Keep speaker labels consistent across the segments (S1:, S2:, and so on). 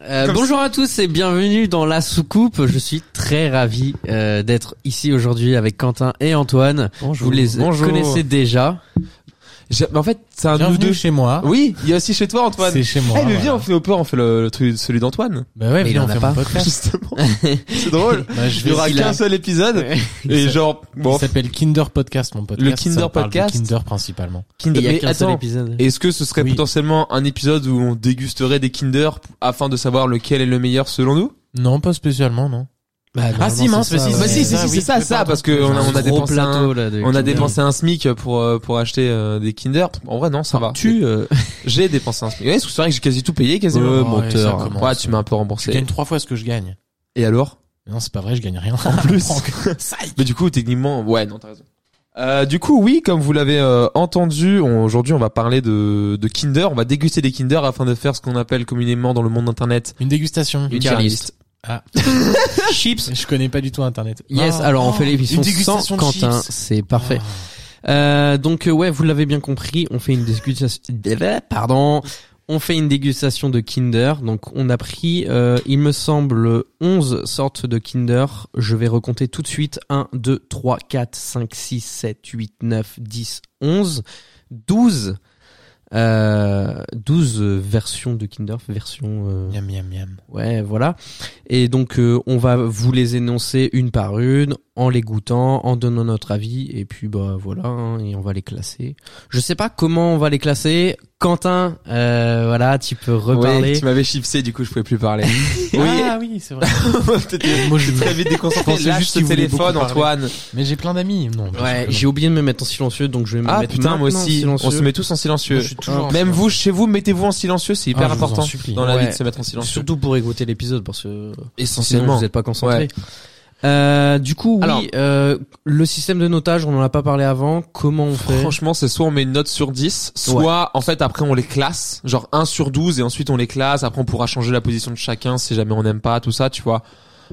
S1: Euh,
S2: Comme
S1: bonjour à tous et bienvenue dans La Soucoupe. Je suis très ravi euh, d'être ici aujourd'hui avec Quentin et Antoine.
S3: Bonjour.
S1: Vous les euh, connaissez déjà.
S3: J'ai- mais en fait, c'est un de nous
S2: Bienvenue
S3: deux.
S2: chez moi.
S3: Oui, il y a aussi chez toi, Antoine.
S2: C'est chez
S3: Eh,
S2: moi.
S3: mais viens, on
S2: voilà.
S3: fait au peur, on fait le, le truc, celui d'Antoine.
S2: Bah ouais,
S1: Mais il
S2: viens,
S1: en
S2: on
S1: a
S2: fait
S1: pas.
S2: un podcast.
S3: Justement. c'est drôle.
S2: Bah, je
S3: Il y
S2: vais
S3: aura
S1: Il a-
S3: qu'un seul épisode. Et
S2: Il
S3: genre, bon.
S2: Il s'appelle Kinder Podcast, mon podcast.
S3: Le Kinder
S2: ça parle du
S3: Podcast.
S2: Kinder principalement.
S1: Il y a
S3: Mais
S1: qu'un seul
S3: attends,
S1: épisode.
S3: Est-ce que ce serait
S2: Oui.
S3: potentiellement un épisode où on dégusterait des Kinder p- afin de savoir lequel est le meilleur selon nous
S2: Non, pas spécialement, non.
S1: Bah,
S2: si, mince,
S1: c'est
S2: bah,
S1: ça,
S3: Bah si,
S1: ouais.
S3: si,
S2: Ah
S3: si,
S2: oui,
S3: c'est ça,
S2: mais
S3: ça,
S2: pardon.
S3: parce que on a,
S1: Un
S3: on
S1: gros
S3: a dépensé un,
S1: plateau là. de
S3: on a
S1: Kinder.
S3: dépensé un smic pour euh, pour acheter euh, des Kinder. En vrai, non, ça
S2: Ah,
S3: va.
S1: Tu euh,
S3: J'ai dépensé un smic. Ouais, c'est vrai que j'ai quasi tout payé, quasiment.
S2: Ouais,
S3: Ouais,
S2: menteur. ça commence.
S3: Ouais, tu m'as un peu
S2: Je
S3: remboursé.
S2: gagne trois fois ce que je gagne.
S3: Et alors
S2: Non, c'est pas vrai, je gagne rien. En plus.
S3: Mais du coup, techniquement, ouais, non, t'as raison. Euh, du coup, oui, comme vous l'avez euh, entendu, on- aujourd'hui, on va parler de, de Kinder. On va déguster des Kinder afin de faire ce qu'on appelle communément dans le monde internet
S2: Une dégustation.
S3: une tier
S1: carliste.
S3: list.
S2: Chips. Je connais pas du tout Internet.
S1: Yes,
S2: Ah.
S1: alors on fait
S2: Oh,
S1: l'émission
S2: une
S1: sans
S2: dégustation de
S1: Quentin,
S2: chips.
S1: c'est parfait.
S2: Ah.
S1: Euh, donc euh, ouais, vous l'avez bien compris, on fait une dégustation. Pardon, on fait une dégustation de Kinder. Donc on a pris, euh, il me semble, 11 sortes de Kinder. Je vais recompter tout de suite 1, 2, 3, 4, 5, 6, 7, 8, 9, 10, 11, 12. Euh, 12 versions de Kinder, version euh,
S2: Miam, miam, miam.
S1: Ouais, voilà. Et donc, euh, on va vous les énoncer une par une, en les goûtant, en donnant notre avis, et puis bah voilà, hein, et on va les classer. Je sais pas comment on va les classer. Quentin, euh, voilà, tu peux
S3: Ouais,
S1: reparler.
S3: tu m'avais chipsé, du coup, je pouvais plus parler.
S2: Ah oui, c'est vrai.
S3: T'étais
S2: Moi, je
S3: très vite déconcentré.
S2: pensais
S3: Lâche
S2: juste
S3: ce
S2: qu'il voulait beaucoup
S3: téléphone,
S2: parler.
S3: Antoine.
S2: Mais j'ai plein d'amis. Non. bien
S1: Ouais,
S2: sûr que non.
S1: j'ai oublié de me mettre en silencieux, donc je vais me
S3: Ah
S1: mettre
S3: putain, moi
S1: maintenant en
S3: aussi. On
S1: silencieux.
S3: se met tous en silencieux.
S2: Moi, je suis toujours en
S3: Même
S2: silencieux.
S3: vous, chez vous, mettez-vous en silencieux. C'est hyper
S2: Ah, je vous en
S3: important
S2: supplie.
S3: dans la vie
S1: Ouais.
S3: de se mettre en silencieux.
S1: Surtout pour écouter l'épisode, parce que sinon
S3: Essentiellement.
S1: vous n'êtes pas concentré.
S3: Ouais.
S1: Euh, du coup, oui,
S3: Alors-
S1: euh, le système de notage, on en a pas parlé avant. Comment on fait
S3: Franchement, c'est soit on met une note sur 10, soit en fait après on les classe, genre 1 sur 12 et ensuite on les classe, après on pourra changer la position de chacun si jamais on n'aime pas tout ça, tu vois.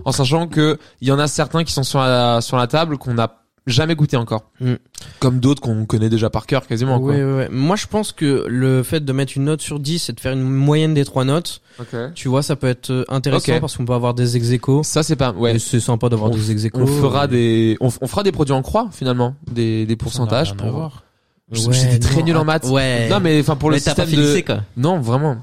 S3: En sachant que il y en a certains qui sont sur la, sur la table qu'on n'a jamais goûté encore.
S1: Mm.
S3: Comme d'autres qu'on connaît déjà par cœur quasiment quoi.
S1: Ouais, ouais, ouais. Moi, je pense que le fait de mettre une note sur 10 et de faire une moyenne des trois notes, tu vois, ça peut être euh, intéressant
S3: Ok.
S1: parce qu'on peut avoir des ex-échos.
S3: Ça c'est pas ouais.
S1: Et C'est sympa d'avoir
S3: On-
S1: des ex-échos.
S3: On fera des on, f- on fera des produits en croix finalement, des des pourcentages
S2: Ça n'a rien à
S3: pour
S2: voir.
S3: Je- j'étais très
S1: non,
S3: nul en
S1: att-
S3: maths.
S1: Ouais.
S3: Non mais enfin pour
S1: Eh. mais
S3: le
S1: t'as pas
S3: système
S1: fait lycée,
S3: de
S1: quoi.
S3: Non, vraiment.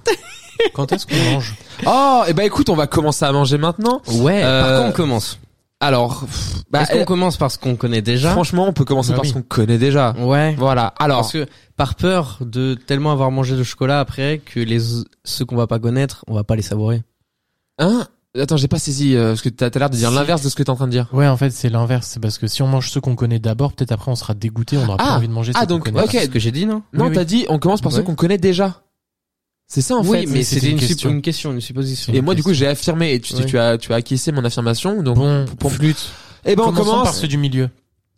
S2: Quand est-ce qu'on mange
S3: Oh, et bah écoute, on va commencer à manger maintenant.
S1: Ouais. Par
S3: Euh,
S1: quoi on commence
S3: Alors, pff, bah,
S1: Est-ce qu'on
S3: eh,
S1: commence par ce qu'on connaît déjà
S3: Franchement, on peut commencer
S2: Bah
S3: par
S2: oui.
S3: ce qu'on connaît déjà.
S1: Ouais.
S3: Voilà. Alors,
S1: Parce que par peur de tellement avoir mangé de chocolat après que les ceux qu'on va pas connaître, on va pas les savourer.
S3: hein Attends, j'ai pas saisi euh, parce que t'as as, l'air de dire
S2: Si.
S3: l'inverse de ce que t'es en train de dire.
S2: Ouais, en fait, c'est l'inverse. C'est parce que si on mange ceux qu'on connaît d'abord, peut-être après on sera dégoûté, on aura plus
S3: Ah.
S2: envie de manger
S3: Ah,
S2: ceux qu'on
S3: donc,
S2: connaît.
S3: ok.
S2: pas.
S1: C'est ce que j'ai dit, non
S3: Non,
S2: Oui,
S3: t'as dit on commence par
S1: Ouais.
S3: ceux qu'on connaît déjà. C'est ça en
S1: Oui,
S3: fait.
S1: mais
S2: c'était
S1: c'était
S2: une
S1: une, sup-
S2: question.
S1: une question, une supposition.
S3: Et moi du coup j'ai affirmé et tu,
S1: Ouais.
S3: tu as tu as acquiescé mon affirmation donc.
S2: Bon,
S3: Pour-
S2: flûte.
S3: Eh ben on
S2: Commençons par
S3: commence.
S2: ceux du milieu.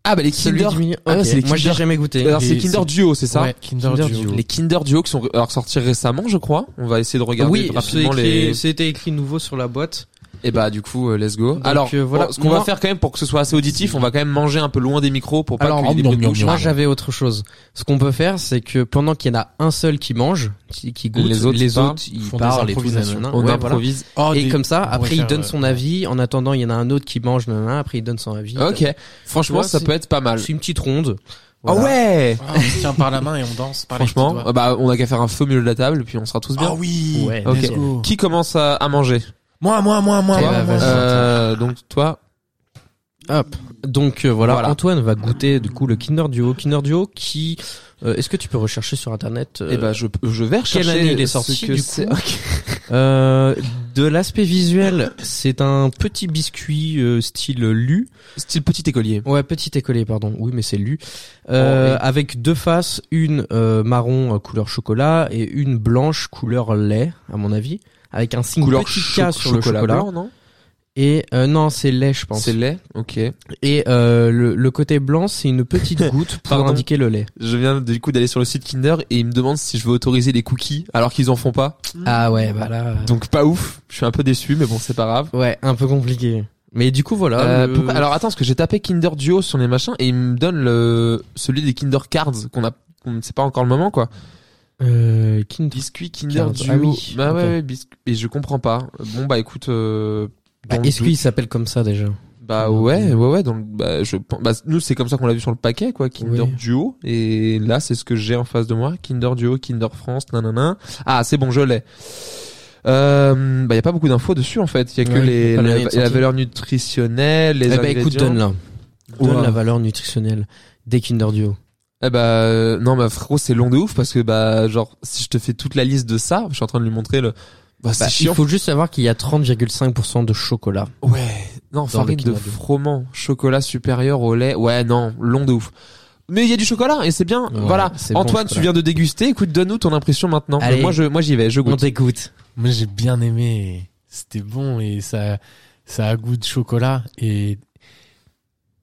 S3: Ah bah les
S1: Celui
S3: Kinder.
S1: du milieu.
S3: Ah ouais,
S1: Ok.
S3: c'est les
S1: Moi, j'ai
S3: Kinder. Euh,
S1: jamais goûté.
S3: Alors c'est
S2: Et
S3: Kinder
S2: c'est-
S3: Duo c'est ça.
S2: ouais, Kinder,
S1: Kinder
S2: Duo.
S1: Duo.
S3: Les Kinder Duo qui sont alors sortis récemment je crois. On va essayer de regarder
S1: oui,
S3: rapidement
S1: c'est
S3: les.
S1: écrit- c'était écrit nouveau sur la boîte.
S3: Et bah du coup euh, let's go.
S1: Donc,
S3: alors
S1: euh, voilà.
S3: bon, ce qu'on
S1: Moi-
S3: va faire quand même pour que ce soit assez auditif, on va quand même manger un peu loin des micros pour pas
S1: Alors,
S3: qu'il y ait des
S2: miam,
S3: bruits de
S2: miam,
S3: bouche.
S2: miam.
S1: Moi, j'avais autre chose. Ce qu'on peut faire, c'est que pendant qu'il y en a un seul qui mange, qui, qui goûte,
S3: Les autres parlent,
S1: ils
S2: font des
S1: parlent et tout.
S2: improvisations.
S1: nanana.
S3: On
S1: Ouais, voilà.
S3: improvise.
S2: Oh,
S1: Et
S2: des-
S1: comme ça,
S2: on
S1: après,
S2: pourrait
S1: il
S2: faire,
S1: donne
S2: euh,
S1: son avis. En attendant, il y en a un autre qui mange, nanana, après, il donne son avis.
S3: Ok. Franchement,
S1: vois,
S3: ça
S1: c'est-
S3: peut être pas mal.
S1: C'est une petite ronde.
S3: Ah
S1: Voilà.
S3: ouais
S2: Ah, on se tient par la main et on danse. Par les
S3: Franchement,
S2: petits
S3: euh,
S2: doigts.
S3: bah on a qu'à faire un feu au milieu de la table, puis on sera tous bien.
S2: Ah oui.
S1: Ouais,
S2: let's
S3: nickel.
S2: go.
S3: Qui commence à, à manger
S2: Moi, moi, moi, moi.
S1: Eh
S2: moi,
S1: bah,
S2: moi.
S1: vas-y.
S3: euh, Donc toi,
S1: Hop. Donc euh, voilà.
S3: Voilà.
S1: Antoine va goûter du coup le Kinder Duo. Kinder Duo qui euh, est-ce que tu peux rechercher sur internet euh,
S3: eh ben je je vais rechercher
S1: année il est
S3: ce
S1: sorti,
S3: que
S1: du
S3: c'est.
S1: coup
S3: Ok.
S1: Euh, de l'aspect visuel, c'est un petit biscuit euh, style lu.
S3: Style petit écolier.
S1: Ouais, petit écolier, pardon. Oui, mais c'est lu. Euh,
S3: Oh, oui.
S1: Avec deux faces, une euh, marron euh, couleur chocolat et une blanche couleur lait, à mon avis. Avec un signe
S3: Couleur
S1: petit
S3: cho-
S1: K sur le chocolat.
S3: blanc, non
S1: Et euh, non, c'est lait, je pense.
S3: C'est lait. Ok.
S1: Et euh, le, le côté blanc, c'est une petite goutte pour
S3: Pardon.
S1: indiquer le lait.
S3: Je viens du coup d'aller sur le site Kinder et ils me demandent si je veux autoriser les cookies alors qu'ils en font pas.
S1: Ah ouais, bah là. euh,
S3: Donc pas ouf. Je suis un peu déçu, mais bon c'est pas grave.
S1: Ouais, un peu compliqué. Mais du coup, voilà.
S3: Euh,
S1: le-
S3: pourquoi- Alors attends, parce que j'ai tapé Kinder Duo sur les machins et il me donne le celui des Kinder Cards qu'on a, on ne sait pas encore le moment quoi.
S1: Euh, Kinder.
S3: Biscuit Kinder
S1: Kinder,
S3: du
S1: ah oui,
S3: Bah ouais,
S1: ok.
S3: ouais, biscuit. Et je comprends pas. Bon bah écoute. Euh, dans
S1: Bah,
S3: le
S1: Est-ce
S3: doute-
S1: qu'il s'appelle comme ça déjà
S3: Bah ouais, ouais, ouais. Dans le, bah, je, pense- bah, nous c'est comme ça qu'on l'a vu sur le paquet, quoi. Kinder
S1: Oui.
S3: Duo. Et là c'est ce que j'ai en face de moi. Kinder Duo, Kinder France, nanana. Ah c'est bon, je l'ai. Euh, bah y a pas beaucoup d'infos dessus en fait. Y a que
S1: Ouais,
S3: les
S1: pas
S3: la,
S1: l'année de
S3: la
S1: sortie.
S3: valeur nutritionnelle, les
S1: Eh
S3: ingrédients.
S1: bah écoute, donne-la. Donne
S3: Ouah.
S1: la valeur nutritionnelle des Kinder Duo.
S3: Eh bah euh, non, bah frérot c'est long de ouf parce que bah genre si je te fais toute la liste de ça, je suis en train de lui montrer le. Bah c'est
S1: Bah, il
S3: chiant.
S1: faut juste savoir qu'il y a 30,5% de chocolat.
S3: Ouais. Non, farine
S1: le Kinder
S3: de
S1: Bueno.
S3: froment, chocolat supérieur au lait. Ouais, non, long de ouf. Mais il y a du chocolat et c'est bien.
S1: Ouais,
S3: voilà.
S1: c'est bon,
S3: Antoine,
S1: le
S3: tu
S1: chocolat.
S3: viens de déguster. Écoute, donne-nous ton impression maintenant.
S1: Allez.
S3: Moi, je, moi, j'y vais. Je
S1: On
S3: goûte.
S1: t'écoute.
S2: Moi, j'ai bien aimé. C'était bon et ça, ça a goût de chocolat et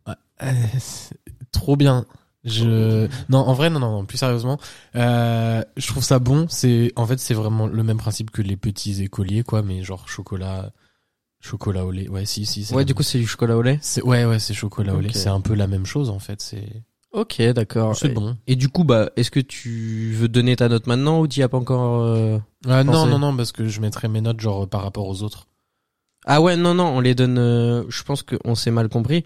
S2: Ouais, euh, c'est trop bien. Je non, en vrai, non, non, non, plus sérieusement, euh, je trouve ça bon. C'est en fait, c'est vraiment le même principe que les petits écoliers, quoi, mais genre chocolat, chocolat au lait. Ouais, si, si. c'est
S1: Ouais,
S2: la
S1: du
S2: même-
S1: coup, c'est du chocolat au lait.
S2: c'est ouais, ouais, c'est chocolat au lait.
S1: Ok.
S2: C'est un peu la même chose, en fait. C'est
S1: Ok, d'accord.
S2: c'est bon.
S1: Et du coup, bah, est-ce que tu veux donner ta note maintenant ou tu as pas encore euh,
S2: Ah non,
S1: pensez-
S2: non, non, parce que je mettrais mes notes genre par rapport aux autres.
S1: Ah ouais, non, non, on les donne. euh, je pense qu'on s'est mal compris,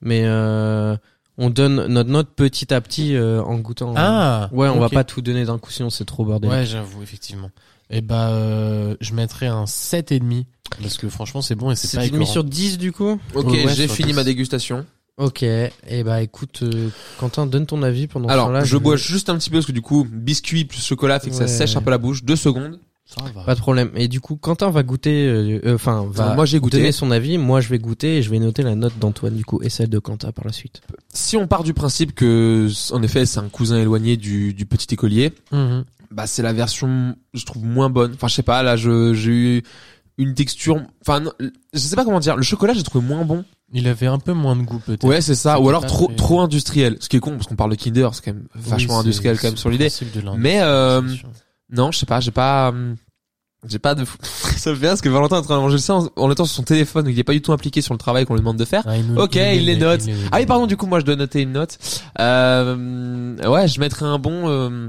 S1: mais euh, on donne notre note petit à petit euh, en goûtant.
S2: Ah
S1: ouais, on va
S2: ok.
S1: pas tout donner d'un coup, sinon c'est trop bordel.
S2: Ouais, j'avoue, effectivement. Et bah, euh, je mettrais un 7,5. Parce que franchement, c'est bon et c'est
S1: c'est
S2: pas
S1: une mise
S2: écœurant.
S1: sur 10 du coup.
S3: Ok,
S2: Ouais,
S3: j'ai
S2: sur
S3: fini
S2: dix.
S3: ma dégustation.
S1: Ok. Et bah écoute, euh, Quentin, donne ton avis pendant ce
S3: Alors,
S1: temps-là.
S3: je bois juste un petit peu parce que du coup, biscuit plus chocolat fait que ça
S1: Ouais.
S3: sèche un peu la bouche. Deux secondes.
S2: Ça va.
S1: Pas de problème. Et du coup, Quentin va goûter. euh, euh, Enfin, va.
S3: Moi, j'ai goûté.
S1: donner son avis, moi je vais goûter et je vais noter la note d'Antoine du coup et celle de Quentin par la suite.
S3: Si on part du principe que, en effet, c'est un cousin éloigné du, du petit écolier,
S2: Mhm.
S3: bah c'est la version je trouve moins bonne enfin je sais pas là je j'ai eu une texture enfin non, je sais pas comment dire le chocolat j'ai trouvé moins bon
S2: Il avait un peu moins de goût, peut-être.
S3: ouais c'est ça
S2: C'était
S3: ou alors
S2: pas
S3: trop
S2: très-
S3: trop industriel ce qui est con parce qu'on parle de Kinder c'est quand même
S2: Oui,
S3: vachement
S2: c'est-
S3: industriel quand même
S2: c'est
S3: sur
S2: le
S3: l'idée
S2: principe de l'industrie,
S3: mais euh,
S2: c'est sûr.
S3: non je sais pas j'ai pas hum, j'ai pas de fou- ça me fait rire parce que Valentin est en train de manger ça en, en étant sur son téléphone il est pas du tout impliqué sur le travail qu'on lui demande de faire
S2: Ah, il nous-
S3: ok,
S2: il nous-
S3: il les
S2: il
S3: note.
S2: nous- il nous-
S3: ah oui pardon du coup moi je dois noter une note euh, ouais je mettrais un bon euh,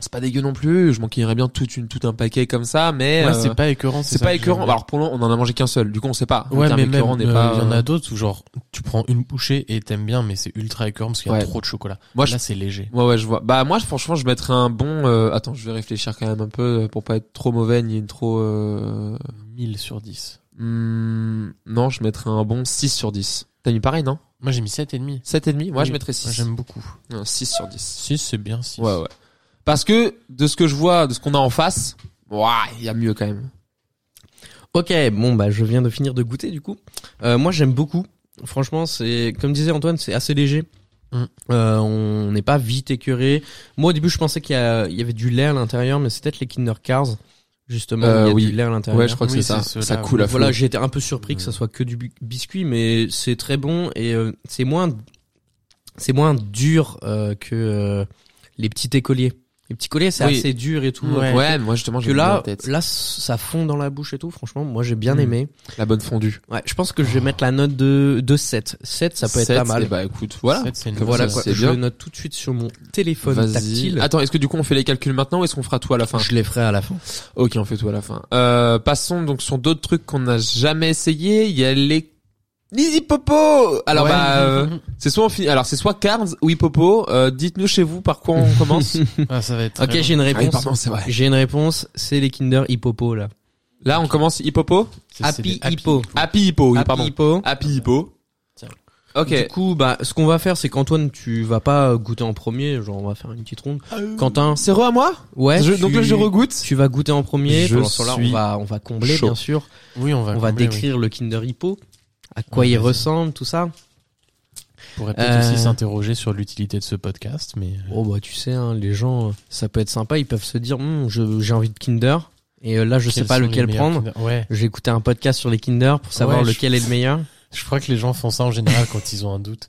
S3: c'est pas dégueu non plus je manquerais bien tout une tout un paquet comme ça mais
S2: Ouais,
S3: euh,
S2: c'est pas écœurant.
S3: C'est
S2: ça
S3: pas
S2: que
S3: écœurant.
S2: j'aime.
S3: Alors pour le moment, on en a mangé qu'un seul. Du coup, on sait pas. Le
S2: Ouais,
S3: terme
S2: mais même,
S3: écœurant
S2: euh, il
S3: n'est pas,
S2: y en
S3: euh,
S2: a d'autres où genre, tu prends une bouchée et t'aimes bien, mais c'est ultra écœurant parce qu'il y a
S3: Ouais.
S2: trop de chocolat.
S3: Moi, je...
S2: Là, c'est léger.
S3: ouais, ouais, je vois. Bah moi, je- franchement, je mettrais un bon. euh, Attends, je vais réfléchir quand même un peu euh, pour pas être trop mauvais ni trop. euh,
S2: 1000 sur 10.
S3: hmm, Non, je mettrais un bon 6 sur 10 T'as mis pareil, non
S2: Moi, j'ai mis 7,5.
S3: 7 et demi. Moi,
S2: Oui.
S3: je mettrais 6
S2: J'aime beaucoup.
S3: 6 sur 10
S2: 6, c'est bien. 6.
S3: Ouais, ouais. Parce que de ce que je vois, de ce qu'on a en face, ouah, il y a mieux quand même.
S1: Ok, bon bah je viens de finir de goûter du coup. Euh, moi j'aime beaucoup. Franchement, c'est comme disait Antoine, c'est assez léger.
S2: Mm.
S1: Euh, on n'est pas vite écœuré. Moi au début je pensais qu'il y, a- il y avait du lait à l'intérieur, mais c'est peut-être les Kinder Cars justement.
S3: Euh,
S1: il y a
S3: oui.
S1: du lait à l'intérieur.
S3: Ouais, je crois que
S2: Oui,
S3: c'est ça.
S2: c'est
S3: Ça
S2: ceux-là,
S3: coule
S2: oui.
S3: à
S1: voilà,
S3: flot.
S1: j'ai été un peu surpris que ça soit que du bu- biscuit, mais c'est très bon et euh, c'est moins c'est moins dur euh, que euh, les petits écoliers. Les petits colliers, c'est
S3: Oui.
S1: assez dur et tout.
S2: Ouais.
S3: Ouais, mais moi justement,
S1: Que
S3: j'ai
S1: là,
S3: la tête.
S1: là, ça fond dans la bouche et tout. Franchement, moi j'ai bien
S3: Mm.
S1: aimé.
S3: La bonne fondue.
S1: Ouais, je pense que je vais mettre la note de, de 7. 7, ça peut être
S3: Sept,
S1: pas mal.
S3: eh Bah écoute, voilà.
S2: Sept, c'est une-
S3: Comme
S1: voilà
S3: ça,
S1: quoi.
S3: c'est
S1: Je
S3: bien.
S1: le note tout de suite sur mon téléphone
S3: Vas-y. Ah,
S1: tactile.
S3: Attends, est-ce que du coup on fait les calculs maintenant ou est-ce qu'on fera tout à la fin
S1: je les ferai à la fin.
S3: Ok, on fait tout à la fin. Euh, passons donc sur d'autres trucs qu'on n'a jamais essayé. Il y a les les hippopos. Alors
S2: Ouais.
S3: bah, euh, c'est soit on finit. Alors c'est soit Cards ou hippopo. Euh, Dites-nous chez vous par quoi on commence.
S2: Ah, ça va être.
S1: Ok,
S2: très
S1: j'ai une
S3: Ah oui,
S1: réponse.
S3: pardon, c'est vrai.
S1: j'ai une réponse. C'est les Kinder Hippopo, là.
S3: Là, on commence hippopo.
S2: C'est- c'est
S1: Happy
S2: des happy
S1: Hippo.
S3: Happy hippo. Oui,
S1: Happy
S3: pardon.
S1: Hippo.
S3: Happy hippo.
S2: Tiens.
S3: Ok.
S1: Du coup, bah, ce qu'on va faire, c'est qu'Antoine, tu vas pas goûter en premier. Genre, on va faire une petite ronde. Quentin,
S3: C'est re à moi.
S1: ouais.
S3: Je-
S1: tu-
S3: Donc là, je regoute.
S1: Tu vas goûter en premier.
S3: Je
S1: Pendant ce temps-là,
S3: suis
S1: on va, on va combler,
S3: chaud.
S1: bien sûr.
S2: Oui, on va.
S1: On va
S2: combler, oui.
S1: décrire le Kinder Hippo. À quoi
S2: Ouais,
S1: il
S2: vas-y.
S1: ressemble, tout ça.
S2: On pourrait peut-être
S1: Euh,
S2: aussi s'interroger sur l'utilité de ce podcast, mais. euh,
S1: Oh bah tu sais, hein, les gens, euh, ça peut être sympa, ils peuvent se dire, Hum, je- j'ai envie de Kinder, et euh, là je sais
S2: Quels
S1: pas
S2: sont
S1: lequel
S2: les meilleurs
S1: prendre.
S2: Kinder- Ouais.
S1: J'ai écouté un podcast sur les Kinder pour savoir
S2: Ouais, je-
S1: lequel est le meilleur.
S2: Je crois que les gens font ça en général quand ils ont un doute.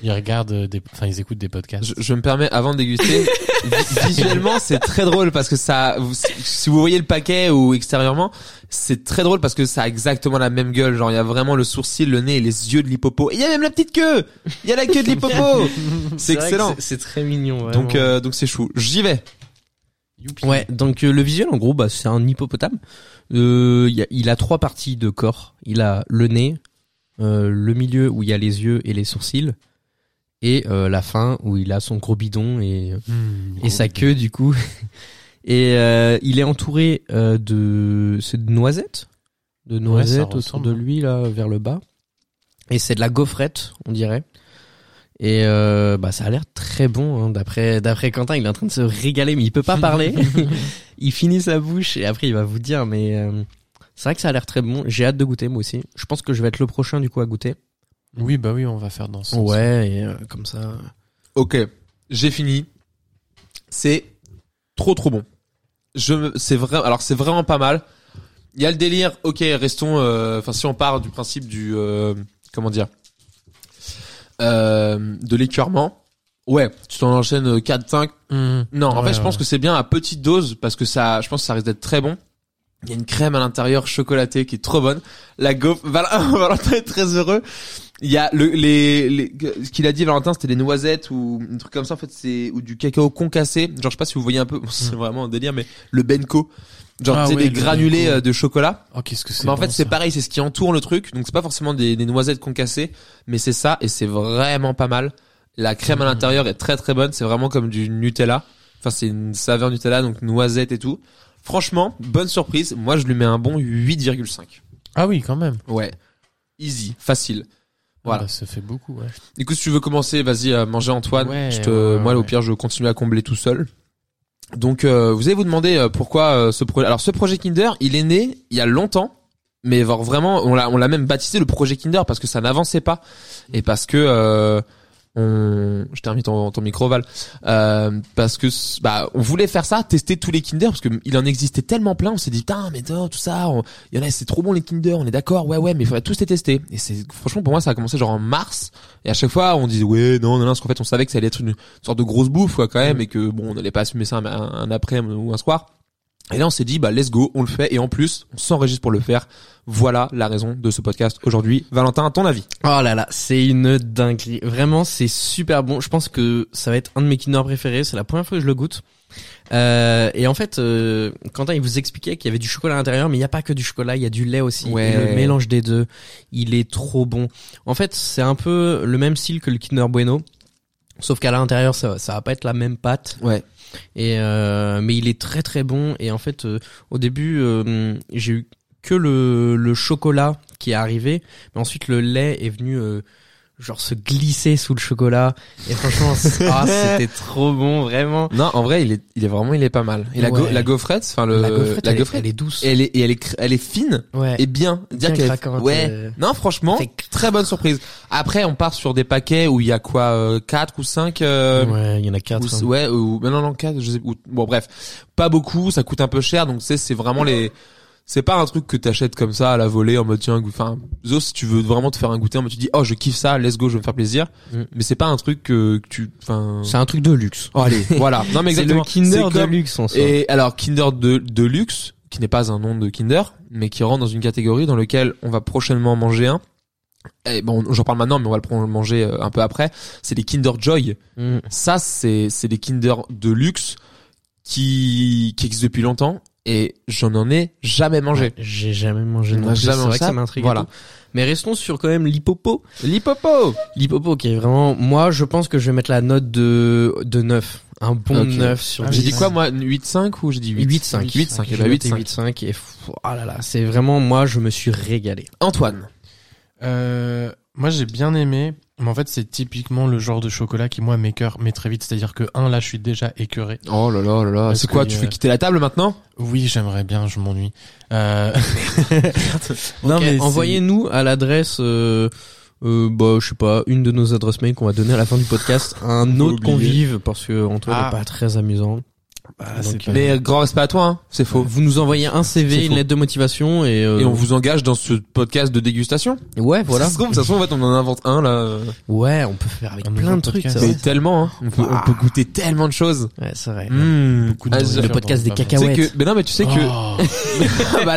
S2: Ils regardent euh, des. Enfin, ils écoutent des podcasts.
S3: Je, je me permets avant de déguster. vi- visuellement, c'est très drôle parce que ça, vous- si vous voyez le paquet ou extérieurement, c'est très drôle parce que ça a exactement la même gueule. Genre, il y a vraiment le sourcil, le nez et les yeux de l'hippopo. Et Il y a même la petite queue. Il y a la queue de l'hippopo. c'est
S1: vrai que
S3: excellent.
S1: C'est c'est très mignon. Vraiment.
S3: Donc, euh, donc c'est chou. J'y vais.
S2: Youpi.
S1: Ouais, donc euh, le visuel en gros, bah, c'est un hippopotame. Euh, il y a, il a trois parties de corps. Il a le nez, euh, le milieu où il y a les yeux et les sourcils, et euh, la fin où il a son gros bidon et, euh,
S2: Mmh,
S1: et sa queue du coup. et euh, il est entouré euh, de, c'est de noisettes, de noisettes autour
S2: ressemble.
S1: de lui là vers le bas. Et c'est de la gaufrette, on dirait. Et euh, bah ça a l'air très bon hein. d'après d'après Quentin, il est en train de se régaler mais il peut pas parler. il finit sa bouche et après il va vous dire mais euh, c'est vrai que ça a l'air très bon. J'ai hâte de goûter moi aussi. Je pense que je vais être le prochain du coup à goûter.
S2: Oui, bah oui, on va faire dans ce sens.
S1: Ouais, et, euh, comme ça.
S3: Ok, j'ai fini. C'est trop trop bon. Je me- c'est vrai alors c'est vraiment pas mal. Il y a le délire. OK, restons euh, enfin si on part du principe du euh, comment dire euh, de l'écurement. Ouais, tu t'en enchaînes 4 5
S2: Mmh.
S3: non, en
S2: Ouais,
S3: fait, je pense
S2: ouais.
S3: que c'est bien à petite dose parce que ça, je pense que ça risque d'être très bon. Il y a une crème à l'intérieur chocolatée qui est trop bonne. La gaufre, Val- Valentin est très heureux. Il y a le, les, les- ce qu'il a dit Valentin, c'était des noisettes ou un truc comme ça. En fait, c'est ou du cacao concassé. Genre, je sais pas si vous voyez un peu. C'est vraiment un délire, mais le Benko, genre
S2: Ah
S3: tu sais,
S2: ouais,
S3: des
S2: le
S3: granulés
S2: Benko.
S3: euh, de chocolat.
S2: Oh, qu'est-ce que c'est
S1: Bah,
S3: Mais Bah, en fait,
S2: bon,
S3: c'est
S2: ça.
S3: pareil, c'est ce qui entoure le truc. Donc, c'est pas forcément des, des noisettes concassées, mais c'est ça, et c'est vraiment pas mal. La crème à l'intérieur est très très bonne. C'est vraiment comme du Nutella. Enfin, c'est une saveur Nutella, donc noisette et tout. Franchement, bonne surprise. Moi, je lui mets un bon 8,5.
S2: Ah oui, quand même.
S3: Ouais. Easy, facile. Voilà.
S2: Ah bah, ça fait beaucoup, ouais.
S3: Écoute, si tu veux commencer, vas-y, euh, manger Antoine.
S2: Ouais,
S3: je te,
S2: ouais, ouais,
S3: moi, au
S2: ouais.
S3: pire, je continue à combler tout seul. Donc, euh, vous allez vous demander euh, pourquoi euh, ce projet. Alors, ce projet Kinder, il est né il y a longtemps, mais genre vraiment, on l'a, on l'a même baptisé le projet Kinder parce que ça n'avançait pas et parce que. euh, on... Je t'ai remis ton, ton micro Val Euh, parce que c- bah on voulait faire ça tester tous les Kinder parce que il en existait tellement plein on s'est dit putain mais non, tout ça on- il y en a c'est trop bon les Kinder on est d'accord ouais ouais mais il faudrait tous les tester et c'est franchement pour moi ça a commencé genre en mars et à chaque fois, on disait ouais, non, non, non, parce qu'en fait, on savait que ça allait être une sorte de grosse bouffe, quoi, quand
S1: Mm.
S3: même, et que bon, on n'allait pas assumer ça un, un après ou un soir. Et là, on s'est dit, bah, let's go, on le fait, et en plus, on s'enregistre pour le faire. Voilà la raison de ce podcast aujourd'hui. Valentin, à ton avis
S1: Oh là là, c'est une dinguerie. Vraiment, c'est super bon. Je pense que ça va être un de mes Kinder préférés. C'est la première fois que je le goûte. Euh, et en fait, euh, Quentin, il vous expliquait qu'il y avait du chocolat à l'intérieur, mais il n'y a pas que du chocolat, il y a du lait aussi.
S3: Ouais.
S1: Et Le mélange des deux, il est trop bon. En fait, c'est un peu le même style que le Kinder Bueno, sauf qu'à l'intérieur, ça, ça va pas être la même pâte.
S3: Ouais.
S1: Et euh, mais il est très très bon. Et en fait, euh, au début, euh, j'ai eu que le, le chocolat qui est arrivé, mais ensuite le lait est venu euh, genre se glisser sous le chocolat. Et franchement, c'est- ah, c'était trop bon, vraiment.
S3: Non, en vrai, il est, il est vraiment, il est pas mal. Et la,
S1: Ouais.
S3: go- la gaufrette, enfin, le,
S1: Euh, la gaufrette,
S3: la
S1: elle, est-
S3: gaufrette,
S1: elle est douce.
S3: elle est, et elle est, cr- elle est fine
S1: ouais.
S3: et bien.
S1: Bien
S3: qu'elle est-
S1: craquante,
S3: ouais.
S1: euh.
S3: Non, franchement,
S1: Fait cr-
S3: très bonne surprise. Après, on part sur des paquets où il y a quoi, euh, quatre ou cinq. euh,
S1: ouais, il y en a
S3: Ou-
S1: quatre. hein.
S3: ouais, ou mais non, non, quatre, je sais ou- bon bref, pas beaucoup, ça coûte un peu cher, donc c'est c'est vraiment les c'est pas un truc que t'achètes comme ça à la volée en mode tiens, goût- enfin, zo si tu veux vraiment te faire un goûter, en mode tu dis oh je kiffe ça, let's go, je vais me faire plaisir,
S1: Mm.
S3: mais c'est pas un truc que, que tu, enfin,
S1: C'est un truc de luxe.
S3: oh, allez, voilà, non mais
S1: C'est le
S3: exactement,
S1: Kinder
S3: C'est
S1: de
S3: comme-
S1: luxe hein. en soi.
S3: et alors Kinder de, de luxe, qui n'est pas un nom de Kinder, mais qui rentre dans une catégorie dans laquelle on va prochainement manger un. Et bon, j'en parle maintenant, mais on va le pro- manger euh, un peu après. C'est les Kinder Joy.
S1: Mm.
S3: Ça, c'est c'est des Kinder de luxe qui qui existent depuis longtemps et j'en en ai jamais mangé.
S1: Ouais, J'ai jamais mangé de
S3: On a jamais
S1: C'est
S3: mangé
S1: vrai que
S3: ça.
S1: ça m'intrigue. et
S3: Voilà.
S1: tout. Mais restons sur quand même l'hippopo.
S3: L'hippopo.
S1: L'hippopo qui est vraiment, moi je pense que je vais mettre la note de, de 9. Un bon
S3: Ok.
S1: 9 sur
S2: Ah,
S3: J'ai
S1: 10.
S3: dit
S2: oui.
S3: quoi moi 8-5 ou j'ai dit 8
S1: 8-5.
S3: 8-5.
S1: J'ai
S3: Eh ben,
S1: noté
S3: 8-5.
S1: 8-5 et pff, oh là là, c'est vraiment moi je me suis régalé.
S3: Antoine.
S2: Euh, moi, j'ai bien aimé. Mais en fait, c'est typiquement le genre de chocolat qui, moi, m'écœure, mais très vite. C'est-à-dire que, un, là, je suis déjà écœuré.
S3: Oh là là là là.
S2: Parce
S3: C'est quoi
S2: que,
S3: Tu
S2: euh,
S3: fais quitter la table maintenant
S2: Oui, j'aimerais bien, je m'ennuie. Euh,
S1: Ok,
S2: mais c'est-
S1: Envoyez-nous à l'adresse, euh, euh, bah, je sais pas, une de nos adresses mail qu'on va donner à la fin du podcast à un autre
S3: oublier.
S1: convive parce que Antoine
S2: Ah.
S1: est pas très amusant.
S2: Ah, c'est
S1: Donc,
S2: pas-
S3: Mais euh, grand respect à toi, hein. c'est faux.
S1: Vous nous envoyez un
S3: C'est
S1: CV, une
S3: faux.
S1: lettre de motivation et, euh,
S3: Et on vous engage dans ce podcast de dégustation.
S1: ouais voilà.
S3: Ça se trouve, ça se trouve, en fait, on en invente un là.
S1: Ouais, on peut faire avec
S2: Un
S1: plein
S2: nouveau
S1: de trucs.
S2: podcast.
S1: ça.
S3: Mais tellement, hein. on, peut, on peut goûter tellement de choses.
S1: Ouais, c'est vrai.
S3: Mmh.
S2: Beaucoup de
S3: Ah,
S2: nourriture
S3: je-
S1: Le podcast
S2: dans-
S1: des
S2: dans-
S3: tu sais
S1: cacahuètes.
S3: que- mais non, mais tu sais que
S2: Oh.
S3: bah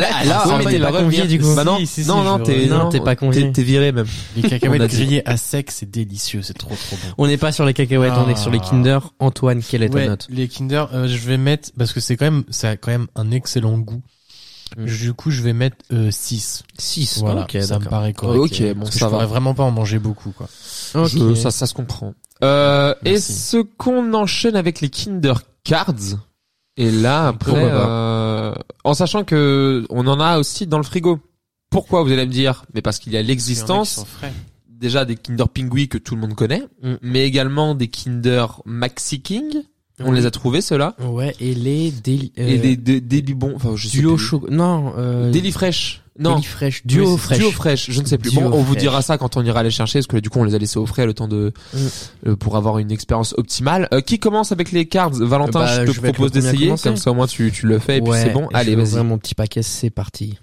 S3: là, là,
S1: Ouais,
S3: Antoine,
S1: mais t'es
S3: il va
S1: pas
S3: revenir.
S1: convié, du coup.
S3: Bah non,
S2: Si, si, si,
S3: non, non,
S2: je
S3: t'es,
S2: reviens.
S1: Non, t'es pas convié.
S3: T'es viré même.
S2: Les
S3: On a
S2: cacahuètes
S3: dit-
S2: grillées à sec, c'est délicieux, c'est trop trop bon.
S1: On n'est pas sur les cacahuètes, on est sur les
S2: Ah.
S1: Kinder. Antoine, quelle est ta
S2: Ouais,
S1: note
S2: les Kinder, euh, je je vais mettre parce que c'est quand même ça a quand même un excellent goût.
S1: Mm.
S2: Du coup, je vais mettre 6.
S1: 6.
S2: Voilà,
S1: ok,
S2: ça me
S1: d'accord.
S2: paraît correct.
S3: Ok, bon,
S2: Parce que
S3: ça
S2: je
S3: va.
S2: pourrais vraiment pas en manger beaucoup quoi.
S1: Ok.
S3: Je- ça, ça se comprend. Euh,
S2: Merci.
S3: Est-ce qu'on enchaîne avec les Kinder Cards Et là, après,
S2: Pourquoi pas
S3: euh, en sachant que on en a aussi dans le frigo. Pourquoi vous allez me dire Mais parce qu'il y a l'existence déjà des Kinder Pingui que tout le monde connaît,
S1: Mm.
S3: mais également des Kinder Maxi King. On
S1: Oui.
S3: les a trouvés ceux-là
S1: Ouais, et les déli, euh,
S3: et des, des, des Libons. Enfin, je sais
S1: duo
S3: plus.
S1: chocolat. Non, euh,
S3: Deli Fresh. Non.
S1: Deli fraîche, duo
S3: Oui, c'est
S1: fraîche.
S3: Duo fraîche, je ne sais plus.
S1: Duo
S3: bon, on vous
S1: fraîche.
S3: dira ça quand on ira les chercher, parce que du coup, on les a laissés au frais le temps de
S1: Mm.
S3: euh, pour avoir une expérience optimale. Euh, qui commence avec les cards Valentin,
S1: Bah,
S3: je te
S1: je vais être
S3: propose
S1: le premier à
S3: d'essayer,
S1: commencer.
S3: comme ça au moins tu, tu le fais et puis
S1: Ouais,
S3: c'est bon.
S1: je
S3: Allez,
S1: vais
S3: vas-y.
S1: ouvrir mon petit paquet, c'est parti.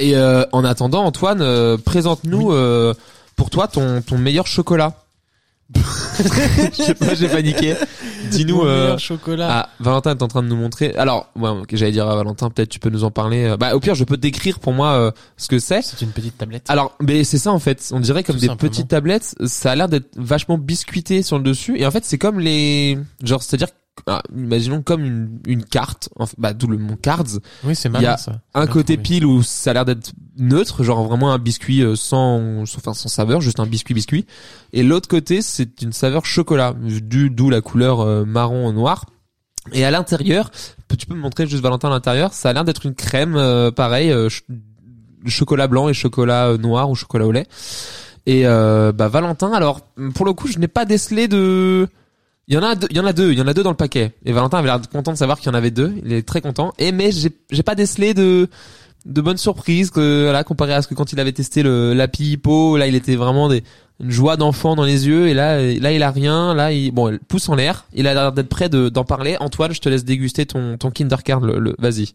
S3: Et euh, en attendant, Antoine, euh, présente-nous euh, pour toi ton ton meilleur chocolat. je sais pas, j'ai paniqué. Dis-nous.
S2: Mon
S3: euh,
S2: meilleur chocolat.
S3: ah, Valentin est en train de nous montrer. Alors, ouais, ok, j'allais dire à Valentin, peut-être tu peux nous en parler. euh, Bah, au pire, je peux te décrire pour moi euh, ce que c'est.
S2: C'est une petite tablette.
S3: Alors, mais c'est ça en fait. On dirait comme
S2: Tout
S3: des
S2: simplement.
S3: petites tablettes. Ça a l'air d'être vachement biscuité sur le dessus. Et en fait, c'est comme les, genre, c'est-à-dire, ah, imaginons comme une, une carte. En fait, bah, d'où le mot cards.
S2: oui, c'est
S3: il y a
S2: malin ça.
S3: Un
S2: Bien
S3: côté
S2: trouvé.
S3: pile où ça a l'air d'être neutre, genre vraiment un biscuit euh, sans, sans- enfin, sans saveur, juste un biscuit biscuit. Et l'autre côté, c'est une saveur chocolat, du- d'où la couleur euh, marron noir. Et à l'intérieur, tu peux me montrer juste Valentin à l'intérieur. Ça a l'air d'être une crème, euh, pareil, euh, ch- chocolat blanc et chocolat euh, noir ou chocolat au lait. Et euh, bah Valentin, alors pour le coup, je n'ai pas décelé de. Il y en a, deux, il y en a deux, il y en a deux dans le paquet. Et Valentin avait l'air content de savoir qu'il y en avait deux. Il est très content. Et mais j'ai j'ai pas décelé de de bonnes surprises que voilà comparé à ce que quand il avait testé le la Hippo, là il était vraiment des une joie d'enfant dans les yeux et là euh, là il a rien là il bon il pousse en l'air il a l'air d'être prêt de- d'en parler Antoine je te laisse déguster ton ton Kinder Card le, le- vas-y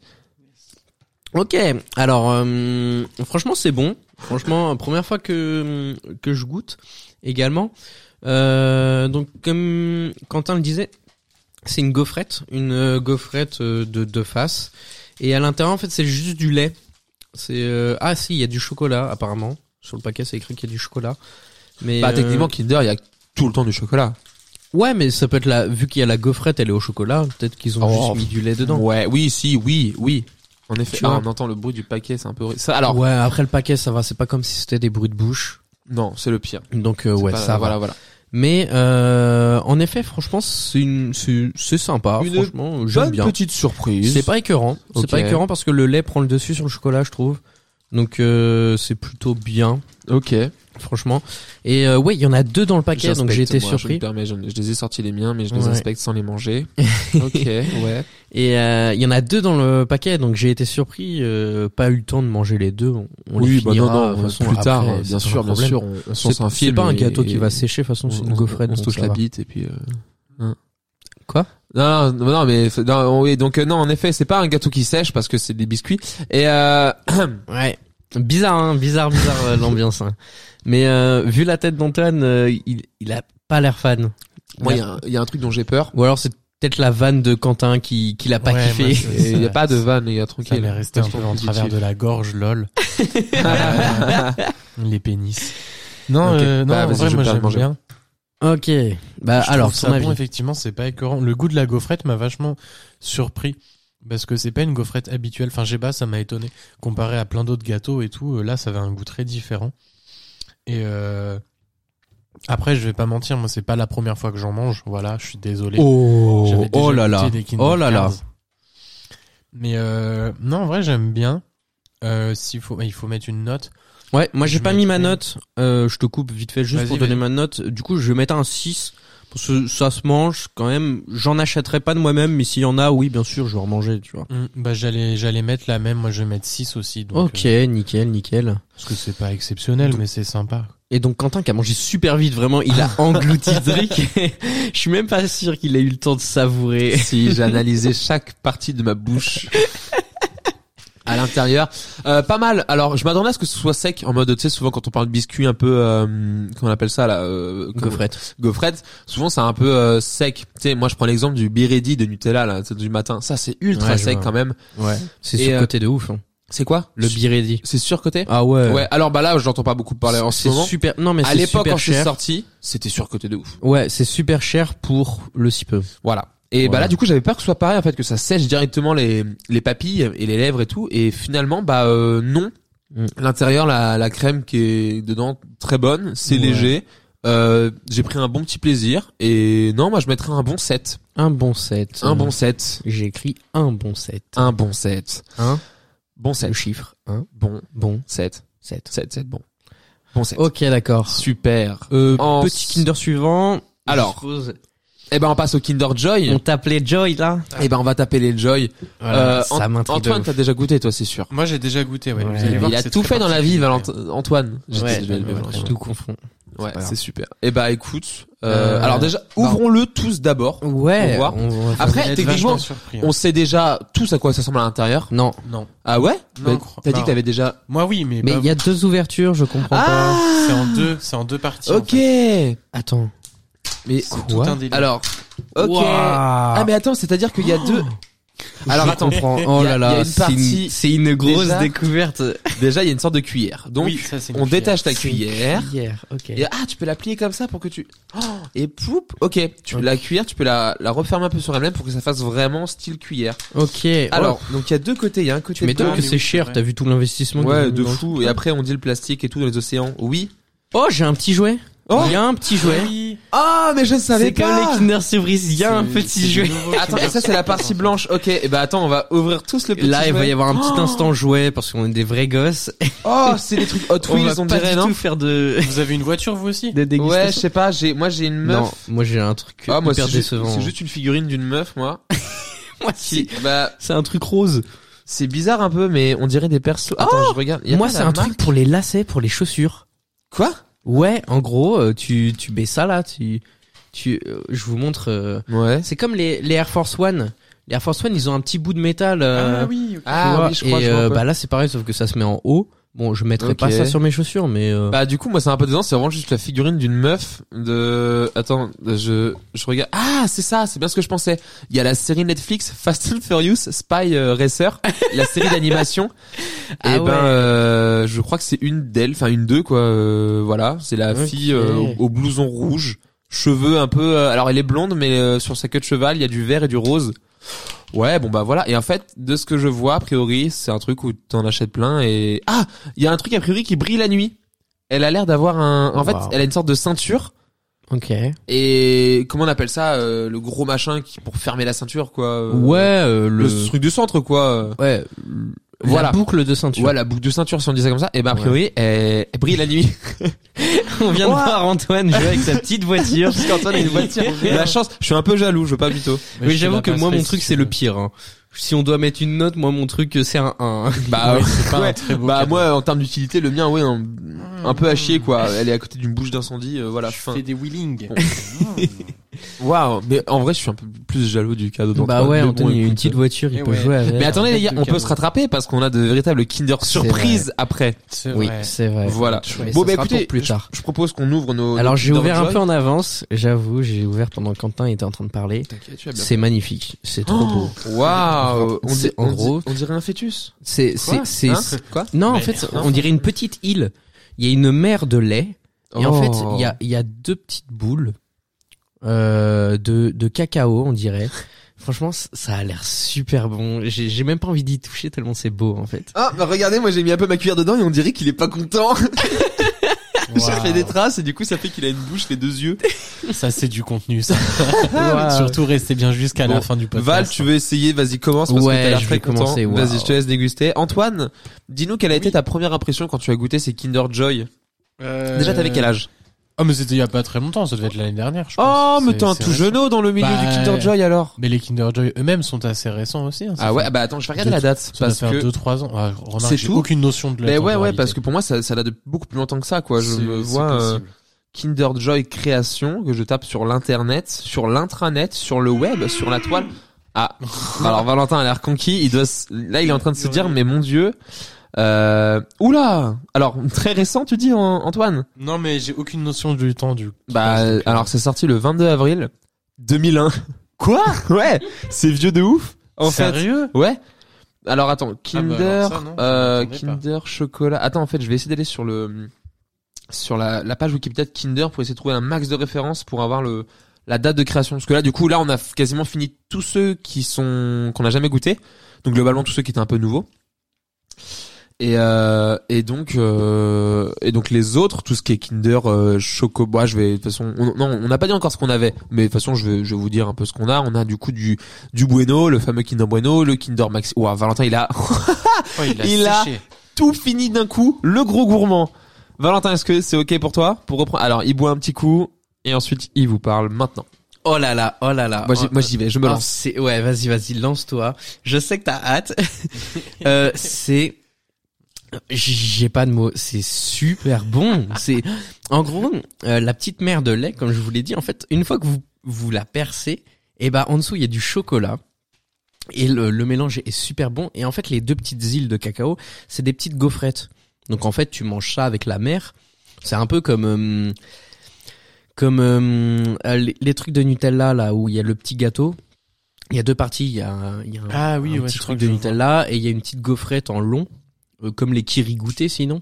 S1: Ok, alors euh, franchement c'est bon. Franchement, première fois que que je goûte également. Euh, donc comme Quentin le disait, c'est une gaufrette, une euh, gaufrette euh, de deux faces. Et à l'intérieur en fait c'est juste du lait. C'est euh, ah si il y a du chocolat apparemment sur le paquet c'est écrit qu'il y a du chocolat. Mais
S3: bah
S1: euh,
S3: techniquement Kinder il y a tout le temps du chocolat
S1: ouais mais ça peut être la vu qu'il y a la gaufrette elle est au chocolat peut-être qu'ils ont
S3: Oh,
S1: juste mis du lait dedans.
S3: ouais oui si oui oui en effet
S1: Tu
S3: Ah,
S1: vois.
S3: on entend le bruit du paquet c'est un peu horrible. ça alors
S1: ouais après le paquet ça va c'est pas comme si c'était des bruits de bouche.
S3: non c'est le pire
S1: Donc euh,
S3: C'est
S1: ouais
S3: pas-
S1: ça va.
S3: voilà voilà
S1: Mais euh, en effet, franchement, c'est une, c'est c'est sympa.
S3: Une
S1: franchement, j'aime
S3: Bonne
S1: bien.
S3: petite surprise
S1: C'est pas écœurant.
S3: Ok.
S1: C'est pas écœurant parce que le lait prend le dessus sur le chocolat, je trouve. Donc euh, c'est plutôt bien,
S3: ok
S1: franchement. Et euh, ouais, il y en a deux dans le paquet, donc j'ai été
S3: J'inspecte, moi, je me
S1: surpris.
S3: permets, je, je les ai sortis les miens mais je les
S1: Ouais.
S3: inspecte sans les manger ok ouais
S1: Et euh, il y en a deux dans le paquet, donc j'ai été surpris. euh, pas eu le temps de manger les deux. On, on les
S3: oui, bah non,
S1: finira,
S3: non,
S1: de toute façon,
S3: plus tard,
S1: après,
S3: bien
S1: c'est pas un
S3: sûr, bien
S1: problème.
S3: sûr, on, on se lance un
S1: C'est c'est
S3: film.
S1: pas un
S3: et-
S1: gâteau
S3: et-
S1: qui va sécher, de toute façon,
S3: on,
S1: c'est une
S3: on-
S1: gaufrette.
S3: on se
S1: donc
S3: touche
S1: ça
S3: la
S1: va.
S3: bite et puis. euh, hein.
S1: Quoi
S3: non, non, non, mais non, oui, donc euh, non, en effet, c'est pas un gâteau qui sèche parce que c'est des biscuits. Et euh,
S1: Ouais. Bizarre, hein bizarre, bizarre euh, l'ambiance. hein. Mais euh, vu la tête d'Antoine, euh, il, il a pas l'air fan.
S3: moi, il y a un- il y, a un truc dont j'ai peur.
S1: Ou alors c'est peut-être la vanne de Quentin qui, qui l'a pas
S2: Ouais, moi,
S1: kiffé.
S2: c'est-
S3: Et Il y a pas de vanne, les gars,
S2: Ça
S3: tranquille.
S2: m'est resté un peu en travers de la gorge, lol. Euh, les pénis. Non,
S3: Ok.
S2: euh, non,
S3: Bah,
S2: en
S3: vas-y,
S2: vrai,
S3: je
S2: moi
S3: vais
S2: j'aime
S3: manger.
S2: bien.
S1: Ok. Bah
S2: Je
S1: alors,
S2: trouve
S1: ton
S2: ça
S1: avis.
S2: bon, effectivement, c'est pas écœurant. Le goût de la gaufrette m'a vachement surpris. Parce que c'est pas une gaufrette habituelle. Enfin, je sais pas, ça m'a étonné. Comparé à plein d'autres gâteaux et tout, euh, là, ça avait un goût très différent. Et euh, après, je vais pas mentir, moi, c'est pas la première fois que j'en mange. Voilà, je suis désolé.
S1: Oh,
S2: J'avais déjà
S1: oh là là.
S2: goûté des Kinder
S1: Oh là là.
S2: Cards. Mais euh, non, en vrai, j'aime bien. Euh, s'il faut, il faut mettre une note.
S1: Ouais, moi j'ai
S2: Je
S1: pas mis ma
S2: mettrai-
S1: note. Euh, je te coupe vite fait juste
S2: Vas-y,
S1: pour donner
S2: vas-y.
S1: ma note. Du coup, je vais mettre un 6. Parce que ça se mange quand même. J'en achèterai pas de moi-même, mais s'il y en a, oui, bien sûr, je vais en manger, tu vois.
S2: Hmm, bah, j'allais, j'allais mettre la même. Moi, je vais mettre 6 aussi. Donc,
S1: Mm. ok,
S2: euh,
S1: nickel, nickel.
S2: parce que c'est pas exceptionnel, mais c'est sympa.
S1: Et donc Quentin qui a mangé super vite, vraiment, il a englouti le truc. Je suis même pas sûr qu'il ait eu le temps de savourer.
S3: Si j'ai analysé chaque partie de ma bouche à l'intérieur, Euh, pas mal. Alors, je m'attendais à ce que ce soit sec, en mode, tu sais, souvent quand on parle de biscuits un peu, euh, comment on appelle ça là, euh, comme-
S1: Gaufrette.
S3: gaufrettes, souvent c'est un peu euh, sec. Tu sais, moi je prends l'exemple du Biredi de Nutella là, tu sais, du matin. Ça c'est ultra
S1: Ouais, je
S3: sec
S1: vois.
S3: quand même.
S1: Ouais. C'est
S3: Et, euh,
S1: ce côté de ouf. hein.
S3: C'est quoi
S1: Le biredi.
S3: C'est surcoté
S1: Ah ouais.
S3: Ouais. Alors bah là, j'entends pas beaucoup parler en ce
S1: C'est
S3: moment.
S1: super. Non mais
S3: à
S1: c'est
S3: l'époque
S1: super
S3: quand c'est
S1: cher.
S3: sorti, c'était surcoté de ouf.
S1: Ouais, c'est super cher pour le si peu.
S3: Voilà. Et bah
S1: Voilà.
S3: là, du coup, j'avais peur que ce soit pareil, en fait, que ça sèche directement les, les papilles et les lèvres et tout. Et finalement, bah euh, non.
S1: Mm.
S3: L'intérieur, la, la crème qui est dedans, très bonne, c'est
S2: Ouais.
S3: léger. Euh, j'ai pris un bon petit plaisir. Et non, moi, je mettrais un bon 7.
S1: Un bon set.
S3: Un bon 7.
S1: J'ai écrit un bon set.
S3: Un bon 7.
S1: Un.
S3: Bon
S1: Le
S3: 7.
S1: chiffre. Un
S3: Bon
S1: bon
S3: 7.
S1: set.
S3: 7, 7, bon. Bon 7.
S1: Ok, d'accord.
S3: Super.
S1: Euh,
S3: En-
S1: Petit Kinder suivant.
S3: Alors.
S1: Je suppose,
S3: Eh ben, on passe au Kinder Joy.
S1: on t'appelait Joy là.
S3: Eh ben, on va taper les Joy.
S2: Voilà.
S3: Euh,
S1: ça
S3: Ant-
S1: m'intrigue de
S3: Antoine,
S1: ouf.
S3: t'as déjà goûté, toi, c'est sûr.
S2: Moi j'ai déjà goûté, ouais.
S1: Ouais.
S2: Vous allez
S1: Il
S2: voir
S3: Il
S2: que
S3: a
S2: c'est
S3: tout
S2: très
S3: fait dans la vie,
S2: particulier.
S3: Valent- Antoine. J'ai
S2: Ouais,
S3: dit- je vais le
S2: ouais,
S3: Valentin.
S1: Je
S2: ouais.
S1: tout confond.
S3: Ouais,
S2: pas grave.
S3: c'est super. Eh bah écoute, euh,
S1: Euh,
S3: alors déjà ouvrons-le tous d'abord.
S1: Ouais.
S3: Au revoir.
S1: on- on-
S3: Après,
S2: Vous allez être
S3: techniquement,
S2: vachement surpris, hein.
S3: On sait déjà tous à quoi ça ressemble à l'intérieur.
S1: Non.
S2: Non.
S3: Ah ouais
S2: Non,
S3: Bah,
S2: cro-
S3: T'as dit
S2: non.
S3: que t'avais déjà. Ah
S2: Moi oui, mais,
S1: Mais
S2: pas-
S1: il y a deux ouvertures, je comprends
S2: c'est en deux, c'est en deux parties. en
S3: Ok.
S2: fait.
S1: pas. Attends.
S3: Mais
S2: C'est tout
S1: Quoi
S2: un délire.
S3: alors, ok. Ah mais attends, c'est-à-dire qu'il y a deux. Alors
S1: Je
S3: attends.
S1: comprends.
S3: Il
S1: Oh
S3: y a-
S1: là
S3: il y a
S1: là,
S3: une
S1: c'est
S3: partie-
S1: une- c'est une, grosse
S3: Déjà-
S1: découverte.
S3: Déjà, il y a une sorte de cuillère. Donc,
S2: Oui, ça, c'est une
S3: on
S2: cuillère.
S3: détache ta
S1: C'est une
S3: cuillère.
S1: Hier, ok.
S3: Et ah, tu peux la plier comme ça pour que tu. Oh, et poup. Ok. Tu la cuillère, tu peux la, la refermer un peu sur elle-même pour que ça fasse vraiment style cuillère.
S1: Ok. oh.
S3: Alors, donc il y a deux côtés. Il y a un côté.
S1: tu m'étonnes
S3: blanc.
S1: que
S2: mais
S1: c'est
S2: oui,
S1: cher.
S2: c'est
S1: T'as vu tout l'investissement. que j'ai
S3: Ouais,
S1: mis
S3: de
S1: dans-
S3: fou. Et après, on dit le plastique et tout dans les océans. Oui.
S1: Oh, j'ai un petit jouet.
S3: Oh.
S1: Il y a un petit jouet.
S2: Oui.
S3: Ah, mais je savais
S1: C'est comme les
S3: pas.
S1: Kinder Surprise. Il y a un
S2: C'est-
S1: petit
S2: c'est
S1: jouet.
S2: des nouveaux
S3: Attends,
S2: Kinder
S3: et ça c'est la partie
S2: Surprise,
S3: blanche. Ok, et bah attends, on va ouvrir tous le petit.
S1: Là, il va y avoir un petit
S3: Oh.
S1: instant jouet parce qu'on est des vrais gosses.
S3: Oh, c'est des trucs Hot
S1: on va
S3: Wheels, on,
S1: pas
S3: dirait
S1: du
S3: non
S1: tout faire de,
S2: en fait. Vous avez une voiture vous aussi
S1: de
S3: Ouais, je
S1: dégustation.
S3: sais pas. J'ai, moi j'ai une meuf.
S1: non, moi j'ai un truc
S3: Ah, moi
S1: hyper
S3: c'est juste,
S1: décevant.
S3: c'est juste une figurine d'une meuf, moi.
S1: Moi,
S3: Qui,
S1: c'est-
S3: bah,
S1: c'est un truc rose.
S3: c'est bizarre un peu, mais on dirait des persos. Attends, je regarde. Y a
S1: Oh Moi,
S3: pas
S1: c'est
S3: la
S1: un
S3: marque
S1: truc pour les lacets, pour les chaussures.
S3: Quoi
S1: Ouais, en gros, euh, tu tu mets ça là, tu tu euh, je vous montre euh,
S3: Ouais.
S1: c'est comme les les Air Force One. Les Air Force One, ils ont un petit bout de métal euh,
S2: Ah oui. ok.
S1: tu
S3: Ah
S1: vois,
S3: oui, je crois.
S1: et
S3: je vois un
S1: euh,
S3: peu.
S1: bah là c'est pareil sauf que ça se met en haut. Bon, je mettrai
S3: Ok.
S1: pas ça sur mes chaussures mais euh,
S3: Bah du coup moi c'est un peu dedans, c'est vraiment juste la figurine d'une meuf de attends, je je regarde Ah, c'est ça, c'est bien ce que je pensais. Il y a la série Netflix Fast and Furious Spy euh, Racer, la série d'animation.
S1: Ah
S3: et
S1: ouais.
S3: ben euh, je crois que c'est une d'elles, enfin une d'eux quoi, euh, voilà, c'est la
S1: Ok.
S3: fille euh, au- au blouson rouge, cheveux un peu euh, alors elle est blonde mais euh, sur sa queue de cheval, il y a du vert et du rose. Ouais, bon bah voilà. Et en fait, de ce que je vois, a priori, c'est un truc où t'en achètes plein et ah, il y a un truc a priori qui brille la nuit. Elle a l'air d'avoir un, en fait,
S1: Waouh.
S3: elle a une sorte de ceinture
S1: OK.
S3: et comment on appelle ça, euh, le gros machin qui pour fermer la ceinture quoi. euh,
S1: ouais, euh, le,
S3: le, truc du centre quoi. euh.
S1: ouais, la
S3: Voilà.
S1: boucle de ceinture.
S3: Ouais, la boucle de ceinture si on dit ça comme ça. Et ben a priori, elle, elle brille la nuit.
S1: On vient de
S3: Ouah.
S1: voir Antoine jouer avec sa petite voiture.
S3: Parce qu'Antoine a une voiture. la chance, je suis un peu jaloux, je veux pas mytho.
S2: je
S1: Mais
S2: te
S1: j'avoue
S2: la
S1: que moi
S2: passerai
S1: mon
S2: si
S1: truc
S2: tu
S1: c'est
S2: veux.
S1: le pire hein. Si on doit mettre une note, moi mon truc euh, c'est un 1.
S3: Bah
S2: Ouais, c'est pas
S3: ouais.
S2: un très beau.
S3: Bah
S2: cadeau.
S3: moi en termes d'utilité le mien ouais un,
S1: Hmm.
S3: un peu à chier quoi elle est à côté d'une bouche d'incendie euh, voilà
S2: je
S3: fin.
S2: fais des wheelings.
S3: Waouh, mais en vrai, je suis un peu plus jaloux du cadeau d'Antoine.
S1: Bah ouais,
S3: mais bon,
S1: Antoine, il a une
S3: écoute.
S1: petite voiture, il
S2: Eh
S1: peut
S2: ouais.
S1: jouer avec.
S3: Mais attendez les gars,
S2: Un
S3: on peut
S2: cadeau.
S3: se rattraper parce qu'on a de véritables Kinder surprises après.
S2: C'est
S1: Oui,
S2: vrai.
S1: c'est vrai.
S3: Voilà.
S1: Mais
S3: Bon,
S1: ça
S3: bah,
S1: sera
S3: écoutez,
S1: pour plus tard.
S3: Je propose qu'on ouvre nos.
S1: Alors
S3: nos
S1: j'ai
S3: Kinder
S1: ouvert un
S3: Joy.
S1: peu en avance, j'avoue, j'ai ouvert pendant que Quentin était en train de parler.
S3: T'inquiète, tu vas bien.
S1: C'est magnifique, c'est trop
S2: Oh.
S1: beau.
S3: Oh, Waouh, on,
S1: C'est-
S3: dit- on
S1: en gros-
S3: dit- on dirait un fœtus.
S1: C'est c'est
S3: Quoi
S1: c'est
S3: Hein Quoi
S1: Non, en
S2: Mais
S1: fait,
S2: non.
S1: on dirait une petite île. Il y a une mer de lait et en
S3: Oh.
S1: fait, il y a il y a deux petites boules euh, de de cacao, on dirait. Franchement, c- ça a l'air super bon. J'ai j'ai même pas envie d'y toucher tellement c'est beau en fait.
S3: Ah, bah regardez, moi j'ai mis un peu ma cuillère dedans et on dirait qu'il est pas content. Ça
S2: Waouh.
S3: fait des traces et du coup ça fait qu'il a une bouche, les deux yeux.
S2: Ça c'est du contenu. Ça.
S1: Waouh.
S2: Surtout restez bien jusqu'à
S3: Ah, Bon,
S2: la fin du podcast.
S3: Val, tu veux essayer Vas-y, commence parce
S1: Ouais,
S3: que t'as l'air
S1: je
S3: très
S1: vais
S3: content.
S1: commencer, waouh.
S3: Vas-y, je te laisse déguster. Antoine, dis-nous quelle a été
S2: Oui.
S3: ta première impression quand tu as goûté ces Kinder Joy.
S2: Euh,
S3: Déjà, t'avais quel âge
S2: Ah mais c'était il y a pas très longtemps. Ça devait être l'année dernière. Je
S3: Oh,
S2: pense.
S3: mais
S2: C'est-
S3: t'es un
S2: c'est
S3: tout
S2: récent.
S3: jeunot dans le milieu
S2: Bah,
S3: du Kinder Joy alors.
S2: Mais les Kinder Joy eux-mêmes sont assez récents aussi. hein, ça
S3: Ah ouais,
S2: fait-
S3: ah bah attends, je vais regarder
S2: deux-
S3: la date
S2: Ça
S3: parce
S2: doit faire
S3: que
S2: 2-3 ans. Ah, remarque,
S3: C'est
S2: j'ai
S3: tout
S2: aucune notion de la
S3: mais ouais ouais
S2: temporalité.
S3: parce que pour moi ça ça date de beaucoup plus longtemps que ça quoi. Je
S2: C'est-
S3: me
S2: c'est
S3: vois euh,
S2: possible.
S3: Kinder Joy création que je tape sur l'internet, sur l'intranet, sur le web, sur la toile. Ah, alors Valentin a l'air conquis. Il doit s- là il est en train de se dire mais mon dieu. Euh... Oula. Alors très récent tu dis An- Antoine.
S2: Non mais j'ai aucune notion du temps du.
S3: Bah
S2: passe, donc, euh,
S3: alors c'est sorti le 22 avril 2001. Quoi Ouais, c'est vieux de ouf. En fait,
S2: Sérieux
S3: Ouais. Alors attends, Kinder,
S2: bah alors ça, non, je
S3: euh,
S2: m'attendais pas.
S3: Kinder chocolat. Attends, en fait, je vais essayer d'aller sur le sur la, la page Wikipédia de Kinder pour essayer de trouver un max de références pour avoir le la date de création. Parce que là, du coup, là, on a f- quasiment fini tous ceux qui sont qu'on n'a jamais goûté. Donc globalement, tous ceux qui étaient un peu nouveaux. Et, euh, et donc euh, et donc les autres, tout ce qui est Kinder, euh, Chocobo, ah, je vais de toute façon, on, non, on n'a pas dit encore ce qu'on avait, mais de toute façon, je vais je vais vous dire un peu ce qu'on a. On a du coup du du Bueno, le fameux Kinder Bueno, le Kinder Maxi. Ouah, Valentin, il a
S4: Oh, il a
S3: Il a-
S4: séché.
S3: tout fini d'un coup, le gros gourmand. Valentin, est-ce que c'est ok pour toi Pour reprendre, alors il boit un petit coup et ensuite il vous parle maintenant.
S1: Oh là là, oh là là.
S3: Moi, j'y-
S1: Oh,
S3: moi j'y vais, je me
S1: oh,
S3: lance.
S1: c'est- ouais, vas-y, vas-y, lance-toi. Je sais que t'as hâte. euh, c'est, j'ai pas de mots. C'est super bon. C'est, en gros, euh, la petite mère de lait, comme je vous l'ai dit, en fait, une fois que vous vous la percez, et ben en dessous il y a du chocolat. Et le, le mélange est super bon. Et en fait, les deux petites îles de cacao, c'est des petites gaufrettes. Donc en fait, tu manges ça avec la mer. C'est un peu comme euh, comme euh, euh, les, les trucs de Nutella là où il y a le petit gâteau. Il y a deux parties. Il y a, un- il y a un,
S2: Ah oui,
S1: un
S2: ouais,
S1: petit
S2: je crois
S1: truc
S2: que
S1: de
S2: je vois.
S1: Nutella et il y a une petite gaufrette en long, euh, comme les kirigoutés sinon.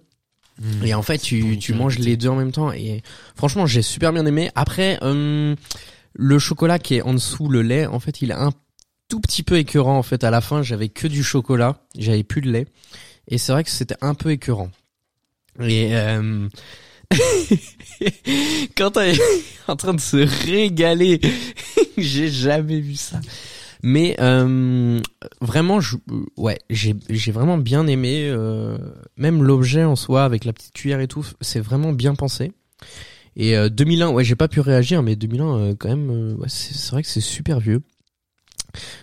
S2: Hmm.
S1: Et en fait, tu,
S2: bon,
S1: tu
S2: j'ai
S1: manges les deux en même temps. Et franchement, j'ai super bien aimé. Après, euh, le chocolat qui est en dessous, le lait, en fait, il est un tout petit peu écœurant. En fait, à la fin, j'avais que du chocolat. J'avais plus de lait. Et c'est vrai que c'était un peu écœurant. Et euh... quand elle est en train de se régaler, j'ai jamais vu ça. Mais euh, vraiment, je, euh, ouais, j'ai j'ai vraiment bien aimé. euh, même l'objet en soi, avec la petite cuillère et tout, c'est vraiment bien pensé. Et euh, 2001, ouais, j'ai pas pu réagir, mais 2001, euh, quand même, euh, ouais, c'est c'est vrai que c'est super vieux.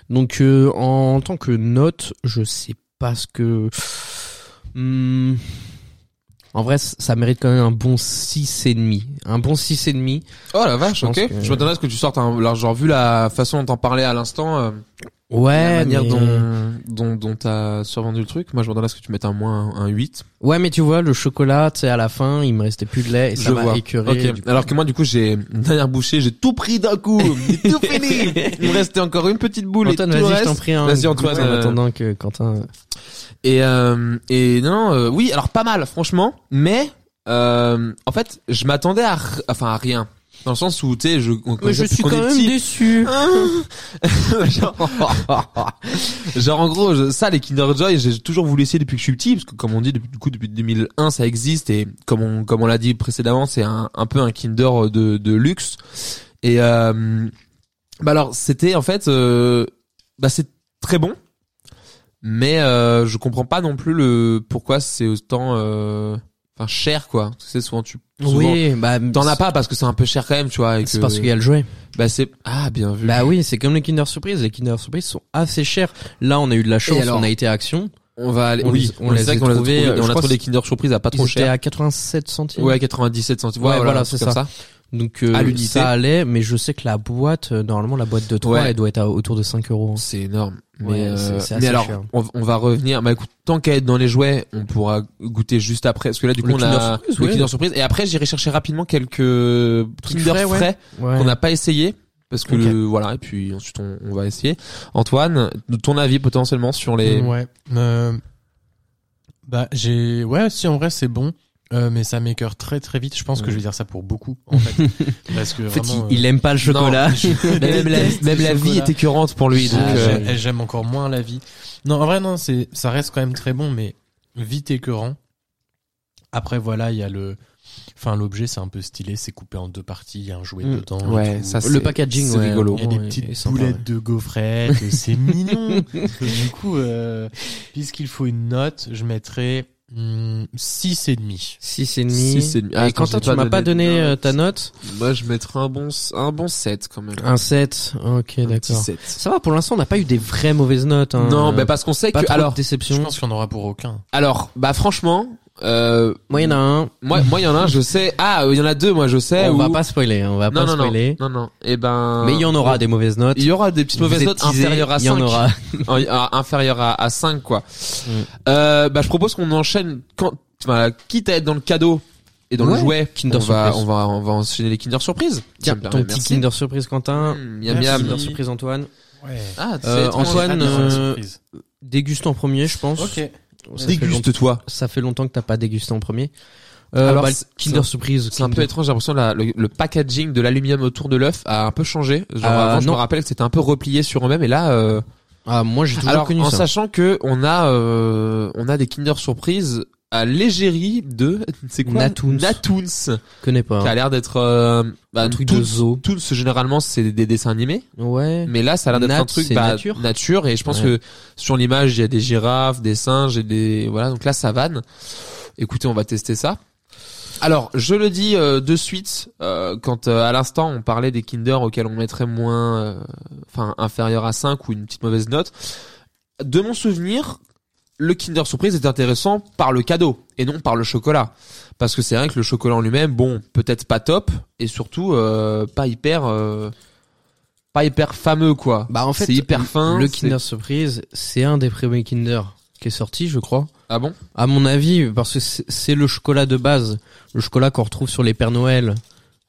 S1: Donc, euh, en tant que note, je sais pas ce que. Hmm. En vrai, c- ça mérite quand même un bon 6,5. Un bon 6,5.
S3: Oh la vache,
S1: Je
S3: ok.
S1: pense que-
S3: Je m'attendais à ce que tu sortes un. Alors, genre vu la façon dont t'en parlais à l'instant, euh,
S1: Ouais,
S3: la manière
S1: mais- euh,
S3: dont dont dont t'as survendu le truc, moi je m'attendais à ce que tu mettes un moins un 8.
S1: Ouais, mais tu vois, le chocolat, tu sais, à la fin, il me restait plus de lait et ça
S3: je
S1: m'a
S3: vois.
S1: écœuré.
S3: Ok.
S1: du coup.
S3: Alors que moi du coup j'ai une dernière bouchée, j'ai tout pris d'un coup, j'ai tout fini. Il me restait encore une petite boule
S1: Antoine,
S3: et tout le
S1: vas-y, je t'en
S3: reste.
S1: prie. hein.
S3: Vas-y, Antoine,
S1: En
S3: euh,
S1: attendant que Quentin...
S3: Et, euh, et non, euh, oui, alors pas mal, franchement, mais euh, en fait, je m'attendais à, r- enfin, à rien. Dans le sens où, tu sais, je, on connaît ça depuis qu'on est petit.
S1: déçu.
S3: genre, genre, en gros, je- ça, les Kinder Joy, j'ai toujours voulu essayer depuis que je suis petit, parce que comme on dit, depuis, du coup, depuis 2001, ça existe, et comme on, comme on l'a dit précédemment, c'est un, un peu un Kinder euh, de, de luxe. Et, euh, bah alors, c'était, en fait, euh, bah c'est très bon, mais euh, je comprends pas non plus le pourquoi c'est autant, euh, enfin, cher, quoi. Tu sais, souvent, tu, souvent,
S1: Oui, bah...
S3: t'en as pas parce que c'est un peu cher quand même, tu vois. et
S1: C'est
S3: que-
S1: parce qu'il y a le jouet.
S3: bah c'est ah bien vu.
S1: Bah oui, c'est comme les Kinder Surprise. Les Kinder Surprise sont assez chers. Là, on a eu de la chance,
S3: Et alors
S1: on a été à Action.
S3: On va aller.
S1: On
S3: oui,
S1: les- on
S3: on,
S1: les
S3: les a
S1: a
S3: qu'on les a
S1: trouvés,
S3: trouvés,
S1: euh, je
S3: on a
S1: crois
S3: trouvé des Kinder Surprise à pas
S1: Ils
S3: trop
S1: étaient
S3: cher.
S1: à 87 centimes.
S3: Ouais, 97 centimes.
S1: Ouais, voilà,
S3: un
S1: c'est
S3: truc comme
S1: Donc euh,
S3: À l'unité.
S1: ça allait, mais je sais que la boîte, euh, normalement, la boîte de 3,
S3: Ouais.
S1: elle doit être à- autour de 5 euros.
S3: C'est énorme. Mais,
S1: Ouais,
S3: euh,
S1: c'est- c'est
S3: mais
S1: assez
S3: alors,
S1: cher.
S3: on, on va revenir. Bah écoute, tant qu'à être dans les jouets, on pourra goûter juste après. Parce que là, du coup,
S1: Le
S3: on
S1: Kinder
S3: a
S1: Surprise,
S3: le
S1: ouais.
S3: Kinder Surprise. Et après, j'irai chercher rapidement quelques Kinder
S1: frais,
S3: frais,
S1: ouais. Ouais.
S3: qu'on n'a pas essayé. Parce que
S1: Ok.
S3: le- voilà, et puis ensuite on, on va essayer. Antoine, ton avis potentiellement sur les.
S2: Ouais. Euh, bah j'ai ouais si en vrai c'est bon. euh, mais ça m'écœure très très vite. Je pense que
S3: Ouais.
S2: je vais dire ça pour beaucoup en fait, parce que
S1: En fait,
S2: vraiment,
S1: il, il aime pas le chocolat.
S3: même la, même la vie est écœurante pour lui.
S2: euh,
S3: Donc,
S1: Ah,
S3: euh,
S2: j'ai- j'aime encore moins la vie. Non en vrai non c'est ça reste quand même très bon mais vite écœurant. Après voilà il y a le enfin l'objet c'est un peu stylé c'est coupé en deux parties il y a un jouet
S1: Mm.
S2: dedans. et
S3: ouais,
S2: tout.
S3: ça,
S1: Le
S3: c'est-
S1: packaging,
S3: c'est
S1: ouais.
S3: rigolo.
S2: Il y a des
S1: Ouais, et
S2: petites
S1: sympa,
S2: boulettes
S1: ouais.
S2: de gaufrettes, c'est mignon. du coup, euh, puisqu'il faut une note, je mettrais hmm, six et demi.
S1: 6,5.
S3: demi.
S1: et Quentin, tu m'as pas donné euh, ta note
S3: Moi, je mettrais un bon, un bon 7 quand même.
S1: Un 7. Ok, Ah,
S3: Un petit
S1: d'accord.
S3: 7.
S1: Ça va, pour l'instant, on n'a pas eu des vraies mauvaises notes. Hein.
S3: Non, bah
S1: pas,
S3: parce qu'on sait que
S1: trop
S3: alors,
S1: de
S2: Je
S1: déception.
S2: pense qu'il n'y en aura pour aucun.
S3: alors, bah franchement, euh,
S1: Moi, il y en a un.
S3: Moi, moi, il y en a un, je sais. Ah, euh, il y en a deux, moi, je sais.
S1: On
S3: où-
S1: va pas spoiler, hein, on va
S3: Non,
S1: pas
S3: non, non,
S1: spoiler.
S3: non, non. Et ben.
S1: Mais il y en aura des mauvaises notes.
S3: Il y aura des petites
S1: Vous
S3: mauvaises
S1: êtes
S3: notes
S1: teasés,
S3: inférieures à 5.
S1: Il y en aura.
S3: inférieures à, à 5, quoi. Euh, bah, je propose qu'on enchaîne quand, enfin, quitte à être dans le cadeau et dans le
S1: Ouais.
S3: jouet.
S1: Kinder
S3: on va,
S1: Surprise.
S3: on va, on va enchaîner les Kinder Surprise.
S1: Tiens,
S3: Ça me
S1: ton
S3: permet,
S1: petit
S3: merci.
S1: Kinder Surprise, Quentin.
S3: Mmh,
S1: Ton
S3: Miam,
S1: petit
S3: miam.
S1: Kinder Surprise, Antoine.
S3: Ah, c'est
S1: Euh,
S3: étrange.
S1: Antoine,
S3: Ah,
S1: euh, Déguste en premier, je pense. Ça fait long-
S3: Déguste-toi.
S1: Ça fait longtemps que t'as pas dégusté en premier. Euh,
S3: Alors,
S1: bah, le
S3: c'est-
S1: Kinder Surprise.
S3: C'est un peu
S1: Kinder.
S3: étrange, j'ai l'impression que la- le, le packaging de l'aluminium autour de l'œuf a un peu changé. Genre
S1: Euh,
S3: avant, je
S1: non.
S3: me rappelle que c'était un peu replié sur eux-mêmes et là euh,
S1: Ah, moi j'ai toujours
S3: alors
S1: connu
S3: en
S1: ça.
S3: sachant que on a euh, on a des Kinder surprise à l'égérie de c'est quoi
S1: Natoons.
S3: Natoons
S1: Je connais pas. hein.
S3: qui a l'air d'être euh, bah,
S1: un truc
S3: Toons-
S1: de zoo.
S3: Toons généralement c'est des, des dessins animés
S1: Ouais.
S3: mais là ça a l'air d'être
S1: Nat,
S3: un truc
S1: c'est
S3: bah,
S1: nature.
S3: et je pense
S1: Ouais.
S3: que sur l'image il y a des girafes, des singes et des voilà donc là ça vanne. Écoutez, on va tester ça. Alors, je le dis euh, de suite, euh, quand euh, à l'instant on parlait des Kinder auxquels on mettrait moins, euh, enfin inférieur à 5 ou une petite mauvaise note, de mon souvenir, le Kinder Surprise est intéressant par le cadeau et non par le chocolat. Parce que c'est vrai que le chocolat en lui-même, bon, peut-être pas top et surtout euh, pas hyper, euh, pas hyper fameux quoi.
S1: Bah en fait,
S3: c'est hyper fin.
S1: le
S3: c'est-
S1: Kinder Surprise, c'est un des premiers Kinder qui est sorti, je crois.
S3: Ah bon
S1: À mon avis, parce que c'est c'est le chocolat de base, le chocolat qu'on retrouve sur les Pères Noël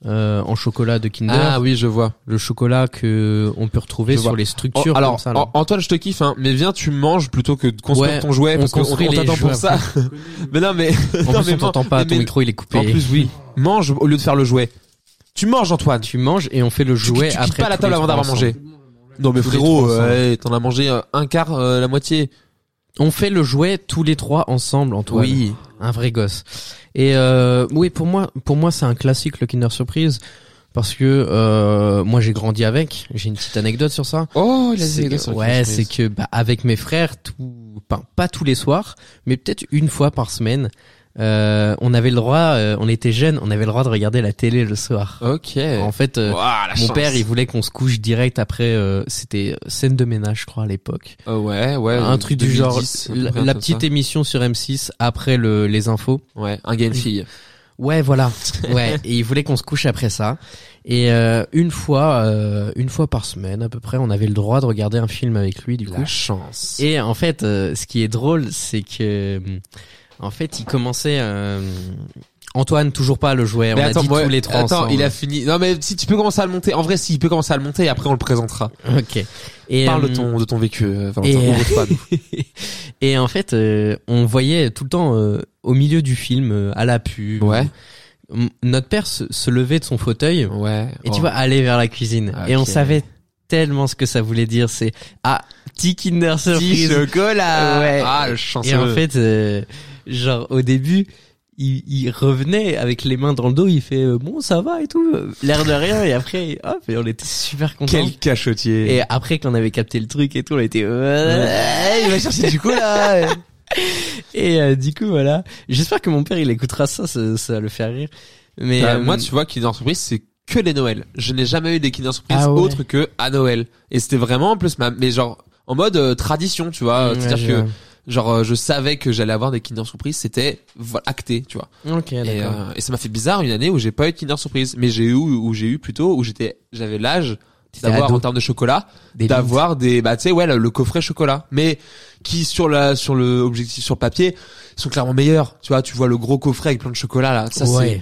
S1: euh, en chocolat de Kinder,
S3: Ah oui, je vois.
S1: le chocolat que on peut retrouver
S3: Je
S1: sur
S3: vois.
S1: les
S3: Oh,
S1: structures.
S3: alors,
S1: comme ça, là.
S3: An- Antoine, je te kiffe, hein, mais viens, tu manges plutôt que de construire
S1: Ouais,
S3: ton jouet
S1: on
S3: parce qu'on on,
S1: construit les
S3: t'attend
S1: jouets.
S3: pour ça. mais non, mais
S1: en
S3: non,
S1: plus,
S3: mais
S1: on t'entend
S3: man-
S1: pas,
S3: mais-
S1: ton
S3: mais-
S1: micro il est coupé.
S3: en plus, oui, mange au lieu de faire le jouet. Tu manges, Antoine.
S1: tu manges et on fait le
S3: Tu,
S1: jouet
S3: tu
S1: après.
S3: quittes pas la
S1: tous
S3: table
S1: les
S3: avant d'avoir
S1: trois
S3: mangé.
S1: ensemble.
S3: Non, mais
S1: Tous les
S3: frérot,
S1: trois ensemble.
S3: ouais, t'en as mangé euh, un quart, euh, la moitié.
S1: On fait le jouet tous les trois ensemble, Antoine. un vrai gosse. Et euh, oui, pour moi, pour moi, c'est un classique le Kinder Surprise parce que euh, moi j'ai grandi avec. J'ai une petite anecdote sur ça.
S3: Oh, il a
S1: C'est
S3: des
S1: que- ouais, c'est que bah, avec mes frères, tout, enfin, pas tous les soirs, mais peut-être une fois par semaine, euh, on avait le droit, euh, on était jeunes, on avait le droit de regarder la télé le soir.
S3: Ok.
S1: En fait, euh,
S3: Ouah, la
S1: mon
S3: chance.
S1: père, il voulait qu'on se couche direct après. euh, C'était scène de ménage, je crois, à l'époque.
S3: Euh, ouais, ouais.
S1: un truc du genre
S3: 2010,
S1: la,
S3: un truc
S1: la
S3: comme
S1: petite émission sur M6 après le, les infos.
S3: ça. Ouais, un gars et une fille.
S1: Ouais, voilà. Ouais, et il voulait qu'on se couche après ça. Et euh, une fois, euh, une fois par semaine à peu près, on avait le droit de regarder un film avec lui du coup.
S3: La chance.
S1: Et en fait, euh, ce qui est drôle, c'est que euh, en fait, il commençait euh, Antoine toujours pas le jouer.
S3: Mais
S1: on a dit
S3: moi-
S1: tous les trois
S3: attends,
S1: ensemble.
S3: il a fini. Non, mais si tu peux commencer à le monter. En vrai, si, il peut commencer à le monter et après on le présentera.
S1: Ok. Et,
S3: Parle de
S1: euh,
S3: ton, de ton vécu, euh, Valentin.
S1: et,
S3: On vote pas, nous.
S1: et en fait, euh, on voyait tout le temps euh, au milieu du film euh, à la pub.
S3: Ouais.
S1: M- Notre père se, se levait de son fauteuil.
S3: Ouais.
S1: Et
S3: Oh.
S1: tu vois, aller vers la cuisine.
S3: Ah,
S1: Et on
S3: ok.
S1: savait tellement ce que ça voulait dire. C'est ah petit Kinder
S3: Petit
S1: surprise. Euh,
S3: chocolat.
S1: Ouais.
S3: Ah, le
S1: Et
S3: chanceux.
S1: en fait, euh, genre au début, il, il revenait avec les mains dans le dos. Il fait euh, bon, ça va et tout, euh, l'air de rien. Et après, hop, et on était super contents.
S3: quel cachotier.
S1: Et après qu'on avait capté le truc et tout, on était ouais.
S3: il va chercher du cola.
S1: et euh, du coup voilà. J'espère que mon père il écoutera ça, ça, ça va le faire rire. Mais
S3: Bah,
S1: euh,
S3: moi, tu vois, Kinder Surprise, c'est que les Noëls. Je n'ai jamais eu des Kinder Surprise
S1: Ah ouais.
S3: autres que à Noël. Et c'était vraiment en plus ma, mais genre en mode euh, tradition, tu vois.
S1: ouais,
S3: C'est-à-dire que
S1: je-
S3: genre euh, je savais que j'allais avoir des Kinder Surprise, c'était voilà, acté, tu vois.
S1: Ok,
S3: Et,
S1: Ah, d'accord.
S3: euh, et ça m'a fait bizarre une année où j'ai pas eu de Kinder Surprise, mais j'ai eu où j'ai eu plutôt où j'étais j'avais l'âge
S1: T'étais
S3: d'avoir
S1: ado.
S3: en termes de chocolat
S1: Des
S3: d'avoir des bah tu sais ouais le, le coffret chocolat mais qui sur la sur le objectif sur le papier sont clairement meilleurs tu vois tu vois le gros coffret avec plein de chocolat là ça
S1: Ouais.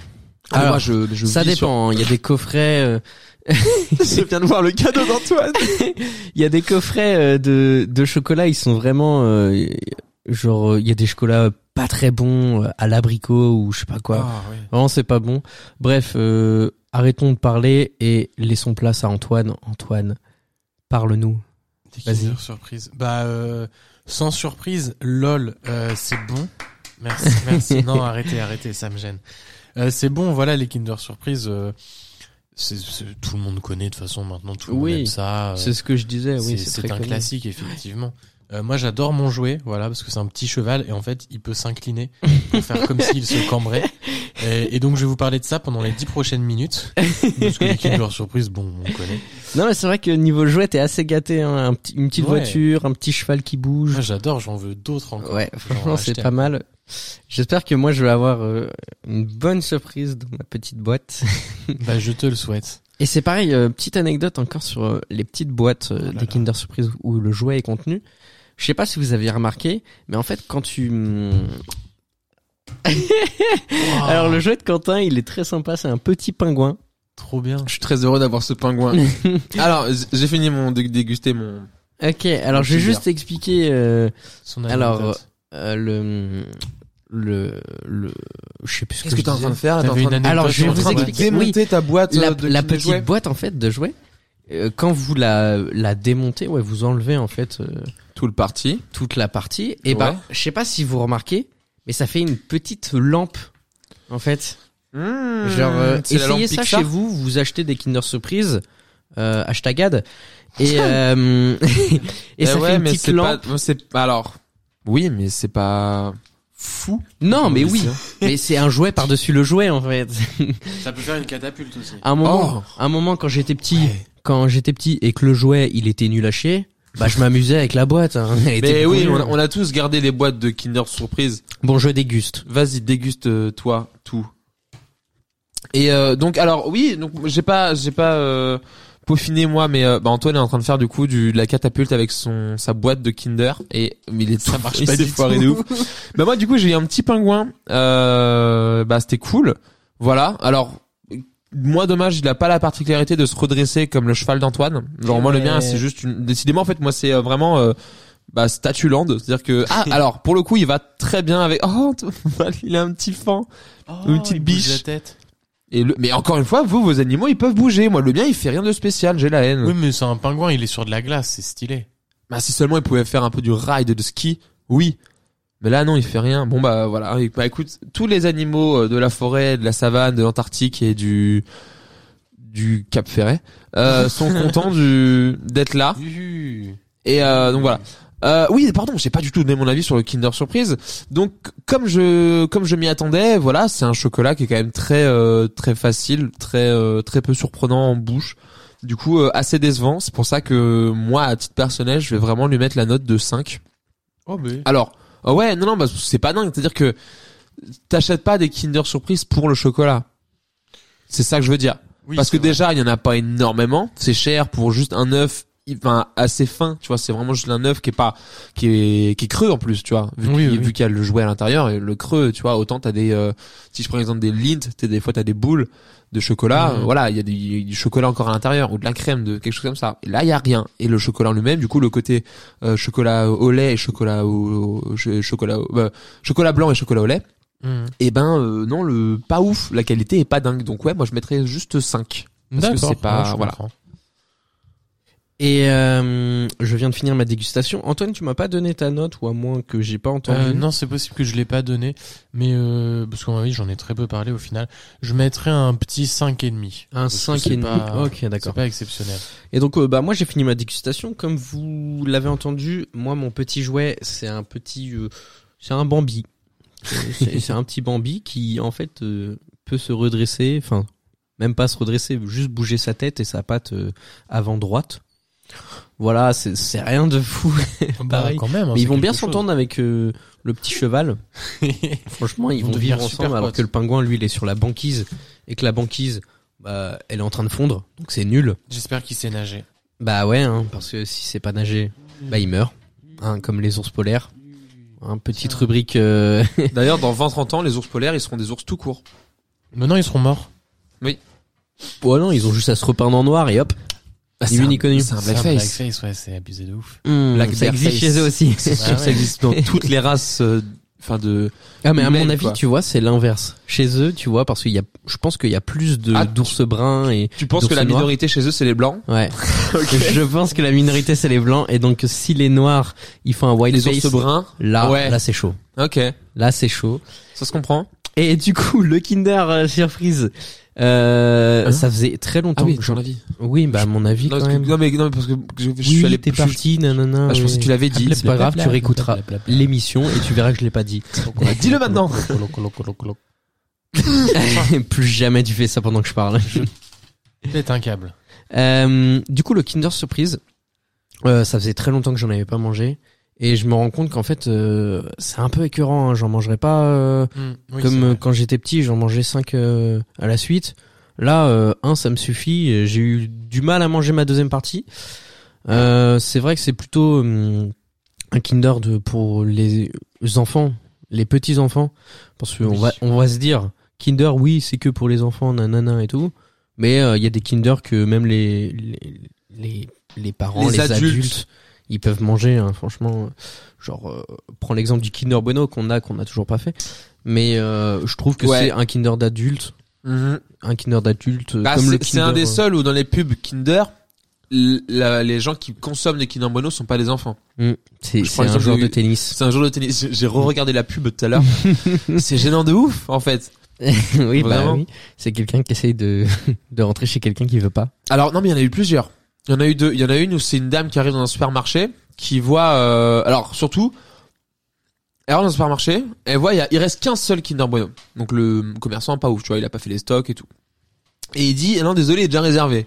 S3: c'est alors
S1: Alors,
S3: moi je, je
S1: ça
S3: vis
S1: dépend. Il y a des coffrets. euh,
S3: sur... je viens de voir le cadeau d'Antoine
S1: Il y a des coffrets euh, de de chocolat, ils sont vraiment euh, genre euh, il y a des chocolats pas très bons euh, à l'abricot ou je sais pas quoi.
S2: Ah.
S1: Vraiment c'est pas bon. Bref, euh, arrêtons de parler et laissons place à Antoine. Antoine, parle-nous.
S2: Des
S1: Vas-y.
S2: Kinder surprise. Bah, euh, sans surprise, lol, euh, c'est bon. Merci, merci. non, arrêtez, arrêtez, ça me gêne. Euh, c'est bon, voilà, les Kinder surprise. euh, c'est- c'est- tout le monde connaît de toute façon maintenant, tout le
S1: Oui.
S2: monde aime ça. euh,
S1: C'est ce que je disais, oui,
S2: c'est-
S1: c'est
S2: c'est
S1: très
S2: un
S1: connu.
S2: classique, effectivement. Euh, moi, j'adore mon jouet, voilà, parce que c'est un petit cheval et en fait, il peut s'incliner pour faire comme s'il se cambrait. Et, et donc, je vais vous parler de ça pendant les dix prochaines minutes. Parce que les Kinder surprise, bon, on connaît.
S1: Non, mais c'est vrai que niveau jouet, t'es assez gâté. Hein. Un petit- une petite
S2: Ouais. Ah,
S1: voiture, un petit cheval qui bouge.
S2: Moi, j'adore, j'en veux d'autres encore.
S1: Ouais,
S2: J'en
S1: franchement,
S2: racheter
S1: c'est pas mal. J'espère que moi, je vais avoir euh, une bonne surprise dans ma petite boîte.
S2: Bah, je te le souhaite.
S1: Et c'est pareil, euh, petite anecdote encore sur euh, les petites boîtes euh,
S2: Oh là
S1: des
S2: là.
S1: Kinder Surprise où le jouet est contenu. Je sais pas si vous avez remarqué, mais en fait, quand tu... hum, Alors, le jouet de Quentin, il est très sympa, c'est un petit pingouin.
S2: Trop bien.
S3: je suis très heureux d'avoir ce pingouin alors j'ai fini mon de déguster mon
S1: Ok, alors je vais
S3: Kinder.
S1: juste expliquer euh,
S2: Son
S1: Alors,
S2: anecdote.
S1: euh, le, le, le, je sais plus ce que,
S3: Qu'est-ce que
S1: je
S3: t'es en
S1: disais.
S3: train de faire T'es en
S2: T'avais
S3: train
S2: une
S3: de-
S1: Alors, je vais
S3: t'es en
S1: vous
S3: train de
S1: expliquer.
S3: Démonter ta boîte.
S1: la,
S3: euh, de
S1: la
S3: de
S1: petite
S3: jouets.
S1: boîte en fait de jouets euh, quand vous la la démontez ouais vous enlevez en fait euh,
S3: Tout le parti.
S1: toute la partie et
S3: Ouais.
S1: ben je sais pas si vous remarquez mais ça fait une petite lampe en fait
S3: Hmm.
S1: genre euh,
S3: C'est la lampe
S1: essayez ça
S3: Pixar.
S1: chez vous vous achetez des Kinder Surprise euh, hashtagade et euh, et
S3: Eh
S1: ça
S3: ouais,
S1: fait une
S3: mais
S1: petite
S3: c'est
S1: lampe
S3: pas- c'est- alors, oui, mais c'est pas fou.
S1: non mais
S3: Mais
S1: oui mais c'est un jouet par dessus le jouet en fait
S2: Ça peut faire une catapulte aussi.
S1: À un moment, à un moment quand j'étais petit, quand j'étais petit et que le jouet il était nul à chier, bah je m'amusais avec la boîte. hein. Elle
S3: Mais
S1: était
S3: oui,
S1: pourrie.
S3: on a, on a tous gardé les boîtes de Kinder Surprise.
S1: Bon, je déguste.
S3: Vas-y, déguste euh, toi tout. Et euh, donc alors oui, donc j'ai pas j'ai pas euh, peaufiné moi, mais euh, bah, Antoine est en train de faire du coup du de la catapulte avec son sa boîte de Kinder et il est
S2: Ça
S3: tout-
S2: marche
S3: il
S2: pas
S3: s'est
S2: du
S3: foiré
S2: tout.
S3: de ouf. bah moi du coup j'ai eu un petit pingouin. Euh, bah c'était cool. Voilà. Alors moi dommage, il a pas la particularité de se redresser comme le cheval d'Antoine. Genre moi le
S2: Ouais.
S3: mien c'est juste une décidément en fait moi c'est euh, vraiment euh, bah statuland, c'est-à-dire que ah alors pour le coup il va très bien avec oh il a un petit fan Une petite biche.
S2: Oh, La tête.
S3: et le... mais encore une fois vous vos animaux ils peuvent bouger moi le mien il fait rien de spécial j'ai la haine
S2: Oui, mais c'est un pingouin, il est sur de la glace, c'est stylé.
S3: bah si seulement il pouvait faire un peu du ride de ski oui mais là non il fait rien bon bah voilà Et- bah écoute tous les animaux euh, de la forêt de la savane de l'Antarctique et du du Cap Ferret euh, sont contents du d'être là Et euh, donc voilà. Euh, oui, pardon, j'ai pas du tout donné mon avis sur le Kinder Surprise. Donc comme je comme je m'y attendais, voilà, c'est un chocolat qui est quand même très euh, très facile, très euh, très peu surprenant en bouche. Du coup, euh, assez décevant. C'est pour ça que moi, à titre personnel, je vais vraiment lui mettre la note de 5.
S2: Oh, mais.
S3: Alors, euh, ouais, non, non, bah, c'est pas dingue. C'est-à-dire que t'achètes pas des Kinder Surprise pour le chocolat. C'est ça que je veux dire.
S2: Oui,
S3: Parce que
S2: c'est vrai.
S3: déjà, il y en a pas énormément. C'est cher pour juste un œuf, il- enfin assez fin. Tu vois, c'est vraiment juste un œuf qui est pas, qui est, qui est creux en plus. Tu vois, vu
S2: Oui,
S3: qu'il
S2: oui,
S3: vu
S2: oui.
S3: qu'il y a le jouet à l'intérieur et le creux. Tu vois, autant t'as des, euh, si je prends l'exemple des Lindt, t'es des fois t'as des boules de chocolat.
S2: Mhm.
S3: euh, Voilà, il y a du, du chocolat encore à l'intérieur ou de la crème, de quelque chose comme ça. Et là, il y a rien. Et le chocolat en lui-même, du coup, le côté euh, chocolat au lait et chocolat au, au- ch- chocolat au- bah, chocolat blanc et chocolat au lait.
S2: Mhm.
S3: Et ben euh, non, le pas ouf. La qualité est pas dingue. Donc ouais, moi je mettrais juste 5 Parce que
S2: D'accord.
S3: c'est pas-
S2: Ouais, je
S3: voilà.
S2: comprends.
S1: Et euh, je viens de finir ma dégustation. Antoine, tu m'as pas donné ta note ou à moins que j'ai pas entendu.
S2: Euh, non, c'est possible que je l'ai pas donné, mais euh, parce qu'à mon avis, j'en ai très peu parlé au final. Je mettrais un petit 5,5. et demi.
S1: Un
S2: Parce que
S1: 5
S2: c'est
S1: et demi.
S2: pas-
S1: Ok,
S2: C'est
S1: d'accord.
S2: pas exceptionnel.
S1: Et donc, euh, bah moi j'ai fini ma dégustation. Comme vous l'avez entendu, moi mon petit jouet, c'est un petit, euh, c'est un Bambi. Euh, c'est c'est un petit Bambi qui en fait euh, peut se redresser, enfin même pas se redresser, juste bouger sa tête et sa patte euh, avant droite. Voilà, c'est c'est rien de fou. Pareil.
S2: quand même. hein,
S1: Mais ils
S2: c'est
S1: vont bien
S2: quelque chose.
S1: s'entendre avec euh, le petit cheval. Franchement, ils
S2: Ils vont
S1: vont
S2: devenir
S1: vivre
S2: super
S1: ensemble alors
S2: potes.
S1: que le pingouin, lui, il est sur la banquise et que la banquise, bah, elle est en train de fondre, donc c'est nul.
S2: J'espère qu'il sait nager.
S1: Bah ouais, hein, parce que si c'est pas nager, bah il meurt, hein, comme les ours polaires. Un petite rubrique. euh,
S3: D'ailleurs, dans 20-30 ans, les ours polaires, ils seront des ours tout court.
S2: Maintenant, ils seront morts.
S1: ouais non, ils ont juste à se repeindre en noir et hop. Ni
S3: Ah, c'est
S1: vu ni
S3: un-
S1: connu.
S3: C'est un
S2: C'est un
S3: blackface.
S2: blackface, ouais, c'est abusé de ouf.
S1: Hmm,
S3: Black
S1: ça existe
S3: Bearface.
S1: chez eux aussi.
S3: C'est sûr
S2: Bah
S3: que ça
S2: ouais.
S3: existe dans toutes les races. euh, Enfin de.
S1: Ah Eh, mais à mon
S3: Humaine,
S1: avis,
S3: quoi.
S1: tu vois, c'est l'inverse. Chez eux, tu vois, parce qu'il y a, je pense qu'il y a plus de
S3: Ah, tu-
S1: d'ours bruns et
S3: Tu penses
S1: D'ours
S3: que la
S1: noirs.
S3: minorité chez eux, c'est les blancs
S1: ouais.
S3: Ok.
S1: Je pense que la minorité c'est les blancs et donc si les noirs, ils font un white
S3: Les
S1: face.
S3: ours bruns.
S1: Là,
S3: Ouais.
S1: là c'est chaud.
S3: Ok.
S1: Là c'est chaud.
S3: Ça se comprend.
S1: Et du coup, le Kinder euh, Surprise, euh,
S3: Hein
S1: ça faisait très longtemps. que j'en-
S3: avis.
S1: Oui, bah à mon avis
S3: Non,
S1: quand
S3: parce que-
S1: même.
S3: non, mais non, mais parce que je, je
S1: oui,
S3: suis allé.
S1: t'es
S3: je-
S1: parti, nanana.
S3: Ah, je
S1: oui.
S3: pensais que tu l'avais dit.
S1: C'est pas grave, tu réécouteras l'émission et tu verras que je l'ai pas dit.
S3: Dis-le maintenant. Ah.
S1: Plus jamais tu fais ça pendant que je parle.
S2: Pète un câble.
S1: Euh, du coup, le Kinder Surprise, euh, ça faisait très longtemps que j'en avais pas mangé. Et je me rends compte qu'en fait, euh, c'est un peu écœurant. hein. J'en mangerais pas euh,
S2: Mm, oui, c'est
S1: comme euh,
S2: vrai.
S1: quand j'étais petit, j'en mangeais 5 à la suite. Là, euh, un, ça me suffit. Euh, J'ai eu du mal à manger ma deuxième partie. Euh, c'est vrai que c'est plutôt hum, un Kinder de, pour les enfants, les petits enfants, parce qu'on
S2: Oui.
S1: va on va se dire Kinder, oui, c'est que pour les enfants, nanana et tout. Mais euh, il y a des Kinder que même les les les, les parents, les,
S3: Les adultes.
S1: adultes, ils peuvent manger, hein, franchement. Genre, euh, prends l'exemple du Kinder Bueno qu'on a, qu'on n'a toujours pas fait. Mais euh, je trouve que
S3: Ouais.
S1: c'est un Kinder d'adulte, un Kinder d'adulte, euh,
S3: Mhm. Bah,
S1: comme le
S3: c'est- c'est un
S1: Kinder,
S3: des
S1: euh,
S3: seuls où dans les pubs Kinder, l- la- les gens qui consomment des Kinder Bueno sont pas des enfants.
S1: C'est
S3: Je
S1: euh, c'est
S3: prends
S1: un
S3: l'exemple
S1: joueur
S3: du-
S1: de tennis.
S3: C'est un jour de tennis. J'ai- J'ai re-regardé la pub tout à l'heure. c'est gênant de ouf, en fait.
S1: oui, bah
S3: Vraiment.
S1: oui. C'est quelqu'un qui essaye de de rentrer chez quelqu'un qui veut pas.
S3: Alors non, mais il y en a eu plusieurs. Il y en a eu deux. Il y en a une où c'est une dame qui arrive dans un supermarché, qui voit. euh, alors surtout, elle arrive dans un supermarché, elle voit il, y a- il reste qu'un seul Kinder Bueno. Donc le commerçant pas ouf, tu vois, il a pas fait les stocks et tout. Et il dit, Ah non désolé, il est déjà réservé.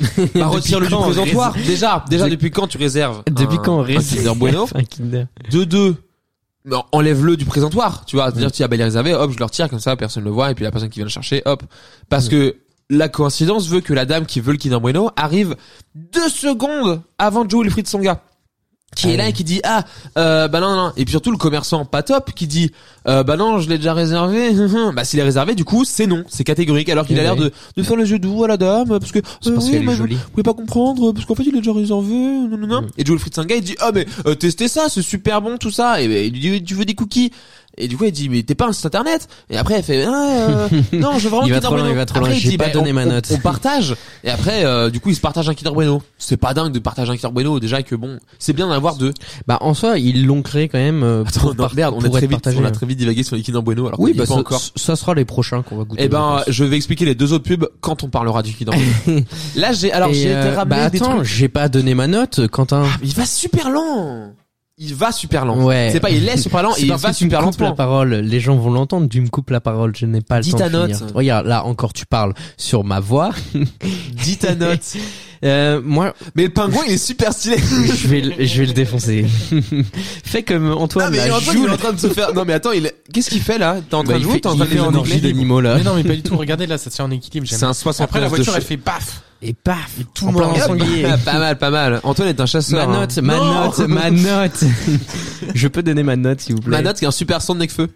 S3: Bah retire-le du
S1: quand on
S3: présentoir. Déjà, déjà
S1: De-
S3: depuis quand tu réserves
S1: Depuis
S3: un-
S1: quand on
S3: un Kinder
S1: réserve
S3: Bueno
S1: un Kinder
S3: de deux non, enlève-le du présentoir tu vois c'est-à-dire
S1: Mm.
S3: tu as bel réservé hop je le retire comme ça personne le voit et puis la personne qui vient le chercher hop
S1: Mm.
S3: parce que la coïncidence veut que la dame qui veut le Kinder Bueno arrive deux secondes avant Joe Wilfried Songa qui
S1: Ah
S3: est là
S1: oui.
S3: et qui dit ah euh, bah non non, non et puis surtout le commerçant pas top qui dit euh, bah non je l'ai déjà réservé bah s'il est réservé du coup c'est non c'est catégorique alors qu'il
S1: Eh
S3: a l'air
S1: oui.
S3: de, de faire le jeu doux à la dame parce que
S1: C'est
S3: euh,
S1: parce
S3: oui,
S1: qu'elle
S3: mais-
S1: est jolie.
S3: vous pouvez pas comprendre euh, parce qu'en fait il est déjà réservé non non non
S1: Mm.
S3: et Joel Fritzenga il dit ah mais euh, testez ça c'est super bon tout ça et ben, il lui dit tu veux des cookies et du coup il dit mais t'es pas un site internet et après elle fait ah, euh, non je veux vraiment
S1: Il va
S3: Kinder
S1: trop loin,
S3: Bueno.
S1: il va trop
S3: Après,
S1: loin, j'ai
S3: dit,
S1: pas
S3: bah,
S1: donné
S3: on-
S1: ma
S3: on-
S1: note.
S3: on, partage et après euh, du coup ils se partagent un Kinder Bueno c'est pas dingue de partager un Kinder Bueno déjà que bon c'est bien d'en avoir deux
S1: Bah en soi, ils l'ont créé quand même euh,
S3: Attends,
S1: pour,
S3: non,
S1: par-
S3: merde on,
S1: pour
S3: est
S1: être
S3: très vite,
S1: partagé. hein.
S3: on a très vite divagué sur les Kinder Bueno alors
S1: oui,
S3: qu'on y est
S1: bah
S3: pas
S1: ça,
S3: encore
S1: ça sera les prochains qu'on va goûter.
S3: eh
S1: je
S3: ben,
S1: pense.
S3: je vais expliquer les deux autres pubs quand on parlera du Kinder Bueno. Là, j'ai, alors,
S1: Et,
S3: j'ai été
S1: euh,
S3: ramené
S1: bah
S3: des
S1: attends,
S3: trucs.
S1: j'ai pas donné ma note, Quentin.
S3: Mais Il va super lent. Il va super lent.
S1: Ouais.
S3: C'est pas il est super lent,
S1: C'est
S3: et il
S1: parce
S3: va
S1: que tu me
S3: super
S1: coupes la
S3: lentement.
S1: parole. Les gens vont l'entendre. Tu me coupes la parole. Je n'ai pas le
S3: Dis
S1: temps
S3: ta
S1: de
S3: note.
S1: finir. Regarde, là encore, tu parles sur ma voix.
S3: Dis ta note.
S1: Euh, moi,
S3: Mais le pingouin, il est super stylé.
S1: je vais, le- je vais le défoncer. Fais comme
S3: Non,
S1: Antoine.
S3: Ah, mais
S1: là,
S3: il est en train-
S1: joue
S3: il est en train de se faire. Non, mais attends, il est- qu'est-ce qu'il fait là T'es en train
S1: Bah,
S3: de
S1: il
S3: jouer,
S1: fait,
S3: t'es en train
S1: il
S3: de
S1: fait
S3: les
S1: une
S3: enregler.
S1: orgie d'animaux là.
S2: Mais non, mais pas du tout. Regardez, là, ça tient en équilibre. j'aime.
S3: C'est un 60
S2: Après, la voiture,
S3: de
S2: elle fait paf.
S1: Et paf,
S2: Et tout
S1: en plein
S2: mange.
S1: dans son
S3: chez-
S1: sanglier.
S3: Ah, Pas mal, pas mal. Antoine est un
S1: Ma
S3: chasseur. hein.
S1: note, ma
S3: Non
S1: note, ma note. Je peux donner ma note, s'il vous plaît.
S3: Ma note, c'est un super son de Necfeu.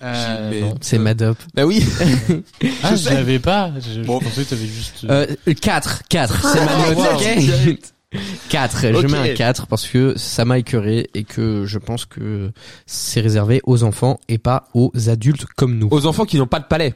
S2: Euh,
S3: Mais-
S2: non.
S1: C'est ma dope.
S3: Bah oui.
S2: Ah,
S3: Je
S2: je
S3: sais.
S2: l'avais pas. Je,
S3: Bon.
S2: je pensais que t'avais juste.
S1: Euh, 4, 4, c'est ma note,
S3: wow.
S1: ok 4, je
S3: Ah, Ok.
S1: mets un 4 parce que ça m'a écœuré et que je pense que c'est réservé aux enfants et pas aux adultes comme nous.
S3: Aux enfants qui n'ont pas de palais.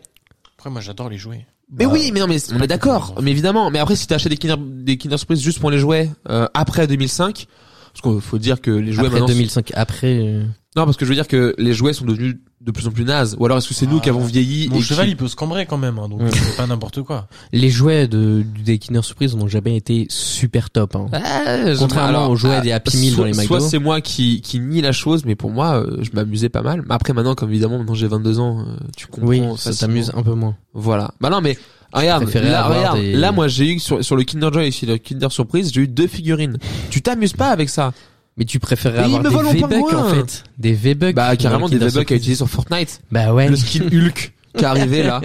S2: Après, moi, j'adore les jouets.
S3: Mais oui, mais non, mais on
S2: pas
S3: est d'accord.
S2: complètement.
S3: Mais évidemment. Mais après, si t'as acheté des Kinder, des Kinder Surprise juste pour les jouets, euh, après 2005, parce qu'il faut dire que les jouets
S1: Après
S3: maintenant
S1: 2005, après... euh,
S3: Non, parce que je veux dire que les jouets sont devenus de plus en plus nazes. Ou alors est-ce que c'est nous
S2: Ah.
S3: qui avons vieilli
S2: Mon
S3: et
S2: cheval,
S3: qui-
S2: il peut se cambrer quand même. hein, donc,
S1: Ouais.
S2: c'est pas n'importe quoi.
S1: Les jouets de, des Kinder Surprise n'ont jamais été super top. Hein.
S3: Ah, je-
S1: Contrairement
S3: alors,
S1: aux jouets des Happy Meal
S3: soit-
S1: dans les McDo.
S3: Soit c'est moi qui, qui nie la chose, mais pour moi, euh, je m'amusais pas mal. Mais après, maintenant, comme évidemment, maintenant j'ai 22 ans, euh, tu comprends.
S1: Oui, ça
S3: facilement.
S1: t'amuse un peu moins.
S3: Voilà. Bah non, mais regarde,
S1: préférais
S3: là,
S1: avoir
S3: regarde,
S1: des-
S3: là, moi, j'ai eu sur, sur le Kinder Joy et sur le Kinder Surprise, j'ai eu deux figurines. tu t'amuses pas avec ça
S1: Mais tu préférerais
S3: Mais ils
S1: avoir
S3: me volent
S1: des
S3: mon
S1: V-Bucks en
S3: pingouin.
S1: fait. Des V-Bucks. dans
S3: Bah
S1: le
S3: carrément des
S1: Kinder
S3: V-Bucks à
S1: Surprise.
S3: utiliser sur Fortnite.
S1: Bah ouais.
S3: Le skin Hulk qui est arrivé là.